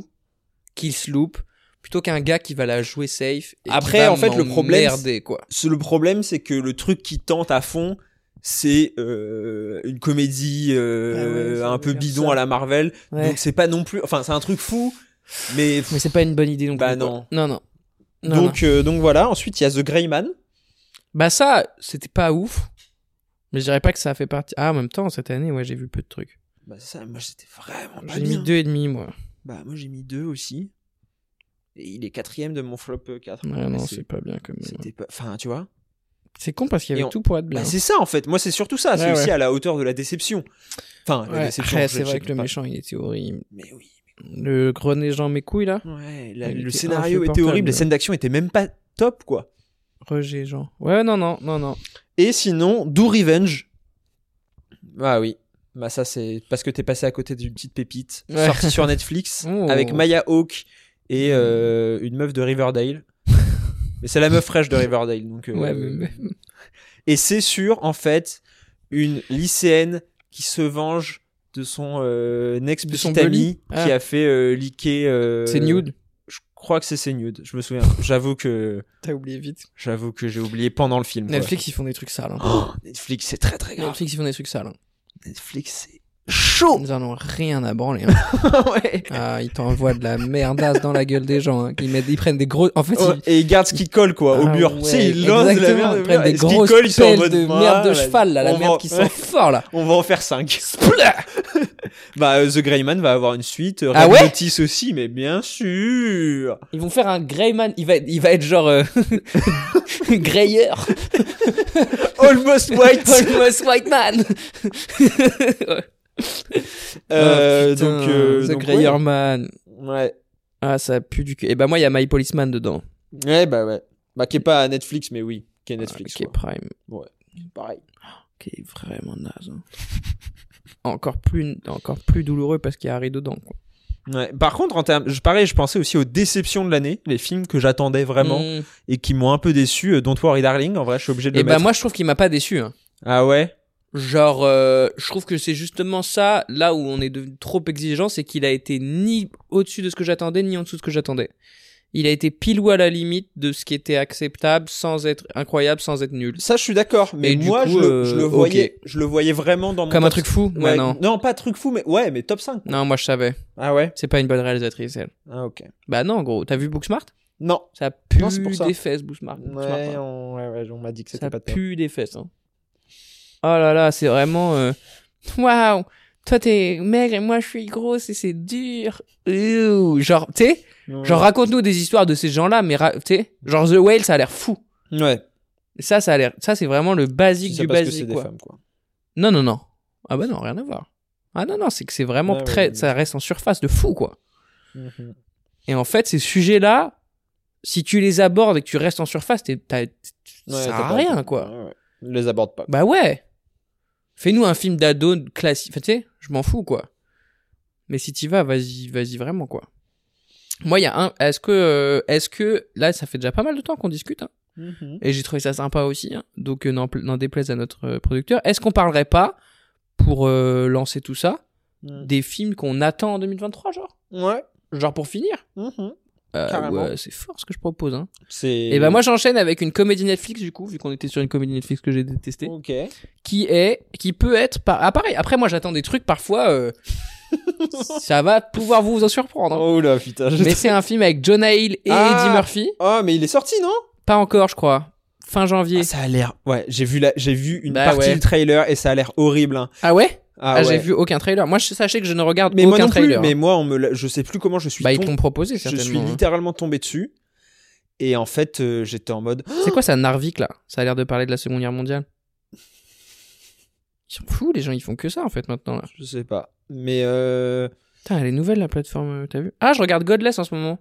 [SPEAKER 6] qu'il se loupe, plutôt qu'un gars qui va la jouer safe. Et qui
[SPEAKER 5] Après,
[SPEAKER 6] va
[SPEAKER 5] en fait, le problème,
[SPEAKER 6] m'emmerder, quoi.
[SPEAKER 5] C'est- le problème, c'est que le truc qui tente à fond, c'est euh, une comédie euh,
[SPEAKER 6] Ah ouais, ça
[SPEAKER 5] un
[SPEAKER 6] veut
[SPEAKER 5] peu
[SPEAKER 6] dire
[SPEAKER 5] bidon
[SPEAKER 6] ça.
[SPEAKER 5] à la Marvel.
[SPEAKER 6] Ouais.
[SPEAKER 5] Donc c'est pas non plus, enfin c'est un truc fou, mais
[SPEAKER 6] Mais c'est pas une bonne idée non plus. quoi.
[SPEAKER 5] Bah non.
[SPEAKER 6] Non, non. Non, non.
[SPEAKER 5] donc euh, donc voilà. Ensuite il y a The Grey Man.
[SPEAKER 6] Bah ça, c'était pas ouf. Mais je dirais pas que ça a fait partie. Ah, en même temps, cette année, ouais, j'ai vu peu de trucs.
[SPEAKER 5] Bah ça, moi c'était vraiment pas
[SPEAKER 6] J'ai
[SPEAKER 5] bien.
[SPEAKER 6] mis deux et demi, moi.
[SPEAKER 5] Bah moi j'ai mis deux aussi. Et il est quatrième de mon flop euh, 4.
[SPEAKER 6] Ouais, non, c'est pas bien comme.
[SPEAKER 5] c'était pas, enfin tu vois.
[SPEAKER 6] C'est con parce qu'il y
[SPEAKER 5] Et
[SPEAKER 6] avait
[SPEAKER 5] on-
[SPEAKER 6] tout pour être bien.
[SPEAKER 5] Bah, c'est ça en fait. Moi c'est surtout ça. C'est
[SPEAKER 6] Ouais,
[SPEAKER 5] aussi
[SPEAKER 6] ouais.
[SPEAKER 5] à la hauteur de la déception. Enfin la
[SPEAKER 6] Ouais,
[SPEAKER 5] déception.
[SPEAKER 6] après,
[SPEAKER 5] je-
[SPEAKER 6] c'est
[SPEAKER 5] je-
[SPEAKER 6] vrai que le
[SPEAKER 5] pas-
[SPEAKER 6] méchant, il était horrible.
[SPEAKER 5] Mais oui.
[SPEAKER 6] Le grenet Jean mes couilles, là
[SPEAKER 5] Ouais, la-
[SPEAKER 6] Il
[SPEAKER 5] le
[SPEAKER 6] était
[SPEAKER 5] scénario était
[SPEAKER 6] insupportable.
[SPEAKER 5] horrible, les scènes d'action étaient même pas top, quoi.
[SPEAKER 6] Roger Jean. Ouais, non, non, non, non.
[SPEAKER 5] Et sinon, Do Revenge. Ah oui. Bah ça, c'est parce que t'es passé à côté d'une petite pépite
[SPEAKER 6] Ouais.
[SPEAKER 5] sortie *laughs* sur Netflix
[SPEAKER 6] Oh. Hmm.
[SPEAKER 5] avec Maya Hawke et euh, une meuf
[SPEAKER 6] *laughs*
[SPEAKER 5] de Riverdale. mais c'est la meuf fraîche de Riverdale, donc. euh,
[SPEAKER 6] Ouais, mais-
[SPEAKER 5] *laughs* Et c'est sur, en fait, une lycéenne qui se venge de son euh, ex
[SPEAKER 6] De son
[SPEAKER 5] petit ami
[SPEAKER 6] bully.
[SPEAKER 5] qui
[SPEAKER 6] Ah.
[SPEAKER 5] a fait euh, liquer. euh,
[SPEAKER 6] C'est nude.
[SPEAKER 5] Je crois que c'est C'est nude. Je me souviens. J'avoue que.
[SPEAKER 6] T'as oublié vite.
[SPEAKER 5] J'avoue que j'ai oublié pendant le film. quoi.
[SPEAKER 6] Netflix, ils font des trucs sales. hein.
[SPEAKER 5] Oh, Netflix, c'est très très grave.
[SPEAKER 6] Netflix, ils font des trucs sales. hein.
[SPEAKER 5] Netflix, c'est chaud.
[SPEAKER 6] Ils en ont rien à branler. hein. *laughs*
[SPEAKER 5] ouais.
[SPEAKER 6] Ah, ils t'envoient de la merdasse dans la gueule des gens. hein. Ils, mettent, ils prennent des gros. En fait, ils-
[SPEAKER 5] Et ils gardent ce qui colle quoi au
[SPEAKER 6] Ah
[SPEAKER 5] mur.
[SPEAKER 6] ouais,
[SPEAKER 5] Tu sais, ils lancent de la
[SPEAKER 6] exactement,
[SPEAKER 5] merde. au
[SPEAKER 6] Ils
[SPEAKER 5] mur,
[SPEAKER 6] prennent des
[SPEAKER 5] et ce qui
[SPEAKER 6] grosses
[SPEAKER 5] colle, ils sont en
[SPEAKER 6] pelles
[SPEAKER 5] mode,
[SPEAKER 6] de
[SPEAKER 5] ah,
[SPEAKER 6] merde de
[SPEAKER 5] vas-y,
[SPEAKER 6] cheval, là, la
[SPEAKER 5] on
[SPEAKER 6] merde
[SPEAKER 5] va-
[SPEAKER 6] qui sent fort, là.
[SPEAKER 5] *laughs* On va en faire 5. *laughs* bah, euh, The Greyman va avoir une suite. euh,
[SPEAKER 6] Ah
[SPEAKER 5] Red
[SPEAKER 6] ouais
[SPEAKER 5] Notice aussi, mais bien sûr.
[SPEAKER 6] Ils vont faire un Greyman. Il va, être- il va être genre euh, *laughs* Greyeur.
[SPEAKER 5] Almost
[SPEAKER 6] *laughs*
[SPEAKER 5] White.
[SPEAKER 6] Almost *laughs* White Man.
[SPEAKER 5] Euh,
[SPEAKER 6] Oh, putain,
[SPEAKER 5] donc, euh,
[SPEAKER 6] The
[SPEAKER 5] donc,
[SPEAKER 6] Greyer Man.
[SPEAKER 5] Ouais.
[SPEAKER 6] Ah, ça pue du cul. Et bah, moi, il y a My Policeman dedans.
[SPEAKER 5] ouais. Ouais, bah ouais. Bah, qui est pas à Netflix, mais oui, qui est Netflix.
[SPEAKER 6] Ah, qui est
[SPEAKER 5] quoi.
[SPEAKER 6] Prime.
[SPEAKER 5] Pareil.
[SPEAKER 6] Qui est *laughs* vraiment naze. hein. encore, plus, encore plus douloureux parce qu'il y a Harry dedans. quoi.
[SPEAKER 5] Ouais. Par contre, en termes, je- pareil, je pensais aussi aux déceptions de l'année, les films que j'attendais vraiment
[SPEAKER 6] Mm.
[SPEAKER 5] et qui m'ont un peu déçu. euh, Don't Worry Darling, en vrai, je suis obligé de le
[SPEAKER 6] Et bah,
[SPEAKER 5] mettre.
[SPEAKER 6] moi, je trouve qu'il m'a pas déçu. hein.
[SPEAKER 5] Ah ouais.
[SPEAKER 6] Genre, euh, je trouve que c'est justement ça, là où on est devenu trop exigeant, c'est qu'il a été ni au-dessus de ce que j'attendais, ni en dessous de ce que j'attendais. Il a été pile ou à la limite de ce qui était acceptable, sans être incroyable, sans être nul.
[SPEAKER 5] Ça, je suis d'accord. Mais
[SPEAKER 6] Et du
[SPEAKER 5] moi,
[SPEAKER 6] coup,
[SPEAKER 5] je, le-
[SPEAKER 6] euh,
[SPEAKER 5] je le
[SPEAKER 6] ok.
[SPEAKER 5] voyais, je le voyais vraiment dans mon
[SPEAKER 6] Comme un
[SPEAKER 5] top-
[SPEAKER 6] truc fou,
[SPEAKER 5] Ouais,
[SPEAKER 6] ouais, non.
[SPEAKER 5] Non, pas truc fou, mais ouais, mais top 5.
[SPEAKER 6] Non, moi je savais.
[SPEAKER 5] Ah ouais.
[SPEAKER 6] C'est pas une bonne réalisatrice, elle.
[SPEAKER 5] Ah ok.
[SPEAKER 6] Bah non, gros. T'as vu Booksmart
[SPEAKER 5] Non.
[SPEAKER 6] Ça pue
[SPEAKER 5] Non, c'est pour ça.
[SPEAKER 6] des fesses, Booksmart. Booksmart, hein.
[SPEAKER 5] Ouais, on, ouais, ouais, on m'a dit que c'était
[SPEAKER 6] Ça
[SPEAKER 5] pas top.
[SPEAKER 6] pue des fesses. Hein. Oh là là, c'est vraiment. euh, Waouh! Toi t'es maigre et moi je suis grosse et c'est dur. Ouh. Genre, tu sais,
[SPEAKER 5] Ouais.
[SPEAKER 6] genre raconte-nous des histoires de ces gens-là, mais ra- tu sais, genre The Whale ça a l'air fou.
[SPEAKER 5] Ouais.
[SPEAKER 6] Ça, ça a l'air. Ça, c'est vraiment le
[SPEAKER 5] Si
[SPEAKER 6] basique
[SPEAKER 5] c'est
[SPEAKER 6] du
[SPEAKER 5] parce que c'est
[SPEAKER 6] basique,
[SPEAKER 5] des
[SPEAKER 6] quoi.
[SPEAKER 5] femmes, quoi.
[SPEAKER 6] Non, non, non. Ah bah non, rien à voir. Ah non, non, c'est que c'est vraiment
[SPEAKER 5] Ouais,
[SPEAKER 6] très.
[SPEAKER 5] ouais. Mhm.
[SPEAKER 6] Ça reste en surface de fou, quoi. Et en fait, ces sujets-là, si tu les abordes et que tu restes en surface, t'es- t'as- ça sert à rien, quoi.
[SPEAKER 5] Ne les aborde pas.
[SPEAKER 6] Bah ouais. Fais-nous un film d'ado classique. Enfin, tu sais, je m'en fous, quoi. Mais si t'y vas, vas-y, vas-y vraiment, quoi. Moi, il y a un. Est-ce que, euh, est-ce que là, ça fait déjà pas mal de temps qu'on discute, hein, et j'ai trouvé ça sympa aussi. hein. donc, euh, n'en pla- n'en déplaise à notre euh, producteur. Est-ce qu'on parlerait pas pour euh, lancer tout ça
[SPEAKER 5] Mhm.
[SPEAKER 6] des films qu'on attend en 2023, genre,
[SPEAKER 5] Ouais.
[SPEAKER 6] genre pour finir
[SPEAKER 5] Mhm.
[SPEAKER 6] Euh,
[SPEAKER 5] Carrément.
[SPEAKER 6] ouais, C'est fort ce que je propose. Hein.
[SPEAKER 5] C'est.
[SPEAKER 6] Et ben moi, j'enchaîne avec une comédie Netflix du coup, vu qu'on était sur une comédie Netflix que j'ai détestée.
[SPEAKER 5] Ok.
[SPEAKER 6] qui est qui peut être par ah, pareil après moi j'attends des trucs parfois
[SPEAKER 5] *laughs*
[SPEAKER 6] euh, ça va pouvoir vous en surprendre hein.
[SPEAKER 5] Oh là, putain. je-
[SPEAKER 6] mais c'est un film avec Jonah Hill et
[SPEAKER 5] Ah.
[SPEAKER 6] Eddie Murphy
[SPEAKER 5] Oh, mais il est sorti, non
[SPEAKER 6] pas encore je crois fin janvier
[SPEAKER 5] Ah, Ça a l'air. Ouais, j'ai vu la... j'ai vu une
[SPEAKER 6] Bah
[SPEAKER 5] partie
[SPEAKER 6] ouais.
[SPEAKER 5] du trailer et ça a l'air horrible. hein.
[SPEAKER 6] ah ouais
[SPEAKER 5] Ah,
[SPEAKER 6] ah, j'ai
[SPEAKER 5] ouais.
[SPEAKER 6] vu aucun trailer moi je sachez que je ne regarde
[SPEAKER 5] Mais moi
[SPEAKER 6] aucun
[SPEAKER 5] non plus.
[SPEAKER 6] trailer
[SPEAKER 5] Mais
[SPEAKER 6] hein.
[SPEAKER 5] moi, on me, l'a- je sais plus comment je suis.
[SPEAKER 6] bah ils
[SPEAKER 5] tombé-
[SPEAKER 6] t'ont proposé
[SPEAKER 5] Je suis
[SPEAKER 6] certainement hein.
[SPEAKER 5] littéralement tombé dessus. Et en fait, euh, j'étais en mode.
[SPEAKER 6] c'est quoi ça Narvik là ça a l'air de parler de la seconde guerre mondiale ils sont fous les gens ils font que ça en fait maintenant là
[SPEAKER 5] Je sais pas. Mais euh...
[SPEAKER 6] Putain, elle est nouvelle la plateforme euh, t'as vu ah je regarde Godless en ce moment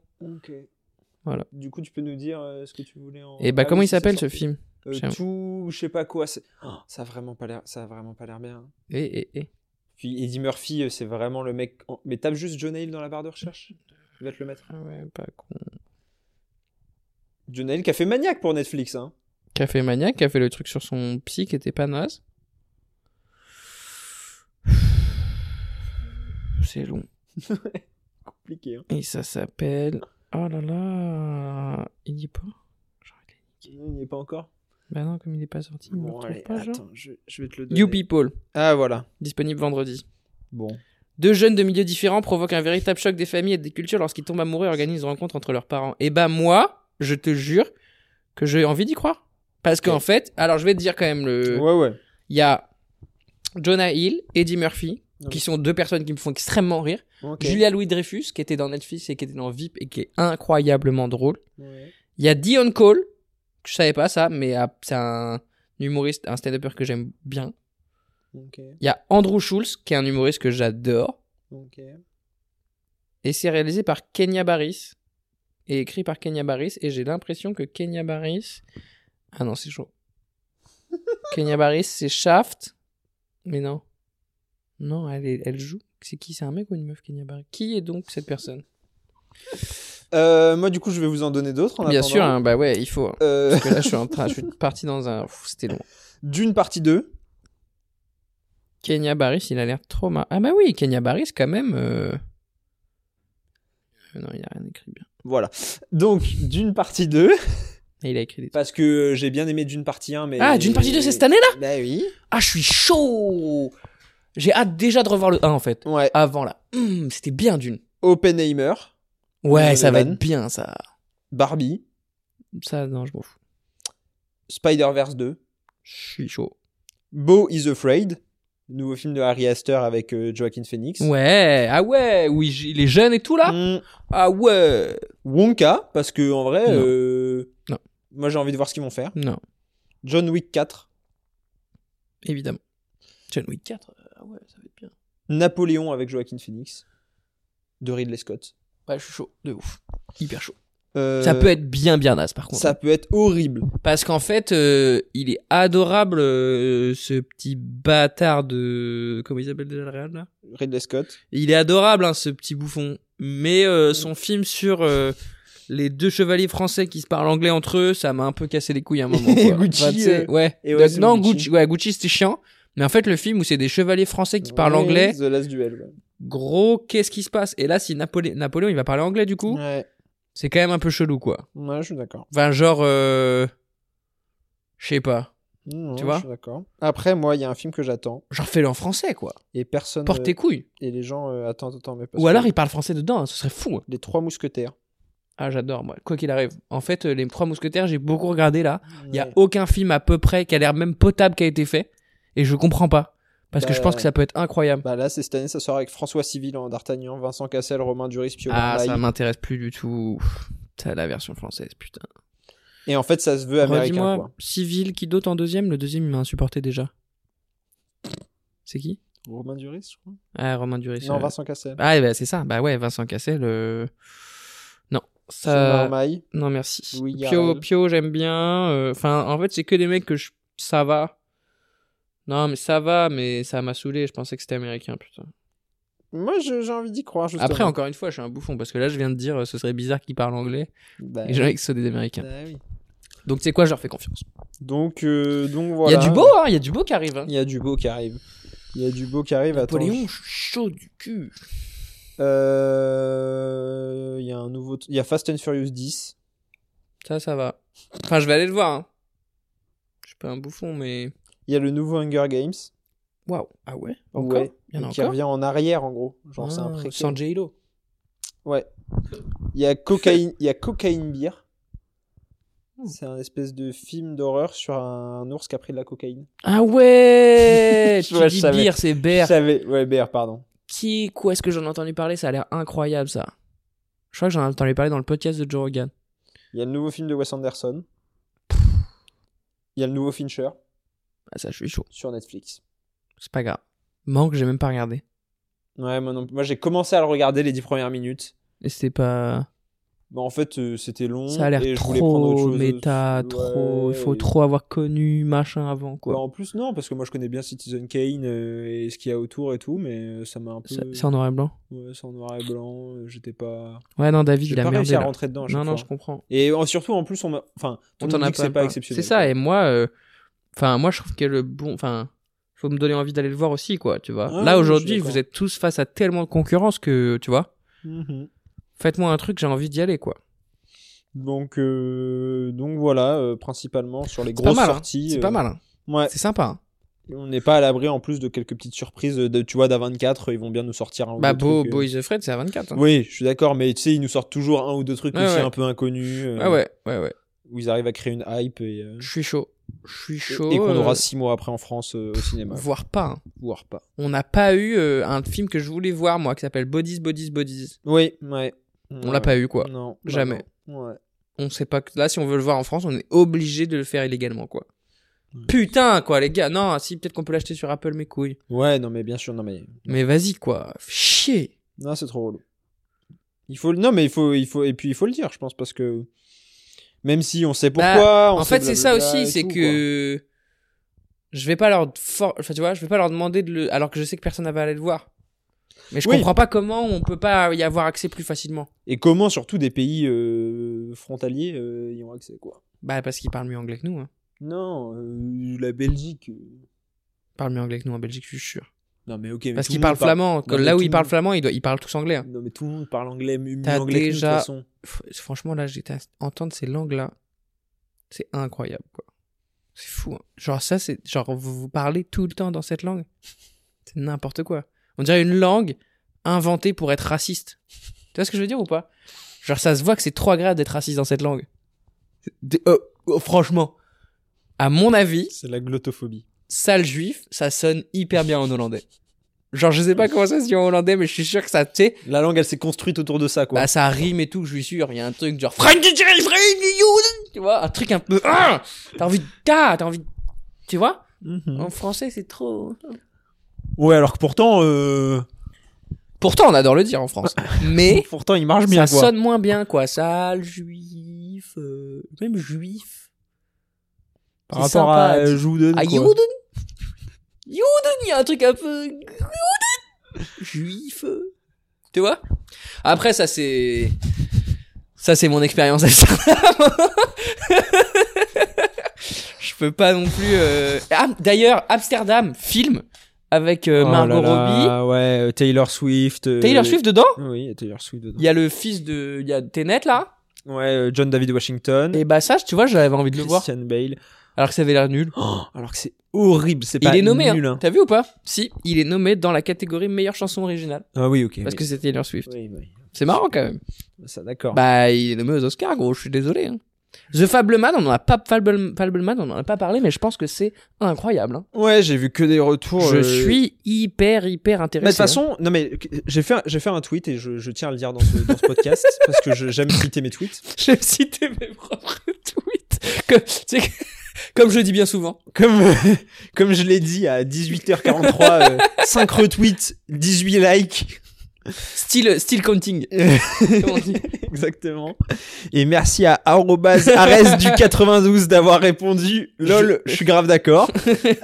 [SPEAKER 6] Voilà.
[SPEAKER 5] Du coup, tu peux nous dire euh, ce que tu voulais. En... Ah
[SPEAKER 6] et bah comment il s'appelle ce film
[SPEAKER 5] Euh,
[SPEAKER 6] J'aime.
[SPEAKER 5] tout, je sais pas quoi. c'est- Oh, ça a vraiment pas l'air, ça a vraiment pas l'air bien.
[SPEAKER 6] eh eh eh
[SPEAKER 5] Puis Eddie Murphy, euh, c'est vraiment le mec. en- Mais tape juste John Hill dans la barre de recherche. Tu vas te le mettre.
[SPEAKER 6] ah ouais pas con
[SPEAKER 5] John Hill qui a fait Maniac pour Netflix. Hein.
[SPEAKER 6] Café Maniac qui a fait le truc sur son psy qui était pas naze. C'est
[SPEAKER 5] *laughs*
[SPEAKER 6] long.
[SPEAKER 5] Compliqué. Hein.
[SPEAKER 6] Et ça s'appelle. Oh là là. Il y est pas. Genre, il est-
[SPEAKER 5] Il n'y est pas encore.
[SPEAKER 6] Bah non, comme il est pas sorti, il ne le
[SPEAKER 5] Bon,
[SPEAKER 6] retrouve
[SPEAKER 5] allez,
[SPEAKER 6] pas, genre.
[SPEAKER 5] attends, je, je vais te le donner.
[SPEAKER 6] You People,
[SPEAKER 5] Ah voilà.
[SPEAKER 6] disponible vendredi.
[SPEAKER 5] Bon.
[SPEAKER 6] Deux jeunes de milieux différents provoquent un véritable choc des familles et des cultures lorsqu'ils tombent amoureux et organisent une rencontre entre leurs parents. Et bah moi, je te jure que j'ai envie d'y croire. Parce qu'en fait, alors je vais te dire quand même le.
[SPEAKER 5] Ouais ouais.
[SPEAKER 6] Il y a Jonah Hill, Eddie Murphy,
[SPEAKER 5] Non,
[SPEAKER 6] qui sont deux personnes qui me font extrêmement rire.
[SPEAKER 5] Ok.
[SPEAKER 6] Julia Louis-Dreyfus, qui était dans Netflix et qui était dans VIP et qui est incroyablement drôle.
[SPEAKER 5] Ouais.
[SPEAKER 6] Il y a Dion Cole, que je savais pas ça, mais ah, c'est un humoriste, un stand-upper que j'aime bien.
[SPEAKER 5] Ok.
[SPEAKER 6] Il y a Andrew Schulz, qui est un humoriste que j'adore.
[SPEAKER 5] Ok.
[SPEAKER 6] Et c'est réalisé par Kenya Barris. Et écrit par Kenya Barris. Et j'ai l'impression que Kenya Barris. Ah non, c'est
[SPEAKER 5] *laughs*
[SPEAKER 6] chaud. Kenya Barris, c'est Shaft. Mais non. Non, elle, est- elle joue. C'est qui C'est un mec ou une meuf, Kenya Barris Qui est donc cette personne
[SPEAKER 5] Euh, moi du coup, je vais vous en donner d'autres. en
[SPEAKER 6] Bien
[SPEAKER 5] attendant.
[SPEAKER 6] sûr, hein, bah ouais, il faut. hein.
[SPEAKER 5] Euh,
[SPEAKER 6] Parce que là, je suis, en train, je suis parti dans un. Pff, C'était long.
[SPEAKER 5] D'une partie 2.
[SPEAKER 6] Kenya Barris, il a l'air trop mar... Ah bah oui, Kenya Barris, quand même. euh. Euh, Non, il a rien écrit bien.
[SPEAKER 5] Voilà. Donc d'une partie 2
[SPEAKER 6] Et il a écrit des.
[SPEAKER 5] parce que euh, j'ai bien aimé d'une partie 1 mais
[SPEAKER 6] Ah, d'une partie 2, c'est cette année
[SPEAKER 5] Bah oui.
[SPEAKER 6] Ah, je suis chaud J'ai hâte déjà de revoir le 1 en fait.
[SPEAKER 5] Ouais.
[SPEAKER 6] Avant là. Hum, C'était bien d'une.
[SPEAKER 5] Oppenheimer,
[SPEAKER 6] Ouais, ça va
[SPEAKER 5] Nolan.
[SPEAKER 6] être bien ça.
[SPEAKER 5] Barbie,
[SPEAKER 6] Ça, non, je m'en fous.
[SPEAKER 5] Spider-Verse 2,
[SPEAKER 6] Je suis chaud.
[SPEAKER 5] Beau is Afraid, nouveau film de Harry Astor avec euh, Joaquin Phoenix.
[SPEAKER 6] Ouais, ah ouais, oui, j- il est jeune et tout là.
[SPEAKER 5] Mm,
[SPEAKER 6] Ah ouais.
[SPEAKER 5] Wonka parce que en vrai
[SPEAKER 6] Non.
[SPEAKER 5] euh,
[SPEAKER 6] Non.
[SPEAKER 5] moi j'ai envie de voir ce qu'ils vont faire.
[SPEAKER 6] Non,
[SPEAKER 5] John Wick 4,
[SPEAKER 6] évidemment. John Wick 4, euh, ah ouais, ça va être bien.
[SPEAKER 5] Napoléon avec Joaquin Phoenix de Ridley Scott.
[SPEAKER 6] Ouais, je suis chaud, de ouf. Hyper chaud.
[SPEAKER 5] Euh,
[SPEAKER 6] Ça peut être bien, bien naze par contre.
[SPEAKER 5] ça peut être horrible.
[SPEAKER 6] Parce qu'en fait, euh, il est adorable euh, ce petit bâtard de. Comment il s'appelle déjà le Real là
[SPEAKER 5] Ridley Scott.
[SPEAKER 6] Il est adorable, hein, ce petit bouffon. Mais euh, son film sur euh, les deux chevaliers français qui se parlent anglais entre eux, ça m'a un peu cassé les couilles à un moment.
[SPEAKER 5] Et
[SPEAKER 6] quoi.
[SPEAKER 5] *laughs* Gucci,
[SPEAKER 6] tu sais,
[SPEAKER 5] euh,
[SPEAKER 6] ouais.
[SPEAKER 5] et ouais,
[SPEAKER 6] Donc,
[SPEAKER 5] c'est
[SPEAKER 6] non,
[SPEAKER 5] Gucci.
[SPEAKER 6] Gucci, ouais, Gucci c'était chiant. Mais en fait, le film où c'est des chevaliers français qui parlent
[SPEAKER 5] Ouais,
[SPEAKER 6] anglais,
[SPEAKER 5] The Last Duel. ouais.
[SPEAKER 6] gros, qu'est-ce qui se passe Et là, si Napolé- Napoléon, il va parler anglais du coup,
[SPEAKER 5] Ouais,
[SPEAKER 6] c'est quand même un peu chelou, quoi.
[SPEAKER 5] ouais, je suis d'accord.
[SPEAKER 6] Enfin, genre, euh, je sais pas,
[SPEAKER 5] Non,
[SPEAKER 6] Tu
[SPEAKER 5] non,
[SPEAKER 6] vois
[SPEAKER 5] Je suis d'accord. Après, moi, il y a un film que j'attends
[SPEAKER 6] genre fais-le en français, quoi.
[SPEAKER 5] et personne.
[SPEAKER 6] Porte tes
[SPEAKER 5] euh,
[SPEAKER 6] couilles.
[SPEAKER 5] et les gens euh, attendent attends, mais parce
[SPEAKER 6] Ou
[SPEAKER 5] que-
[SPEAKER 6] alors il parle français dedans, hein, ce serait fou.
[SPEAKER 5] les trois mousquetaires.
[SPEAKER 6] Ah, j'adore, moi. Quoi qu'il arrive. En fait, euh, les Trois Mousquetaires, j'ai beaucoup regardé là. Il y a
[SPEAKER 5] Ouais.
[SPEAKER 6] aucun film à peu près qui a l'air même potable qui a été fait. Et je comprends pas. Parce que je
[SPEAKER 5] Bah,
[SPEAKER 6] pense que ça peut être incroyable.
[SPEAKER 5] Bah là, c'est cette année, ça sort avec François Civil en D'Artagnan, Vincent Cassel, Romain Duris, Pio
[SPEAKER 6] ah,
[SPEAKER 5] Marmaille.
[SPEAKER 6] ça m'intéresse plus du tout. Pff, T'as la version française, putain.
[SPEAKER 5] Et en fait, ça se veut américain,
[SPEAKER 6] Redis-moi,
[SPEAKER 5] quoi.
[SPEAKER 6] Civil, qui d'autre en deuxième Le deuxième, il m'a insupporté déjà. C'est qui
[SPEAKER 5] Romain Duris, je crois.
[SPEAKER 6] Ah, Romain Duris.
[SPEAKER 5] Non,
[SPEAKER 6] euh.
[SPEAKER 5] Vincent Cassel.
[SPEAKER 6] Ah, bah, c'est ça. Bah ouais, Vincent Cassel. euh, Non,
[SPEAKER 5] Pio
[SPEAKER 6] ça.
[SPEAKER 5] Marmaille.
[SPEAKER 6] Non, merci.
[SPEAKER 5] Louis
[SPEAKER 6] Pio,
[SPEAKER 5] Garrel.
[SPEAKER 6] Pio j'aime bien. euh, Enfin, en fait, c'est que des mecs que je... ça va. Non, mais ça va, mais ça m'a saoulé. Je pensais que c'était américain, putain.
[SPEAKER 5] Moi, je- j'ai envie d'y croire, justement.
[SPEAKER 6] Après, encore une fois, je suis un bouffon parce que là, je viens de dire euh, ce serait bizarre qu'ils parlent anglais
[SPEAKER 5] Bah,
[SPEAKER 6] et j'ai envie que ce soit des américains.
[SPEAKER 5] bah oui.
[SPEAKER 6] Donc, c'est quoi, je leur fais confiance.
[SPEAKER 5] Donc, euh, donc
[SPEAKER 6] Il
[SPEAKER 5] voilà.
[SPEAKER 6] y a du beau, hein, il y a du beau qui arrive. Hein.
[SPEAKER 5] Il y a du beau qui arrive. Il y a du beau qui arrive. Attends,
[SPEAKER 6] Napoléon, je suis chaud du cul.
[SPEAKER 5] Euh, Il y a un nouveau. Il y a Fast and Furious 10.
[SPEAKER 6] Ça, ça va. Enfin, je vais aller le voir. hein. Je suis pas un bouffon, mais.
[SPEAKER 5] Il y a le nouveau Hunger Games.
[SPEAKER 6] Waouh. Ah ouais Encore
[SPEAKER 5] Ouais.
[SPEAKER 6] Il y en a
[SPEAKER 5] qui
[SPEAKER 6] encore
[SPEAKER 5] revient en arrière, en gros. Genre, c'est un
[SPEAKER 6] Ah,
[SPEAKER 5] préquel.
[SPEAKER 6] Sans J-Lo.
[SPEAKER 5] Ouais. Il y a Cocaine, il y a cocaine Beer. C'est un espèce de film d'horreur sur un ours qui a pris de la cocaïne.
[SPEAKER 6] Ah
[SPEAKER 5] *laughs*
[SPEAKER 6] ouais
[SPEAKER 5] Tu
[SPEAKER 6] Tu
[SPEAKER 5] vois, je
[SPEAKER 6] dis
[SPEAKER 5] savais.
[SPEAKER 6] beer, c'est
[SPEAKER 5] Je
[SPEAKER 6] beer.
[SPEAKER 5] savais, ouais, Beer, pardon.
[SPEAKER 6] Qui, quoi est-ce que j'en ai entendu parler Ça a l'air incroyable ça. Je crois que j'en ai entendu parler dans le podcast de Joe Rogan.
[SPEAKER 5] Il y a le nouveau film de Wes Anderson. Il y a le nouveau Fincher
[SPEAKER 6] Ah ça, je suis chaud.
[SPEAKER 5] sur Netflix.
[SPEAKER 6] C'est pas grave. Manque, j'ai même pas regardé.
[SPEAKER 5] Ouais, moi, non- moi, j'ai commencé à le regarder les dix premières minutes.
[SPEAKER 6] Et c'était pas.
[SPEAKER 5] Bah, en fait, euh, c'était long.
[SPEAKER 6] Ça a l'air
[SPEAKER 5] et je voulais prendre autre
[SPEAKER 6] trop
[SPEAKER 5] chose.
[SPEAKER 6] méta,
[SPEAKER 5] Ouais,
[SPEAKER 6] trop. Il faut
[SPEAKER 5] et-
[SPEAKER 6] trop avoir connu machin avant
[SPEAKER 5] Bah,
[SPEAKER 6] quoi.
[SPEAKER 5] en plus, non, parce que moi je connais bien Citizen Kane euh, et ce qu'il y a autour et tout, mais euh, ça m'a un peu.
[SPEAKER 6] C'est c'est en noir et blanc.
[SPEAKER 5] Ouais, c'est en noir et blanc, euh, j'étais pas.
[SPEAKER 6] Ouais, non, David,
[SPEAKER 5] J'ai
[SPEAKER 6] il a
[SPEAKER 5] pas
[SPEAKER 6] merdé.
[SPEAKER 5] réussi à
[SPEAKER 6] là.
[SPEAKER 5] rentrer dedans. à
[SPEAKER 6] Non,
[SPEAKER 5] chaque
[SPEAKER 6] non,
[SPEAKER 5] fois.
[SPEAKER 6] je comprends.
[SPEAKER 5] Et euh, surtout, en plus, on m'a. Enfin, tout
[SPEAKER 6] On
[SPEAKER 5] le
[SPEAKER 6] t'en
[SPEAKER 5] monde
[SPEAKER 6] a
[SPEAKER 5] dit que c'est pas
[SPEAKER 6] parlé.
[SPEAKER 5] exceptionnel.
[SPEAKER 6] C'est ça,
[SPEAKER 5] quoi.
[SPEAKER 6] et moi, euh, enfin, moi, je trouve que le bon, enfin, faut me donner envie d'aller le voir aussi, quoi, tu vois.
[SPEAKER 5] Ouais, ouais,
[SPEAKER 6] Là,
[SPEAKER 5] je
[SPEAKER 6] aujourd'hui,
[SPEAKER 5] suis d'accord.
[SPEAKER 6] vous êtes tous face à tellement de concurrence que, tu vois,
[SPEAKER 5] Mhm.
[SPEAKER 6] faites-moi un truc, j'ai envie d'y aller, quoi.
[SPEAKER 5] Donc, euh, donc voilà, euh, principalement sur les
[SPEAKER 6] C'est pas
[SPEAKER 5] grosses
[SPEAKER 6] mal, hein.
[SPEAKER 5] sorties.
[SPEAKER 6] c'est
[SPEAKER 5] euh,
[SPEAKER 6] pas mal, hein.
[SPEAKER 5] Ouais,
[SPEAKER 6] c'est sympa. hein.
[SPEAKER 5] on n'est pas à l'abri en plus de quelques petites surprises. De, tu vois, d'A24, ils vont bien nous sortir un ou
[SPEAKER 6] Bah,
[SPEAKER 5] deux
[SPEAKER 6] Beau,
[SPEAKER 5] trucs. euh.
[SPEAKER 6] Beau is Afraid, c'est à 24. hein.
[SPEAKER 5] Oui, je suis d'accord, mais tu sais, ils nous sortent toujours un ou deux trucs
[SPEAKER 6] Ouais,
[SPEAKER 5] aussi
[SPEAKER 6] ouais.
[SPEAKER 5] un peu inconnus. euh,
[SPEAKER 6] Ah ouais, ouais, ouais.
[SPEAKER 5] Où ils arrivent à créer une hype et, euh,
[SPEAKER 6] Je suis chaud. Je suis
[SPEAKER 5] et-
[SPEAKER 6] chaud.
[SPEAKER 5] et qu'on
[SPEAKER 6] euh,
[SPEAKER 5] aura six mois après en France euh, au cinéma.
[SPEAKER 6] Voire pas. hein.
[SPEAKER 5] *laughs* Voire pas.
[SPEAKER 6] On n'a pas eu euh, un film que je voulais voir, moi, qui s'appelle Bodies, Bodies, Bodies.
[SPEAKER 5] Oui, ouais.
[SPEAKER 6] On l'a pas eu, quoi.
[SPEAKER 5] Non, bah
[SPEAKER 6] Jamais.
[SPEAKER 5] non. Ouais.
[SPEAKER 6] on sait pas que là si on veut le voir en France on est obligé de le faire illégalement quoi
[SPEAKER 5] Ouais.
[SPEAKER 6] putain quoi les gars non si peut-être qu'on peut l'acheter sur Apple mes couilles
[SPEAKER 5] Ouais, non, mais bien sûr, non, mais.
[SPEAKER 6] mais vas-y quoi Fais chier
[SPEAKER 5] Non, c'est trop relou. Il faut le- non mais il faut il faut et puis il faut le dire, je pense parce que même si on sait pourquoi, on
[SPEAKER 6] Bah, en
[SPEAKER 5] sait
[SPEAKER 6] fait c'est ça
[SPEAKER 5] blablabla
[SPEAKER 6] aussi
[SPEAKER 5] et
[SPEAKER 6] c'est
[SPEAKER 5] tout,
[SPEAKER 6] que je vais pas leur for- enfin, tu vois je vais pas leur demander de le alors que je sais que personne n'avait allé le voir mais je
[SPEAKER 5] Oui.
[SPEAKER 6] comprends pas comment on peut pas y avoir accès plus facilement
[SPEAKER 5] quoi. Et comment surtout des pays euh, frontaliers euh, y ont accès quoi
[SPEAKER 6] bah parce qu'ils parlent mieux anglais que nous hein.
[SPEAKER 5] Non, euh, la Belgique. euh,
[SPEAKER 6] ils parlent mieux anglais que nous en Belgique je suis sûr
[SPEAKER 5] Non mais ok. mais
[SPEAKER 6] parce
[SPEAKER 5] tout
[SPEAKER 6] qu'ils
[SPEAKER 5] le
[SPEAKER 6] parlent
[SPEAKER 5] monde parle-
[SPEAKER 6] flamand que
[SPEAKER 5] mais
[SPEAKER 6] là où
[SPEAKER 5] tout
[SPEAKER 6] ils
[SPEAKER 5] le
[SPEAKER 6] parlent
[SPEAKER 5] monde-
[SPEAKER 6] flamand ils, doivent- ils parlent tous anglais hein.
[SPEAKER 5] Non mais tout le monde parle anglais, mieux
[SPEAKER 6] T'as
[SPEAKER 5] anglais que nous, de
[SPEAKER 6] déjà-
[SPEAKER 5] toute façon.
[SPEAKER 6] F- franchement là j'ai été à entendre ces langues là c'est incroyable quoi c'est fou hein. genre ça c'est genre vous vous parlez tout le temps dans cette langue c'est n'importe quoi on dirait une langue inventée pour être raciste tu vois ce que je veux dire ou pas genre ça se voit que c'est trop agréable d'être raciste dans cette langue C'est- des- euh, euh, franchement à mon avis
[SPEAKER 5] C'est la glottophobie.
[SPEAKER 6] sale juif ça sonne hyper bien en hollandais genre je sais pas comment ça se dit en hollandais mais je suis sûr que ça tu sais
[SPEAKER 5] La langue elle s'est construite autour de ça quoi.
[SPEAKER 6] bah ça rime et tout, je suis sûr. Il y a un truc genre Frankie Jerry, Frankie Youden, tu vois, un truc un peu. Ah t'as envie de ta, t'as envie. de- Tu vois,
[SPEAKER 5] Mhm.
[SPEAKER 6] en français c'est trop.
[SPEAKER 5] Ouais alors que pourtant euh,
[SPEAKER 6] Pourtant on adore le dire en France, mais
[SPEAKER 5] pourtant il marche bien
[SPEAKER 6] ça
[SPEAKER 5] quoi.
[SPEAKER 6] sonne moins bien quoi. Sale juif, euh, même juif.
[SPEAKER 5] Par
[SPEAKER 6] C'est
[SPEAKER 5] rapport
[SPEAKER 6] sympa,
[SPEAKER 5] à euh,
[SPEAKER 6] tu-
[SPEAKER 5] Jouden,
[SPEAKER 6] à
[SPEAKER 5] quoi.
[SPEAKER 6] *laughs* Youden, Youden, il y a un truc un peu Youden, juif. euh. Tu vois Après, ça c'est. Ça *laughs* c'est mon expérience d'Amsterdam. Je peux pas non plus. euh, ah, D'ailleurs, Amsterdam, film avec euh,
[SPEAKER 5] Oh
[SPEAKER 6] Margot
[SPEAKER 5] là
[SPEAKER 6] Robbie.
[SPEAKER 5] là, Ouais, euh, Taylor Swift. euh,
[SPEAKER 6] Taylor Swift dedans
[SPEAKER 5] Oui, il y a Taylor Swift dedans.
[SPEAKER 6] Il y a le fils de. Il y a Tenet là
[SPEAKER 5] Ouais, euh, John David Washington.
[SPEAKER 6] Et bah ça, tu vois, j'avais envie de le voir.
[SPEAKER 5] Christian Bale.
[SPEAKER 6] Alors que ça avait l'air nul.
[SPEAKER 5] Alors que c'est horrible, c'est
[SPEAKER 6] Il
[SPEAKER 5] pas
[SPEAKER 6] est nommé,
[SPEAKER 5] nul.
[SPEAKER 6] hein.
[SPEAKER 5] hein.
[SPEAKER 6] t'as vu ou pas Si, il est nommé dans la catégorie meilleure chanson originale.
[SPEAKER 5] Ah oui, ok.
[SPEAKER 6] Parce que
[SPEAKER 5] oui.
[SPEAKER 6] c'est Taylor Swift.
[SPEAKER 5] Oui, oui.
[SPEAKER 6] C'est marrant quand même.
[SPEAKER 5] Ça, d'accord.
[SPEAKER 6] Bah, il est nommé aux Oscars, gros, je suis désolé. hein. The Fableman, on en a pas, Fable- Fableman, on en a pas parlé, mais je pense que c'est incroyable. hein.
[SPEAKER 5] Ouais, j'ai vu que des retours.
[SPEAKER 6] je
[SPEAKER 5] euh,
[SPEAKER 6] suis hyper, hyper
[SPEAKER 5] Mais de
[SPEAKER 6] intéressé.
[SPEAKER 5] toute façon, non mais euh, j'ai fait, un- j'ai fait un tweet et je, je tiens à le dire dans ce, dans ce podcast parce que je- j'aime citer mes tweets.
[SPEAKER 6] hein. j'ai cité mes propres *laughs* tweets. Comme, tu sais *laughs* que- comme je dis bien souvent.
[SPEAKER 5] Comme, *laughs* comme je l'ai dit à 18h43, *laughs* 5 euh, retweets, 18 likes.
[SPEAKER 6] Still, still counting. Comment on dit
[SPEAKER 5] Exactement. Et merci à arrobase Ares du 92 d'avoir répondu. Lol, je suis grave *laughs* d'accord.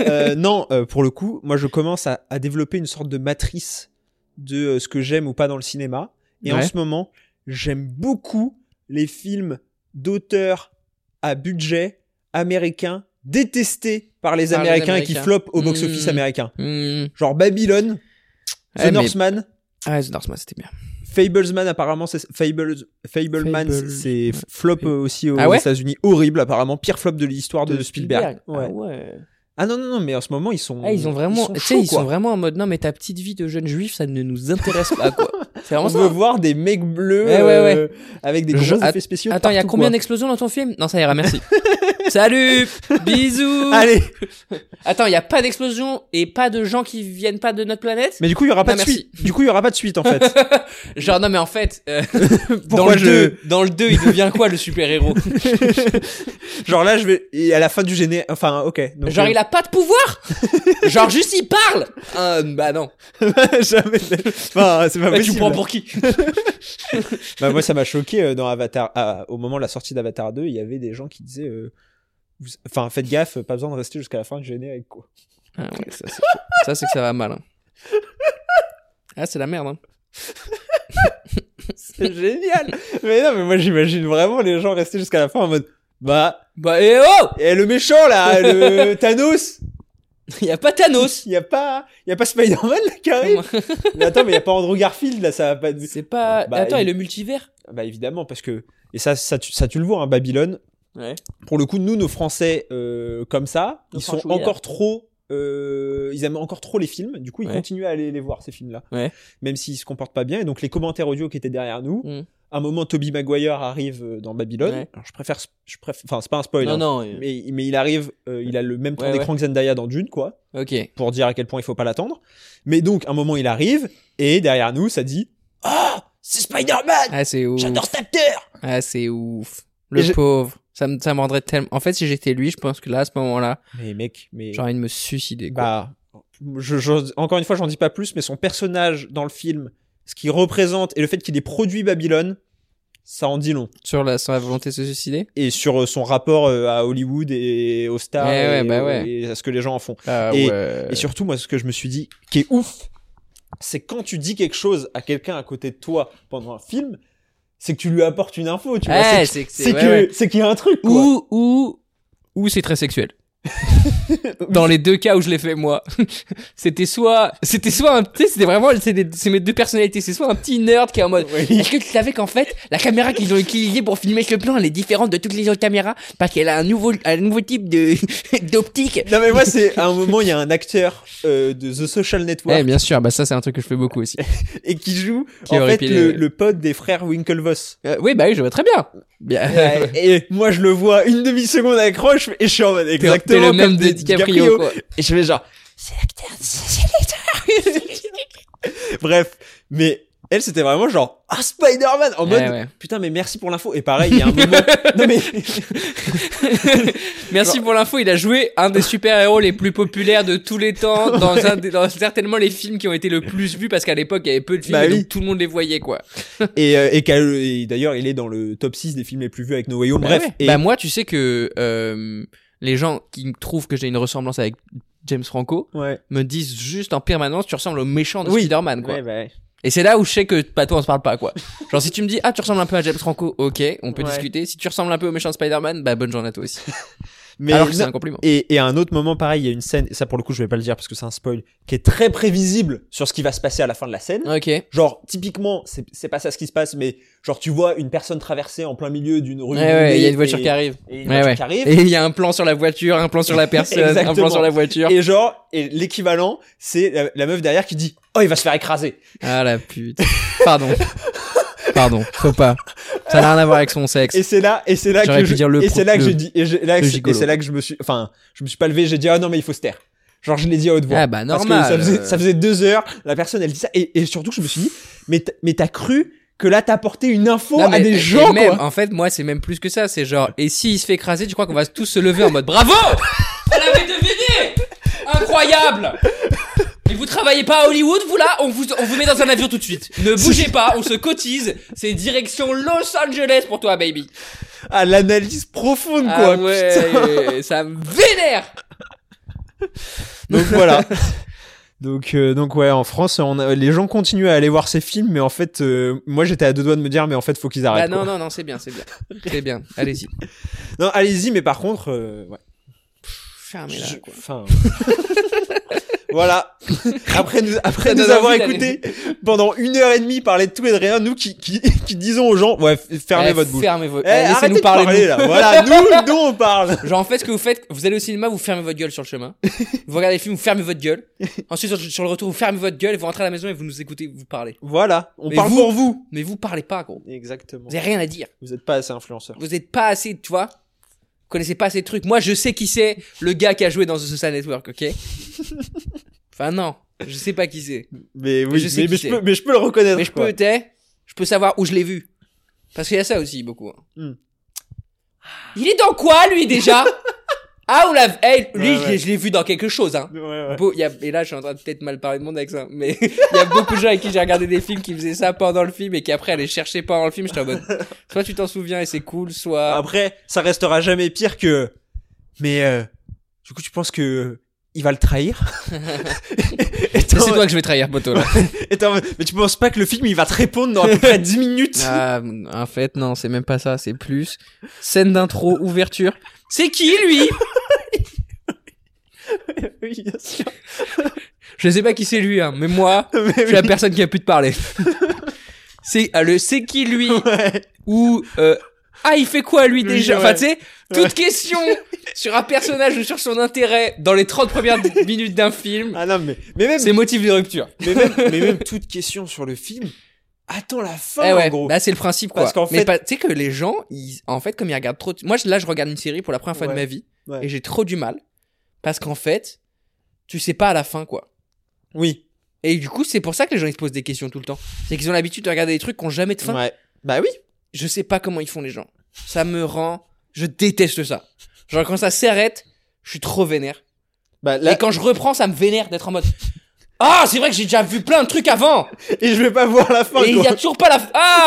[SPEAKER 5] Euh, non, euh, pour le coup, moi je commence à, à développer une sorte de matrice de euh, ce que j'aime ou pas dans le cinéma. Et en
[SPEAKER 6] Ouais.
[SPEAKER 5] ce moment, j'aime beaucoup les films d'auteurs à budget américains détestés par les,
[SPEAKER 6] Par les
[SPEAKER 5] Américains, et qui
[SPEAKER 6] Américains.
[SPEAKER 5] flopent au box-office
[SPEAKER 6] Mmh.
[SPEAKER 5] américain.
[SPEAKER 6] Hmm.
[SPEAKER 5] Genre Babylone, The
[SPEAKER 6] Ouais, mais-
[SPEAKER 5] Northman,
[SPEAKER 6] Ah, The Northman, c'était bien.
[SPEAKER 5] Fablesman apparemment c'est Fables Fableman
[SPEAKER 6] Fables-
[SPEAKER 5] c'est flop euh, aussi aux
[SPEAKER 6] Ah ouais
[SPEAKER 5] États-Unis horrible apparemment pire flop de l'histoire de, Spielberg.
[SPEAKER 6] Ah
[SPEAKER 5] Ouais.
[SPEAKER 6] ouais.
[SPEAKER 5] Ah non non non mais en ce moment ils sont
[SPEAKER 6] Ah, ils ont vraiment,
[SPEAKER 5] sont
[SPEAKER 6] tu
[SPEAKER 5] chauds,
[SPEAKER 6] sais, ils
[SPEAKER 5] quoi.
[SPEAKER 6] sont vraiment en mode non, mais ta petite vie de jeune juif, ça ne nous intéresse pas, Ah, quoi. C'est
[SPEAKER 5] on
[SPEAKER 6] vraiment ça.
[SPEAKER 5] veut voir des mecs bleus
[SPEAKER 6] Ouais, ouais,
[SPEAKER 5] euh, avec des gros
[SPEAKER 6] Je-
[SPEAKER 5] effets spéciaux.
[SPEAKER 6] Attends, il y a
[SPEAKER 5] partout,
[SPEAKER 6] combien
[SPEAKER 5] quoi.
[SPEAKER 6] d'explosions dans ton film Non, ça ira, *laughs* merci. Salut *laughs* Bisous
[SPEAKER 5] Allez,
[SPEAKER 6] Attends, il y a pas d'explosions et pas de gens qui viennent pas de notre planète
[SPEAKER 5] mais du coup il y aura pas
[SPEAKER 6] Non,
[SPEAKER 5] de
[SPEAKER 6] merci.
[SPEAKER 5] suite. Du coup il y aura pas de suite en *laughs* fait.
[SPEAKER 6] Genre, non, mais en fait, euh, dans,
[SPEAKER 5] Pourquoi
[SPEAKER 6] le
[SPEAKER 5] je
[SPEAKER 6] 2, dans le 2, il devient quoi le super-héros
[SPEAKER 5] genre là je vais et à la fin du géné enfin ok donc,
[SPEAKER 6] Genre,
[SPEAKER 5] euh,
[SPEAKER 6] il a pas de pouvoir Genre, juste il parle Euh, Bah non,
[SPEAKER 5] jamais. de- Enfin c'est pas
[SPEAKER 6] Bah, tu
[SPEAKER 5] possible.
[SPEAKER 6] prends pour qui
[SPEAKER 5] Bah, moi, ça m'a choqué euh, dans Avatar. à- au moment de la sortie d'Avatar 2, il y avait des gens qui disaient. euh, vous- Enfin, faites gaffe, pas besoin de rester jusqu'à la fin du générique, quoi.
[SPEAKER 6] Ah ouais, ça, c'est- ça, c'est que ça va mal. hein. Ah, c'est la merde. Hein.
[SPEAKER 5] C'est génial! Mais non, mais moi, j'imagine vraiment les gens rester jusqu'à la fin en mode. Bah,
[SPEAKER 6] Bah, et oh
[SPEAKER 5] et le méchant, là, le Thanos,
[SPEAKER 6] Il y a pas Thanos
[SPEAKER 5] il y a pas, il y a pas
[SPEAKER 6] *laughs*
[SPEAKER 5] Spider-Man, là, qui arrive. Mais attends, mais il y a pas Andrew Garfield, là, ça va pas.
[SPEAKER 6] hein, C'est pas.
[SPEAKER 5] Bah,
[SPEAKER 6] Ah, Attends,
[SPEAKER 5] il-
[SPEAKER 6] et le multivers
[SPEAKER 5] Bah, évidemment, parce que, et ça, ça, tu, ça, tu le vois, hein, Babylone.
[SPEAKER 6] Ouais.
[SPEAKER 5] Pour le coup, nous, nos Français, euh, comme ça,
[SPEAKER 6] Nos
[SPEAKER 5] ils sont
[SPEAKER 6] franchouillards.
[SPEAKER 5] encore trop. euh, ils aiment encore trop les films, du coup ils
[SPEAKER 6] Ouais.
[SPEAKER 5] continuent à aller les voir ces films-là,
[SPEAKER 6] Ouais.
[SPEAKER 5] même s'ils se comportent pas bien. Et donc les commentaires audio qui étaient derrière nous,
[SPEAKER 6] Mm.
[SPEAKER 5] à un moment Toby Maguire arrive euh, dans Babylone.
[SPEAKER 6] Ouais.
[SPEAKER 5] Alors, je préfère, je préfère, enfin c'est pas un spoil,
[SPEAKER 6] Non,
[SPEAKER 5] hein.
[SPEAKER 6] non. euh,
[SPEAKER 5] mais mais il arrive, euh, il a le même temps
[SPEAKER 6] Ouais,
[SPEAKER 5] d'écran que Zendaya dans Dune, quoi
[SPEAKER 6] Ok.
[SPEAKER 5] pour dire à quel point il faut pas l'attendre. Mais donc, un moment, il arrive, et derrière nous, ça dit Ah, c'est Spider-Man
[SPEAKER 6] Ah, c'est ouf.
[SPEAKER 5] J'adore cet acteur
[SPEAKER 6] Ah, c'est ouf. Le
[SPEAKER 5] Et je-
[SPEAKER 6] pauvre. Ça me, ça me rendrait tellement. En fait, si j'étais lui, je pense que là, à ce moment-là,
[SPEAKER 5] Mais mec, mais.
[SPEAKER 6] j'aurais envie de me suicider. Quoi.
[SPEAKER 5] bah, je, je- encore une fois, j'en dis pas plus, mais son personnage dans le film, ce qu'il représente, et le fait qu'il ait produit Babylone, ça en dit long.
[SPEAKER 6] Sur la, sur la volonté de se suicider
[SPEAKER 5] Et sur euh, son rapport euh, à Hollywood et aux stars,
[SPEAKER 6] Ouais, ouais,
[SPEAKER 5] Ah, et,
[SPEAKER 6] bah ouais.
[SPEAKER 5] et à ce que les gens en font.
[SPEAKER 6] Ah,
[SPEAKER 5] Et-
[SPEAKER 6] ouais.
[SPEAKER 5] Et surtout, moi, ce que je me suis dit, qui est ouf, c'est quand tu dis quelque chose à quelqu'un à côté de toi pendant un film, c'est que tu lui apportes une info, tu vois.
[SPEAKER 6] Ouais,
[SPEAKER 5] c'est-
[SPEAKER 6] Eh, c'est que c'est.
[SPEAKER 5] C'est
[SPEAKER 6] ouais,
[SPEAKER 5] que-
[SPEAKER 6] Ah ouais.
[SPEAKER 5] c'est qu'il y a un truc, quoi.
[SPEAKER 6] Ou, ou, ou c'est très *laughs* sexuel. Dans les deux cas où je l'ai fait moi, *laughs* c'était soit, c'était soit un, tu sais, c'était vraiment, c'est des- c'est mes deux personnalités. C'est soit un petit nerd qui est en mode,
[SPEAKER 5] Oui.
[SPEAKER 6] Est-ce que tu savais qu'en fait, la caméra qu'ils ont utilisée pour filmer ce plan, elle est différente de toutes les autres caméras parce qu'elle a un nouveau, un nouveau type de *laughs* d'optique *laughs*
[SPEAKER 5] Non, mais moi, c'est à un moment, il y a un acteur euh, de The Social Network
[SPEAKER 6] Eh bien sûr, bah ça c'est un truc que je fais beaucoup aussi.
[SPEAKER 5] et qui joue
[SPEAKER 6] Qui
[SPEAKER 5] en
[SPEAKER 6] aurait
[SPEAKER 5] fait
[SPEAKER 6] pu le-
[SPEAKER 5] le, le pote des
[SPEAKER 6] *laughs*
[SPEAKER 5] frères Winklevoss.
[SPEAKER 6] Euh, oui, bah oui, je vois très bien. Bien.
[SPEAKER 5] Ouais, et moi, je le vois une demi-seconde accroche et je suis en mode
[SPEAKER 6] T'es- t'es
[SPEAKER 5] exactement
[SPEAKER 6] le même
[SPEAKER 5] comme
[SPEAKER 6] de
[SPEAKER 5] des-
[SPEAKER 6] DiCaprio, quoi.
[SPEAKER 5] Et je fais genre, *laughs* bref. Mais elle, c'était vraiment genre, ah, Spider-Man en
[SPEAKER 6] Eh Ouais,
[SPEAKER 5] mode,
[SPEAKER 6] ouais.
[SPEAKER 5] putain, mais merci pour l'info. Et pareil, il
[SPEAKER 6] *laughs*
[SPEAKER 5] y a un moment. non, mais.
[SPEAKER 6] Merci pour l'info. Il a joué un des super-héros les plus populaires de tous les
[SPEAKER 5] *laughs*
[SPEAKER 6] temps dans, un des- dans certainement les films qui ont été le plus vus parce qu'à l'époque il y avait peu de films
[SPEAKER 5] Bah
[SPEAKER 6] et donc
[SPEAKER 5] oui.
[SPEAKER 6] tout le monde les voyait quoi.
[SPEAKER 5] et euh, et, qu'à- et d'ailleurs, il est dans le top 6 des films les plus vus avec No Way Home. bref.
[SPEAKER 6] Bah, ouais.
[SPEAKER 5] Et
[SPEAKER 6] Bah, moi, tu sais que euh, les gens qui me trouvent que j'ai une ressemblance avec James Franco
[SPEAKER 5] Ouais.
[SPEAKER 6] me disent juste en permanence tu ressembles au méchant de
[SPEAKER 5] Oui.
[SPEAKER 6] Spider-Man quoi.
[SPEAKER 5] Ouais, bah, ouais.
[SPEAKER 6] Et c'est là où je sais que pas toi on se parle pas quoi. Genre si tu me dis ah tu ressembles un peu à James Franco, ok, on peut
[SPEAKER 5] Ouais.
[SPEAKER 6] discuter. Si tu ressembles un peu au méchant Spider-Man, bah bonne journée à toi aussi.
[SPEAKER 5] *laughs* Mais
[SPEAKER 6] Alors que c'est
[SPEAKER 5] non,
[SPEAKER 6] un compliment.
[SPEAKER 5] Et, et à un autre moment, pareil, il y a une scène, et ça pour le coup, je vais pas le dire parce que c'est un spoil, qui est très prévisible sur ce qui va se passer à la fin de la scène.
[SPEAKER 6] Ok.
[SPEAKER 5] Genre, typiquement, c'est c'est pas ça ce qui se passe, mais genre, tu vois une personne traversée en plein milieu d'une rue.
[SPEAKER 6] Ouais, ouais, il y a une voiture
[SPEAKER 5] et-
[SPEAKER 6] qui arrive.
[SPEAKER 5] Et une
[SPEAKER 6] Ouais,
[SPEAKER 5] voiture
[SPEAKER 6] ouais.
[SPEAKER 5] qui
[SPEAKER 6] *laughs*
[SPEAKER 5] arrive.
[SPEAKER 6] Et il y a un plan sur la voiture, un plan sur la personne, un plan
[SPEAKER 5] Exactement.
[SPEAKER 6] sur la voiture.
[SPEAKER 5] Et genre, et l'équivalent, c'est la, la meuf derrière qui dit Oh, il va se faire écraser.
[SPEAKER 6] Ah la pute. Pardon. Pardon, faut pas. Ça n'a rien à voir avec son sexe.
[SPEAKER 5] Et c'est là, et c'est là
[SPEAKER 6] J'aurais
[SPEAKER 5] que
[SPEAKER 6] pu
[SPEAKER 5] je,
[SPEAKER 6] dire le
[SPEAKER 5] et
[SPEAKER 6] pro-
[SPEAKER 5] c'est là que
[SPEAKER 6] le-
[SPEAKER 5] je dis, et, je- là,
[SPEAKER 6] le
[SPEAKER 5] c'est- et
[SPEAKER 6] gigolo.
[SPEAKER 5] c'est là que je me suis, enfin, je me suis pas levé, j'ai dit Ah non, mais il faut se taire. Genre, je l'ai dit à haute voix.
[SPEAKER 6] Ah bah
[SPEAKER 5] Parce que
[SPEAKER 6] normal.
[SPEAKER 5] ça, faisait, ça faisait deux heures, la personne elle dit ça, et, et surtout je me suis dit, mais t'as- mais t'as cru que là t'as apporté une info
[SPEAKER 6] Non,
[SPEAKER 5] à
[SPEAKER 6] mais-
[SPEAKER 5] des
[SPEAKER 6] et
[SPEAKER 5] gens
[SPEAKER 6] même,
[SPEAKER 5] quoi
[SPEAKER 6] En fait, moi, c'est même plus que ça. C'est genre, et s'il se fait écraser, tu crois qu'on va tous se lever en mode bravo On l'avait deviné Incroyable Et vous travaillez pas à Hollywood, vous là on vous, on vous met dans un avion tout de suite. Ne bougez pas, on se cotise. C'est direction Los Angeles pour toi, baby.
[SPEAKER 5] À l'analyse profonde
[SPEAKER 6] Ah
[SPEAKER 5] quoi putain.
[SPEAKER 6] ouais, ça me vénère
[SPEAKER 5] Donc
[SPEAKER 6] *laughs*
[SPEAKER 5] voilà. Donc, euh, donc ouais, en France, on a- les gens continuent à aller voir ces films, mais en fait, euh, moi j'étais à deux doigts de me dire, mais en fait, faut qu'ils
[SPEAKER 6] Bah
[SPEAKER 5] arrêtent.
[SPEAKER 6] non,
[SPEAKER 5] quoi.
[SPEAKER 6] non, non, c'est bien, c'est bien. C'est bien, allez-y.
[SPEAKER 5] non. allez-y, mais par contre, euh, ouais.
[SPEAKER 6] Fermez-la,
[SPEAKER 5] Bah. Je-
[SPEAKER 6] quoi.
[SPEAKER 5] enfin, *laughs* voilà. Après nous, après
[SPEAKER 6] Ça
[SPEAKER 5] nous
[SPEAKER 6] donne
[SPEAKER 5] avoir
[SPEAKER 6] envie d'aller.
[SPEAKER 5] écouté pendant une heure et demie parler de tout et de rien, nous qui, qui, *laughs* qui disons aux gens, ouais, f- fermez
[SPEAKER 6] Eh,
[SPEAKER 5] votre bouche.
[SPEAKER 6] Fermez votre... eh,
[SPEAKER 5] Eh, arrêtez
[SPEAKER 6] Laissez-nous
[SPEAKER 5] de
[SPEAKER 6] parler, nous.
[SPEAKER 5] là. *laughs* Voilà, nous, nous on parle.
[SPEAKER 6] Genre en fait ce que vous faites, vous allez au cinéma, vous fermez votre gueule sur le chemin. Vous regardez les films, vous fermez votre
[SPEAKER 5] *laughs*
[SPEAKER 6] gueule. Ensuite sur, sur le retour, vous fermez votre gueule, et vous rentrez à la maison et vous nous écoutez, vous parlez.
[SPEAKER 5] Voilà, on
[SPEAKER 6] Mais
[SPEAKER 5] parle
[SPEAKER 6] vous-
[SPEAKER 5] pour vous.
[SPEAKER 6] Mais vous parlez pas gros.
[SPEAKER 5] Exactement.
[SPEAKER 6] Vous avez rien à dire.
[SPEAKER 5] Vous êtes pas assez influenceur.
[SPEAKER 6] Vous êtes pas assez, tu vois. Vous connaissez pas assez de trucs. Moi je sais qui c'est le gars qui a joué dans The Social Network, ok Enfin non, je sais pas qui c'est.
[SPEAKER 5] Mais oui,
[SPEAKER 6] je sais
[SPEAKER 5] mais,
[SPEAKER 6] qui
[SPEAKER 5] mais
[SPEAKER 6] c'est.
[SPEAKER 5] je peux, mais je peux le reconnaître.
[SPEAKER 6] Mais je
[SPEAKER 5] quoi.
[SPEAKER 6] peux, t'es, je peux savoir où je l'ai vu. Parce qu'il y a ça aussi, beaucoup. hein.
[SPEAKER 5] Hmm.
[SPEAKER 6] Il est dans quoi, lui,
[SPEAKER 5] *laughs*
[SPEAKER 6] déjà Ah, on l'a... Hey, lui,
[SPEAKER 5] Ouais,
[SPEAKER 6] je l'ai-
[SPEAKER 5] ouais.
[SPEAKER 6] je l'ai vu dans quelque chose, hein.
[SPEAKER 5] Ouais, ouais.
[SPEAKER 6] Beau- il y a- et là, je suis en train de peut-être mal parler de mon ex, hein, mais *laughs* il y a beaucoup de gens avec qui j'ai regardé des films qui faisaient ça pendant le film et qui après allaient chercher pendant le film. J'étais en mode, soit tu t'en souviens et c'est cool, soit...
[SPEAKER 5] Après, ça restera jamais pire que. Mais euh, du coup, tu penses que euh, il va
[SPEAKER 6] *laughs*
[SPEAKER 5] le trahir *laughs* Et t'es
[SPEAKER 6] Ça,
[SPEAKER 5] en-
[SPEAKER 6] c'est toi que je vais trahir, poteau, là.
[SPEAKER 5] et t'es en mode, Mais tu penses pas que le film il va te répondre dans à peu
[SPEAKER 6] *laughs*
[SPEAKER 5] près 10 minutes
[SPEAKER 6] Ah, en fait, non, c'est même pas ça, c'est plus scène d'intro, ouverture. C'est qui, lui
[SPEAKER 5] *laughs* Oui, bien sûr.
[SPEAKER 6] Je sais pas qui c'est lui, hein, mais moi,
[SPEAKER 5] Mais
[SPEAKER 6] Je suis la
[SPEAKER 5] oui.
[SPEAKER 6] personne qui a pu te
[SPEAKER 5] *laughs*
[SPEAKER 6] parler. c'est ah, le c'est qui lui
[SPEAKER 5] Ouais.
[SPEAKER 6] ou euh, ah il fait quoi lui
[SPEAKER 5] Lui,
[SPEAKER 6] déjà
[SPEAKER 5] ouais.
[SPEAKER 6] Enfin tu sais, toute
[SPEAKER 5] Ouais.
[SPEAKER 6] question sur un personnage ou sur son intérêt dans les 30
[SPEAKER 5] *laughs*
[SPEAKER 6] premières minutes d'un film,
[SPEAKER 5] Ah non, mais, mais, même,
[SPEAKER 6] c'est motif de rupture.
[SPEAKER 5] mais, même, mais même toute question sur le film, attends la fin
[SPEAKER 6] eh
[SPEAKER 5] en
[SPEAKER 6] ouais,
[SPEAKER 5] gros.
[SPEAKER 6] bah c'est le principe quoi.
[SPEAKER 5] Parce qu'en
[SPEAKER 6] Mais
[SPEAKER 5] fait-
[SPEAKER 6] pas- tu sais que les gens, ils en fait comme ils regardent trop de- moi je- là je regarde une série pour la première fois de
[SPEAKER 5] Ouais.
[SPEAKER 6] ma vie
[SPEAKER 5] Ouais.
[SPEAKER 6] et j'ai trop du mal parce qu'en fait, tu sais pas à la fin quoi.
[SPEAKER 5] Oui.
[SPEAKER 6] Et du coup, c'est pour ça que les gens ils se posent des questions tout le temps. C'est qu'ils ont l'habitude de regarder des trucs qui ont jamais de fin.
[SPEAKER 5] Ouais. Bah oui.
[SPEAKER 6] je sais pas comment ils font les gens. Ça me rend, je déteste ça. Genre quand ça s'arrête, je suis trop vénère.
[SPEAKER 5] Bah là,
[SPEAKER 6] Et quand je reprends, ça me vénère d'être en mode Ah, c'est vrai que j'ai déjà vu plein de trucs avant
[SPEAKER 5] et je vais pas voir la fin.
[SPEAKER 6] et il
[SPEAKER 5] quoi.
[SPEAKER 6] y a toujours pas la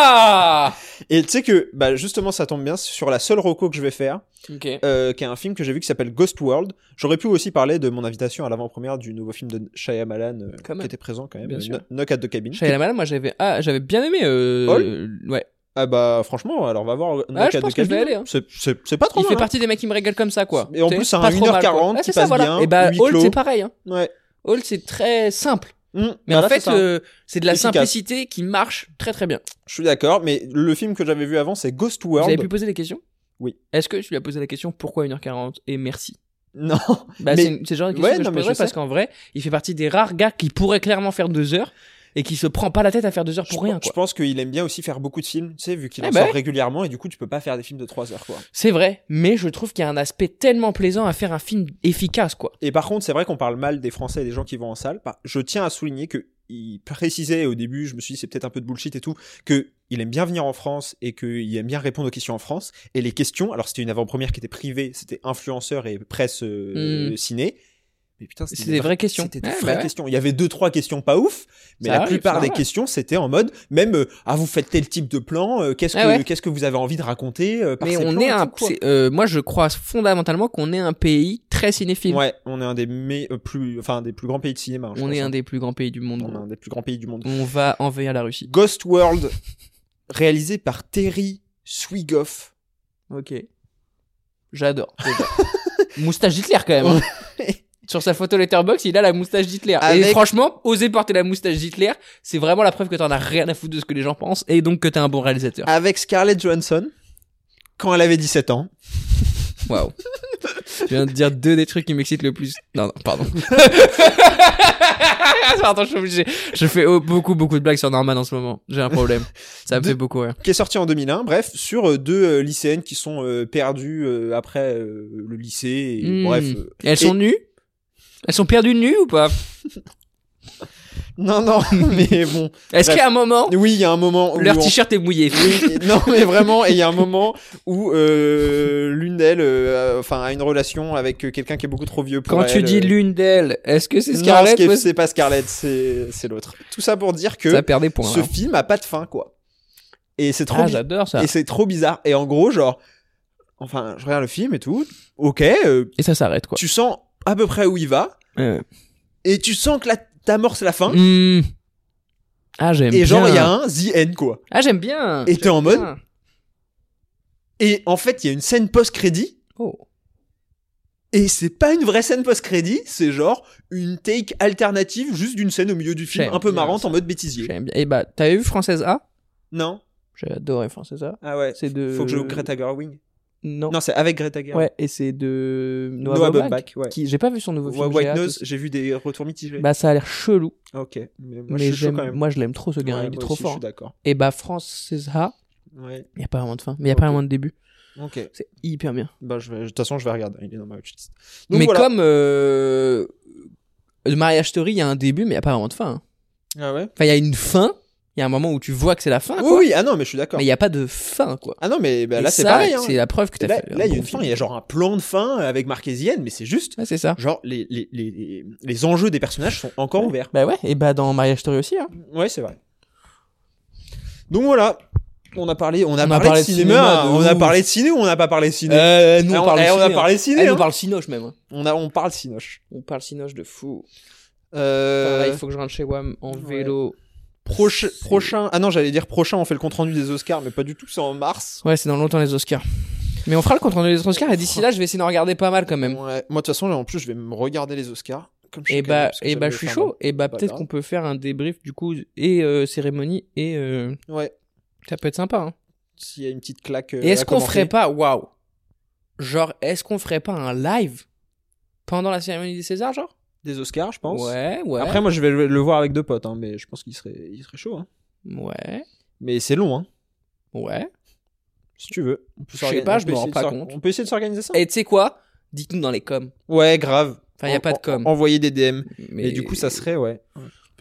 [SPEAKER 6] Ah
[SPEAKER 5] Et tu sais que, bah justement, ça tombe bien c'est sur la seule reco que je vais faire.
[SPEAKER 6] OK.
[SPEAKER 5] euh, qui est un film que j'ai vu qui s'appelle Ghost World. J'aurais pu aussi parler de mon invitation à l'avant-première du nouveau film de Shyamalan euh,
[SPEAKER 6] Quand même.
[SPEAKER 5] qui était présent quand même,
[SPEAKER 6] Bien
[SPEAKER 5] euh,
[SPEAKER 6] sûr.
[SPEAKER 5] Kno- Knock at the Cabin.
[SPEAKER 6] Shyamalan, moi j'avais ah, j'avais bien aimé euh... ouais.
[SPEAKER 5] Ah bah franchement, alors va voir Knock
[SPEAKER 6] je
[SPEAKER 5] at
[SPEAKER 6] pense
[SPEAKER 5] the
[SPEAKER 6] que je vais
[SPEAKER 5] Cabin.
[SPEAKER 6] aller, hein.
[SPEAKER 5] C'est- C'est c'est pas trop hein.
[SPEAKER 6] Il fait
[SPEAKER 5] mal,
[SPEAKER 6] partie des mecs qui me régalent comme ça quoi.
[SPEAKER 5] Et en
[SPEAKER 6] Tu sais,
[SPEAKER 5] plus, c'est un
[SPEAKER 6] pas trop mal, quoi.
[SPEAKER 5] 1h40
[SPEAKER 6] Ah,
[SPEAKER 5] qui
[SPEAKER 6] c'est ça,
[SPEAKER 5] passe
[SPEAKER 6] voilà.
[SPEAKER 5] bien,
[SPEAKER 6] Et bah
[SPEAKER 5] huis
[SPEAKER 6] Old
[SPEAKER 5] clos.
[SPEAKER 6] c'est pareil hein.
[SPEAKER 5] hein. Ouais.
[SPEAKER 6] Old c'est très simple.
[SPEAKER 5] Mm,
[SPEAKER 6] Mais
[SPEAKER 5] voilà,
[SPEAKER 6] en
[SPEAKER 5] c'est
[SPEAKER 6] fait
[SPEAKER 5] ça.
[SPEAKER 6] euh, c'est de la
[SPEAKER 5] Efficace.
[SPEAKER 6] simplicité qui marche très très bien.
[SPEAKER 5] je suis d'accord, mais le film que j'avais vu avant c'est Ghost
[SPEAKER 6] Vous avez
[SPEAKER 5] World.
[SPEAKER 6] pu poser des questions
[SPEAKER 5] Oui.
[SPEAKER 6] Est-ce que tu lui as posé la question pourquoi 1h40 et merci
[SPEAKER 5] Non,
[SPEAKER 6] Bah,
[SPEAKER 5] Mais-
[SPEAKER 6] c'est une- c'est le genre de question
[SPEAKER 5] Ouais,
[SPEAKER 6] que
[SPEAKER 5] non,
[SPEAKER 6] je
[SPEAKER 5] mais
[SPEAKER 6] poserais
[SPEAKER 5] je
[SPEAKER 6] parce
[SPEAKER 5] sais.
[SPEAKER 6] qu'en vrai, il fait partie des rares gars qui pourraient clairement faire 2 heures et qui se prend pas la tête à faire 2 heures
[SPEAKER 5] je,
[SPEAKER 6] pour rien
[SPEAKER 5] je
[SPEAKER 6] quoi.
[SPEAKER 5] pense qu'il aime bien aussi faire beaucoup de films, tu sais, vu qu'il
[SPEAKER 6] Eh
[SPEAKER 5] en
[SPEAKER 6] bah Euh,
[SPEAKER 5] sort
[SPEAKER 6] ouais.
[SPEAKER 5] régulièrement et du coup tu peux pas faire des films de 3 heures quoi.
[SPEAKER 6] C'est vrai, mais je trouve qu'il y a un aspect tellement plaisant à faire un film efficace quoi.
[SPEAKER 5] Et par contre, c'est vrai qu'on parle mal des Français et des gens qui vont en salle. Bah, Je tiens à souligner que il précisait au début, je me suis dit c'est peut-être un peu de bullshit et tout, que il aime bien venir en France et qu'il aime bien répondre aux questions en France. Et les questions, alors c'était une avant-première qui était privée, c'était influenceurs et presse euh,
[SPEAKER 6] Mm.
[SPEAKER 5] ciné. Mais putain,
[SPEAKER 6] C'est des vraies questions.
[SPEAKER 5] C'était des
[SPEAKER 6] Ouais,
[SPEAKER 5] vraies
[SPEAKER 6] bah ouais.
[SPEAKER 5] questions. Il y avait deux, trois questions pas ouf, mais
[SPEAKER 6] Ça
[SPEAKER 5] la
[SPEAKER 6] arrive,
[SPEAKER 5] plupart
[SPEAKER 6] ça
[SPEAKER 5] des
[SPEAKER 6] arrive.
[SPEAKER 5] questions, c'était en mode, même, euh, ah, vous faites tel type de plan, euh, qu'est-ce
[SPEAKER 6] Ah
[SPEAKER 5] que,
[SPEAKER 6] ouais.
[SPEAKER 5] qu'est-ce que vous avez envie de raconter euh, par
[SPEAKER 6] Mais
[SPEAKER 5] ces
[SPEAKER 6] on
[SPEAKER 5] plans
[SPEAKER 6] est
[SPEAKER 5] et
[SPEAKER 6] un.
[SPEAKER 5] tout, quoi.
[SPEAKER 6] c'est- euh, moi, je crois fondamentalement qu'on est un pays très cinéphile.
[SPEAKER 5] Ouais, on est un des me- euh, plus, enfin, un des plus grands pays de cinéma. je
[SPEAKER 6] on
[SPEAKER 5] pense,
[SPEAKER 6] est
[SPEAKER 5] hein.
[SPEAKER 6] un des plus grands pays du monde.
[SPEAKER 5] On est un des plus grands pays du monde.
[SPEAKER 6] On va envahir la Russie.
[SPEAKER 5] Ghost World, réalisé par Terry Swigoff.
[SPEAKER 6] Ok.
[SPEAKER 5] *laughs*
[SPEAKER 6] J'adore. moustache d'Hitler quand même. hein. Sur sa photo letterbox, il a la moustache d'Hitler. Et
[SPEAKER 5] Avec-
[SPEAKER 6] franchement, oser porter la moustache d'Hitler, c'est vraiment la preuve que t'en as rien à foutre de ce que les gens pensent et donc que t'es un bon réalisateur.
[SPEAKER 5] Avec Scarlett Johansson, quand elle avait 17 ans.
[SPEAKER 6] Waouh. Je viens de dire deux des trucs qui m'excitent le plus. Non, non, *laughs* pardon. pardon, je suis obligé. Je fais oh, beaucoup, beaucoup de blagues sur Norman en ce moment. J'ai un problème. Ça me
[SPEAKER 5] De-
[SPEAKER 6] fait beaucoup rire.
[SPEAKER 5] qui est sorti en 2001, bref, sur euh, deux euh, lycéennes qui sont euh, perdues euh, après euh, le lycée, et,
[SPEAKER 6] Hmm.
[SPEAKER 5] bref. euh,
[SPEAKER 6] Et elles sont
[SPEAKER 5] et-
[SPEAKER 6] nues Elles sont perdues nues ou pas
[SPEAKER 5] *laughs* Non, non, *laughs* mais bon.
[SPEAKER 6] Est-ce
[SPEAKER 5] Bref.
[SPEAKER 6] qu'à un moment,
[SPEAKER 5] Oui, il y a un moment où...
[SPEAKER 6] leur
[SPEAKER 5] en-
[SPEAKER 6] t-shirt est mouillé
[SPEAKER 5] Oui, non, mais vraiment, et il y a un moment où euh, l'une d'elles euh, a- enfin, a une relation avec euh, quelqu'un qui est beaucoup trop vieux pour
[SPEAKER 6] Quand
[SPEAKER 5] elle. euh,
[SPEAKER 6] tu dis l'une d'elles, est-ce que c'est
[SPEAKER 5] c'est
[SPEAKER 6] Scarlett ou
[SPEAKER 5] Scarlett,
[SPEAKER 6] est-ce-
[SPEAKER 5] c'est pas Scarlett, c'est c'est l'autre. Tout ça pour dire que
[SPEAKER 6] Ça perd des points. hein.
[SPEAKER 5] ce
[SPEAKER 6] alors.
[SPEAKER 5] film a pas de fin, quoi. Et c'est trop
[SPEAKER 6] Ah,
[SPEAKER 5] bi-
[SPEAKER 6] j'adore ça.
[SPEAKER 5] Et c'est trop bizarre. Et en gros, genre, enfin, je regarde le film et tout. Ok, euh,
[SPEAKER 6] Et ça s'arrête quoi.
[SPEAKER 5] tu sens à peu près où il va.
[SPEAKER 6] Euh,
[SPEAKER 5] Et tu sens que la t'amorces la fin.
[SPEAKER 6] hmm. Ah, j'aime bien.
[SPEAKER 5] Et genre, il y a un The End, quoi.
[SPEAKER 6] Ah, j'aime bien.
[SPEAKER 5] Et t'es en mode.
[SPEAKER 6] Bien.
[SPEAKER 5] Et en fait, il y a une scène post-crédit.
[SPEAKER 6] Oh.
[SPEAKER 5] Et c'est pas une vraie scène post-crédit. C'est genre une take alternative juste d'une scène au milieu du film.
[SPEAKER 6] J'aime
[SPEAKER 5] Un peu
[SPEAKER 6] bien
[SPEAKER 5] marrante
[SPEAKER 6] ça.
[SPEAKER 5] en mode bêtisier.
[SPEAKER 6] J'aime bien. Et bah, t'avais vu Française A
[SPEAKER 5] Non?
[SPEAKER 6] J'ai adoré Française A.
[SPEAKER 5] Ah ouais.
[SPEAKER 6] C'est de.
[SPEAKER 5] Faut que je Greta Gerwig.
[SPEAKER 6] Non.
[SPEAKER 5] Non, c'est avec Greta Gerwig.
[SPEAKER 6] Ouais, et c'est de Noah,
[SPEAKER 5] Noah
[SPEAKER 6] Baumbach,
[SPEAKER 5] Baumbach, ouais.
[SPEAKER 6] qui j'ai pas vu son nouveau
[SPEAKER 5] Ouais,
[SPEAKER 6] film. j'ai
[SPEAKER 5] White
[SPEAKER 6] hâte
[SPEAKER 5] Nose,
[SPEAKER 6] aussi.
[SPEAKER 5] j'ai vu des retours mitigés.
[SPEAKER 6] Bah ça a l'air chelou,
[SPEAKER 5] ok. Mais moi, je
[SPEAKER 6] mais
[SPEAKER 5] suis chaud
[SPEAKER 6] j'aime
[SPEAKER 5] quand même.
[SPEAKER 6] moi je l'aime trop ce gars, hein,
[SPEAKER 5] Ouais,
[SPEAKER 6] il est
[SPEAKER 5] moi
[SPEAKER 6] trop
[SPEAKER 5] aussi, Je
[SPEAKER 6] fort.
[SPEAKER 5] suis d'accord.
[SPEAKER 6] Et bah Frances Ha,
[SPEAKER 5] Ouais.
[SPEAKER 6] il y a pas vraiment de fin, mais il y a
[SPEAKER 5] Ok.
[SPEAKER 6] pas vraiment de début.
[SPEAKER 5] Ok.
[SPEAKER 6] C'est hyper bien.
[SPEAKER 5] Bah, je vais- de toute façon, je vais regarder. Il est dans ma watchlist. Donc,
[SPEAKER 6] mais
[SPEAKER 5] voilà.
[SPEAKER 6] comme euh... The Marriage Story, il y a un début mais il y a pas vraiment de fin. hein.
[SPEAKER 5] Ah ouais?
[SPEAKER 6] Enfin, il y a une fin, il y a un moment où tu vois que c'est la fin
[SPEAKER 5] Oui,
[SPEAKER 6] quoi.
[SPEAKER 5] oui, ah non, mais je suis d'accord.
[SPEAKER 6] Mais il y a pas de fin quoi.
[SPEAKER 5] Ah non, mais bah,
[SPEAKER 6] Et
[SPEAKER 5] là, c'est
[SPEAKER 6] ça,
[SPEAKER 5] pareil. hein.
[SPEAKER 6] C'est la preuve que t'as
[SPEAKER 5] Là,
[SPEAKER 6] fait.
[SPEAKER 5] là, il y a
[SPEAKER 6] bon
[SPEAKER 5] une fin,
[SPEAKER 6] film.
[SPEAKER 5] il y a genre un plan de fin avec Marquesienne, mais c'est juste,
[SPEAKER 6] Ouais, c'est ça.
[SPEAKER 7] Ah.
[SPEAKER 5] genre, les, les, les, les enjeux des personnages sont encore ouverts.
[SPEAKER 6] Bah ouais, et bah dans Marriage Story aussi hein.
[SPEAKER 5] Ouais, c'est vrai. Donc voilà, on a parlé, on a,
[SPEAKER 6] On a
[SPEAKER 5] parlé,
[SPEAKER 6] parlé
[SPEAKER 5] de
[SPEAKER 6] de
[SPEAKER 5] cinéma,
[SPEAKER 6] cinéma, de
[SPEAKER 5] on a
[SPEAKER 6] ouf.
[SPEAKER 5] parlé de ciné ou on n'a pas parlé de ciné
[SPEAKER 6] Euh, nous
[SPEAKER 5] Eh,
[SPEAKER 6] on parle
[SPEAKER 5] eh,
[SPEAKER 6] ciné,
[SPEAKER 5] a
[SPEAKER 6] hein.
[SPEAKER 5] parlé de
[SPEAKER 6] Eh,
[SPEAKER 5] ciné,
[SPEAKER 6] nous,
[SPEAKER 5] hein.
[SPEAKER 6] on parle cinoche même. hein.
[SPEAKER 5] on, a, on parle cinoche.
[SPEAKER 6] On parle cinoche de fou.
[SPEAKER 5] Euh,
[SPEAKER 6] Pareil, il faut que je rentre chez WAM en vélo.
[SPEAKER 5] proche- prochain, ah non, j'allais dire prochain, on fait le compte rendu des Oscars, mais pas du tout, c'est en mars.
[SPEAKER 6] Ouais, c'est dans longtemps les Oscars. Mais on fera le compte rendu des Oscars et d'ici là, je vais essayer d'en regarder pas mal quand même.
[SPEAKER 5] Ouais. Moi, de toute façon, là, en plus, je vais me regarder les Oscars. Comme je
[SPEAKER 6] Et
[SPEAKER 5] suis calme,
[SPEAKER 6] bah,
[SPEAKER 5] parce que
[SPEAKER 6] et
[SPEAKER 5] ça
[SPEAKER 6] bah,
[SPEAKER 5] me
[SPEAKER 6] je suis
[SPEAKER 5] fait
[SPEAKER 6] chaud. Et bah,
[SPEAKER 5] Pas
[SPEAKER 6] peut-être
[SPEAKER 5] grave.
[SPEAKER 6] qu'on peut faire un débrief du coup et euh, cérémonie et euh,
[SPEAKER 5] un- Ouais,
[SPEAKER 6] ça peut être sympa. hein.
[SPEAKER 5] s'il y a une petite claque. euh,
[SPEAKER 6] et est-ce
[SPEAKER 5] à
[SPEAKER 6] qu'on
[SPEAKER 5] commenter.
[SPEAKER 6] ferait pas, waouh, genre est-ce qu'on ferait pas un live pendant la cérémonie des Césars, genre
[SPEAKER 5] des Oscars, je pense.
[SPEAKER 6] Ouais, ouais.
[SPEAKER 5] Après, moi, je vais le le voir avec deux potes, hein, mais je pense qu'il serait, il serait chaud. Hein.
[SPEAKER 6] ouais,
[SPEAKER 5] Mais c'est long, hein,
[SPEAKER 6] ouais.
[SPEAKER 5] si tu veux. On peut
[SPEAKER 6] Je sais
[SPEAKER 5] s'organiser-
[SPEAKER 6] pas,
[SPEAKER 5] on
[SPEAKER 6] je
[SPEAKER 5] peut
[SPEAKER 6] me rends
[SPEAKER 5] essayer de
[SPEAKER 6] pas
[SPEAKER 5] s'or-
[SPEAKER 6] compte.
[SPEAKER 5] On peut essayer de s'organiser ça.
[SPEAKER 6] Et tu sais quoi Dites-nous dans les coms.
[SPEAKER 5] Ouais, grave.
[SPEAKER 6] Enfin, y a
[SPEAKER 5] En-
[SPEAKER 6] pas de
[SPEAKER 5] en-
[SPEAKER 6] com.
[SPEAKER 5] Envoyer des DM.
[SPEAKER 6] Mais
[SPEAKER 5] Mais du coup, ça serait, ouais.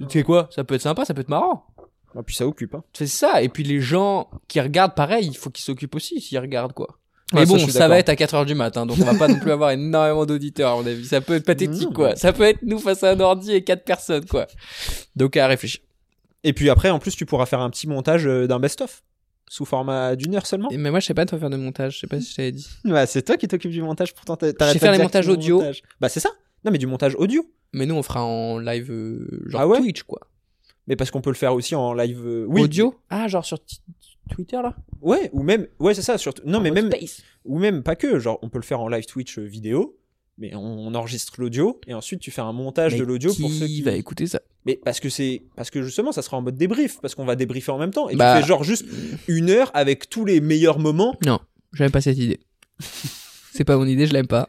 [SPEAKER 6] Tu sais quoi Ça peut être sympa, ça peut être marrant.
[SPEAKER 5] Et puis ça occupe. Hein.
[SPEAKER 6] C'est ça. Et puis les gens qui regardent, pareil, il faut qu'ils s'occupent aussi s'ils regardent, quoi.
[SPEAKER 5] Ouais,
[SPEAKER 6] Mais
[SPEAKER 5] ça,
[SPEAKER 6] bon,
[SPEAKER 5] je suis
[SPEAKER 6] ça,
[SPEAKER 5] d'accord.
[SPEAKER 6] va être à 4h du matin, donc on va pas non plus avoir énormément d'auditeurs, à mon avis. Ça peut être pathétique,
[SPEAKER 5] Non.
[SPEAKER 6] quoi. Ça peut être nous face à un ordi et quatre personnes, quoi. Donc à réfléchir.
[SPEAKER 5] Et puis après, en plus, tu pourras faire un petit montage euh, d'un best-of. Sous format d'une heure seulement.
[SPEAKER 6] Et- Mais moi, je sais pas de faire de montage, je sais pas si je t'avais dit.
[SPEAKER 5] Bah, c'est toi qui t'occupes du montage pourtant. t'as- t'arrêtes
[SPEAKER 6] Je sais faire
[SPEAKER 5] pas
[SPEAKER 6] les
[SPEAKER 5] de dire
[SPEAKER 6] montages
[SPEAKER 5] que c'est
[SPEAKER 6] audio.
[SPEAKER 5] mon montage. Bah, c'est ça. Non, mais du montage audio.
[SPEAKER 6] Mais nous, on fera en live, euh, genre
[SPEAKER 5] Ah ouais
[SPEAKER 6] Twitch, quoi.
[SPEAKER 5] Mais parce qu'on peut le faire aussi en live euh, oui.
[SPEAKER 6] Audio Ah, genre sur t- Twitter, là
[SPEAKER 5] Ouais, ou même. Ouais, c'est ça. Surtout... Non, mais
[SPEAKER 6] En
[SPEAKER 5] même.
[SPEAKER 6] Space.
[SPEAKER 5] Ou même pas que, genre on peut le faire en live Twitch euh, vidéo, mais on, on enregistre l'audio et ensuite tu fais un montage
[SPEAKER 6] Mais
[SPEAKER 5] de l'audio pour ceux qui.
[SPEAKER 6] va écouter ça
[SPEAKER 5] Mais parce que c'est parce que justement ça sera en mode débrief parce qu'on va débriefer en même temps et
[SPEAKER 6] Bah.
[SPEAKER 5] tu fais genre juste une heure avec tous les meilleurs moments.
[SPEAKER 6] Non, j'aime pas cette
[SPEAKER 5] *laughs*
[SPEAKER 6] idée. C'est pas mon idée, je l'aime pas.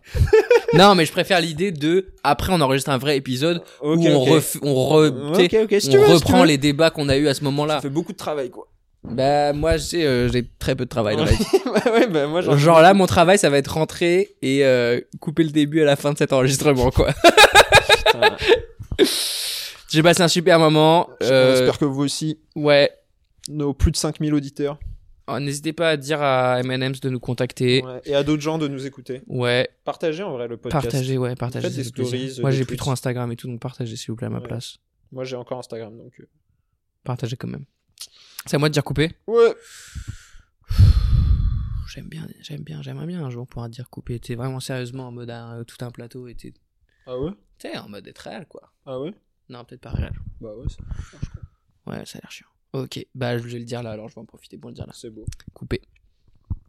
[SPEAKER 6] non, mais je préfère l'idée de après on enregistre un vrai épisode
[SPEAKER 5] Ok,
[SPEAKER 6] où on,
[SPEAKER 5] ok.
[SPEAKER 6] ref- on, re- t'sais,
[SPEAKER 5] ok, ok, si
[SPEAKER 6] on
[SPEAKER 5] tu veux, si tu
[SPEAKER 6] reprend
[SPEAKER 5] veux.
[SPEAKER 6] les débats qu'on a eu à ce
[SPEAKER 5] Ça
[SPEAKER 6] moment-là.
[SPEAKER 5] fait beaucoup de travail quoi.
[SPEAKER 6] Bah moi je sais, euh, j'ai très peu de travail dans la vie.
[SPEAKER 5] ouais, ouais, *laughs* bah, moi genre.
[SPEAKER 6] Genre là mon travail ça va être rentrer et euh, couper le début à la fin de cet enregistrement quoi.
[SPEAKER 5] *laughs* Putain.
[SPEAKER 6] *laughs* J'ai passé un super moment. euh,
[SPEAKER 5] J'espère que vous aussi,
[SPEAKER 6] ouais,
[SPEAKER 5] nos plus de 5000 auditeurs.
[SPEAKER 6] Oh, N'hésitez pas à dire à M&M's de nous contacter. Ouais,
[SPEAKER 7] Ouais, Et à d'autres gens de nous écouter. Partagez en vrai le podcast.
[SPEAKER 6] partagez, ouais, partagez.
[SPEAKER 7] Faites des
[SPEAKER 6] ça fait plaisir.
[SPEAKER 7] stories, euh,
[SPEAKER 6] Moi,
[SPEAKER 7] des
[SPEAKER 6] j'ai plus
[SPEAKER 7] tweets.
[SPEAKER 6] trop Instagram et tout, donc partagez s'il vous plaît à ma
[SPEAKER 7] Ouais.
[SPEAKER 6] place.
[SPEAKER 7] Moi j'ai encore Instagram donc. euh.
[SPEAKER 6] Partagez quand même. C'est à moi de dire couper.
[SPEAKER 7] Ouais.
[SPEAKER 6] J'aime bien, j'aime bien, j'aimerais bien un jour pouvoir dire couper. T'es vraiment sérieusement en mode un- tout un plateau et t'es
[SPEAKER 7] Ah ouais.
[SPEAKER 6] t'es en mode être réel quoi.
[SPEAKER 7] Ah ouais.
[SPEAKER 6] Non, peut-être pas réel.
[SPEAKER 7] Bah ouais, ça-
[SPEAKER 6] Ouais, ça a l'air chiant. Ok, bah je vais le dire là, alors je vais en profiter pour le dire là.
[SPEAKER 7] c'est beau.
[SPEAKER 6] Couper.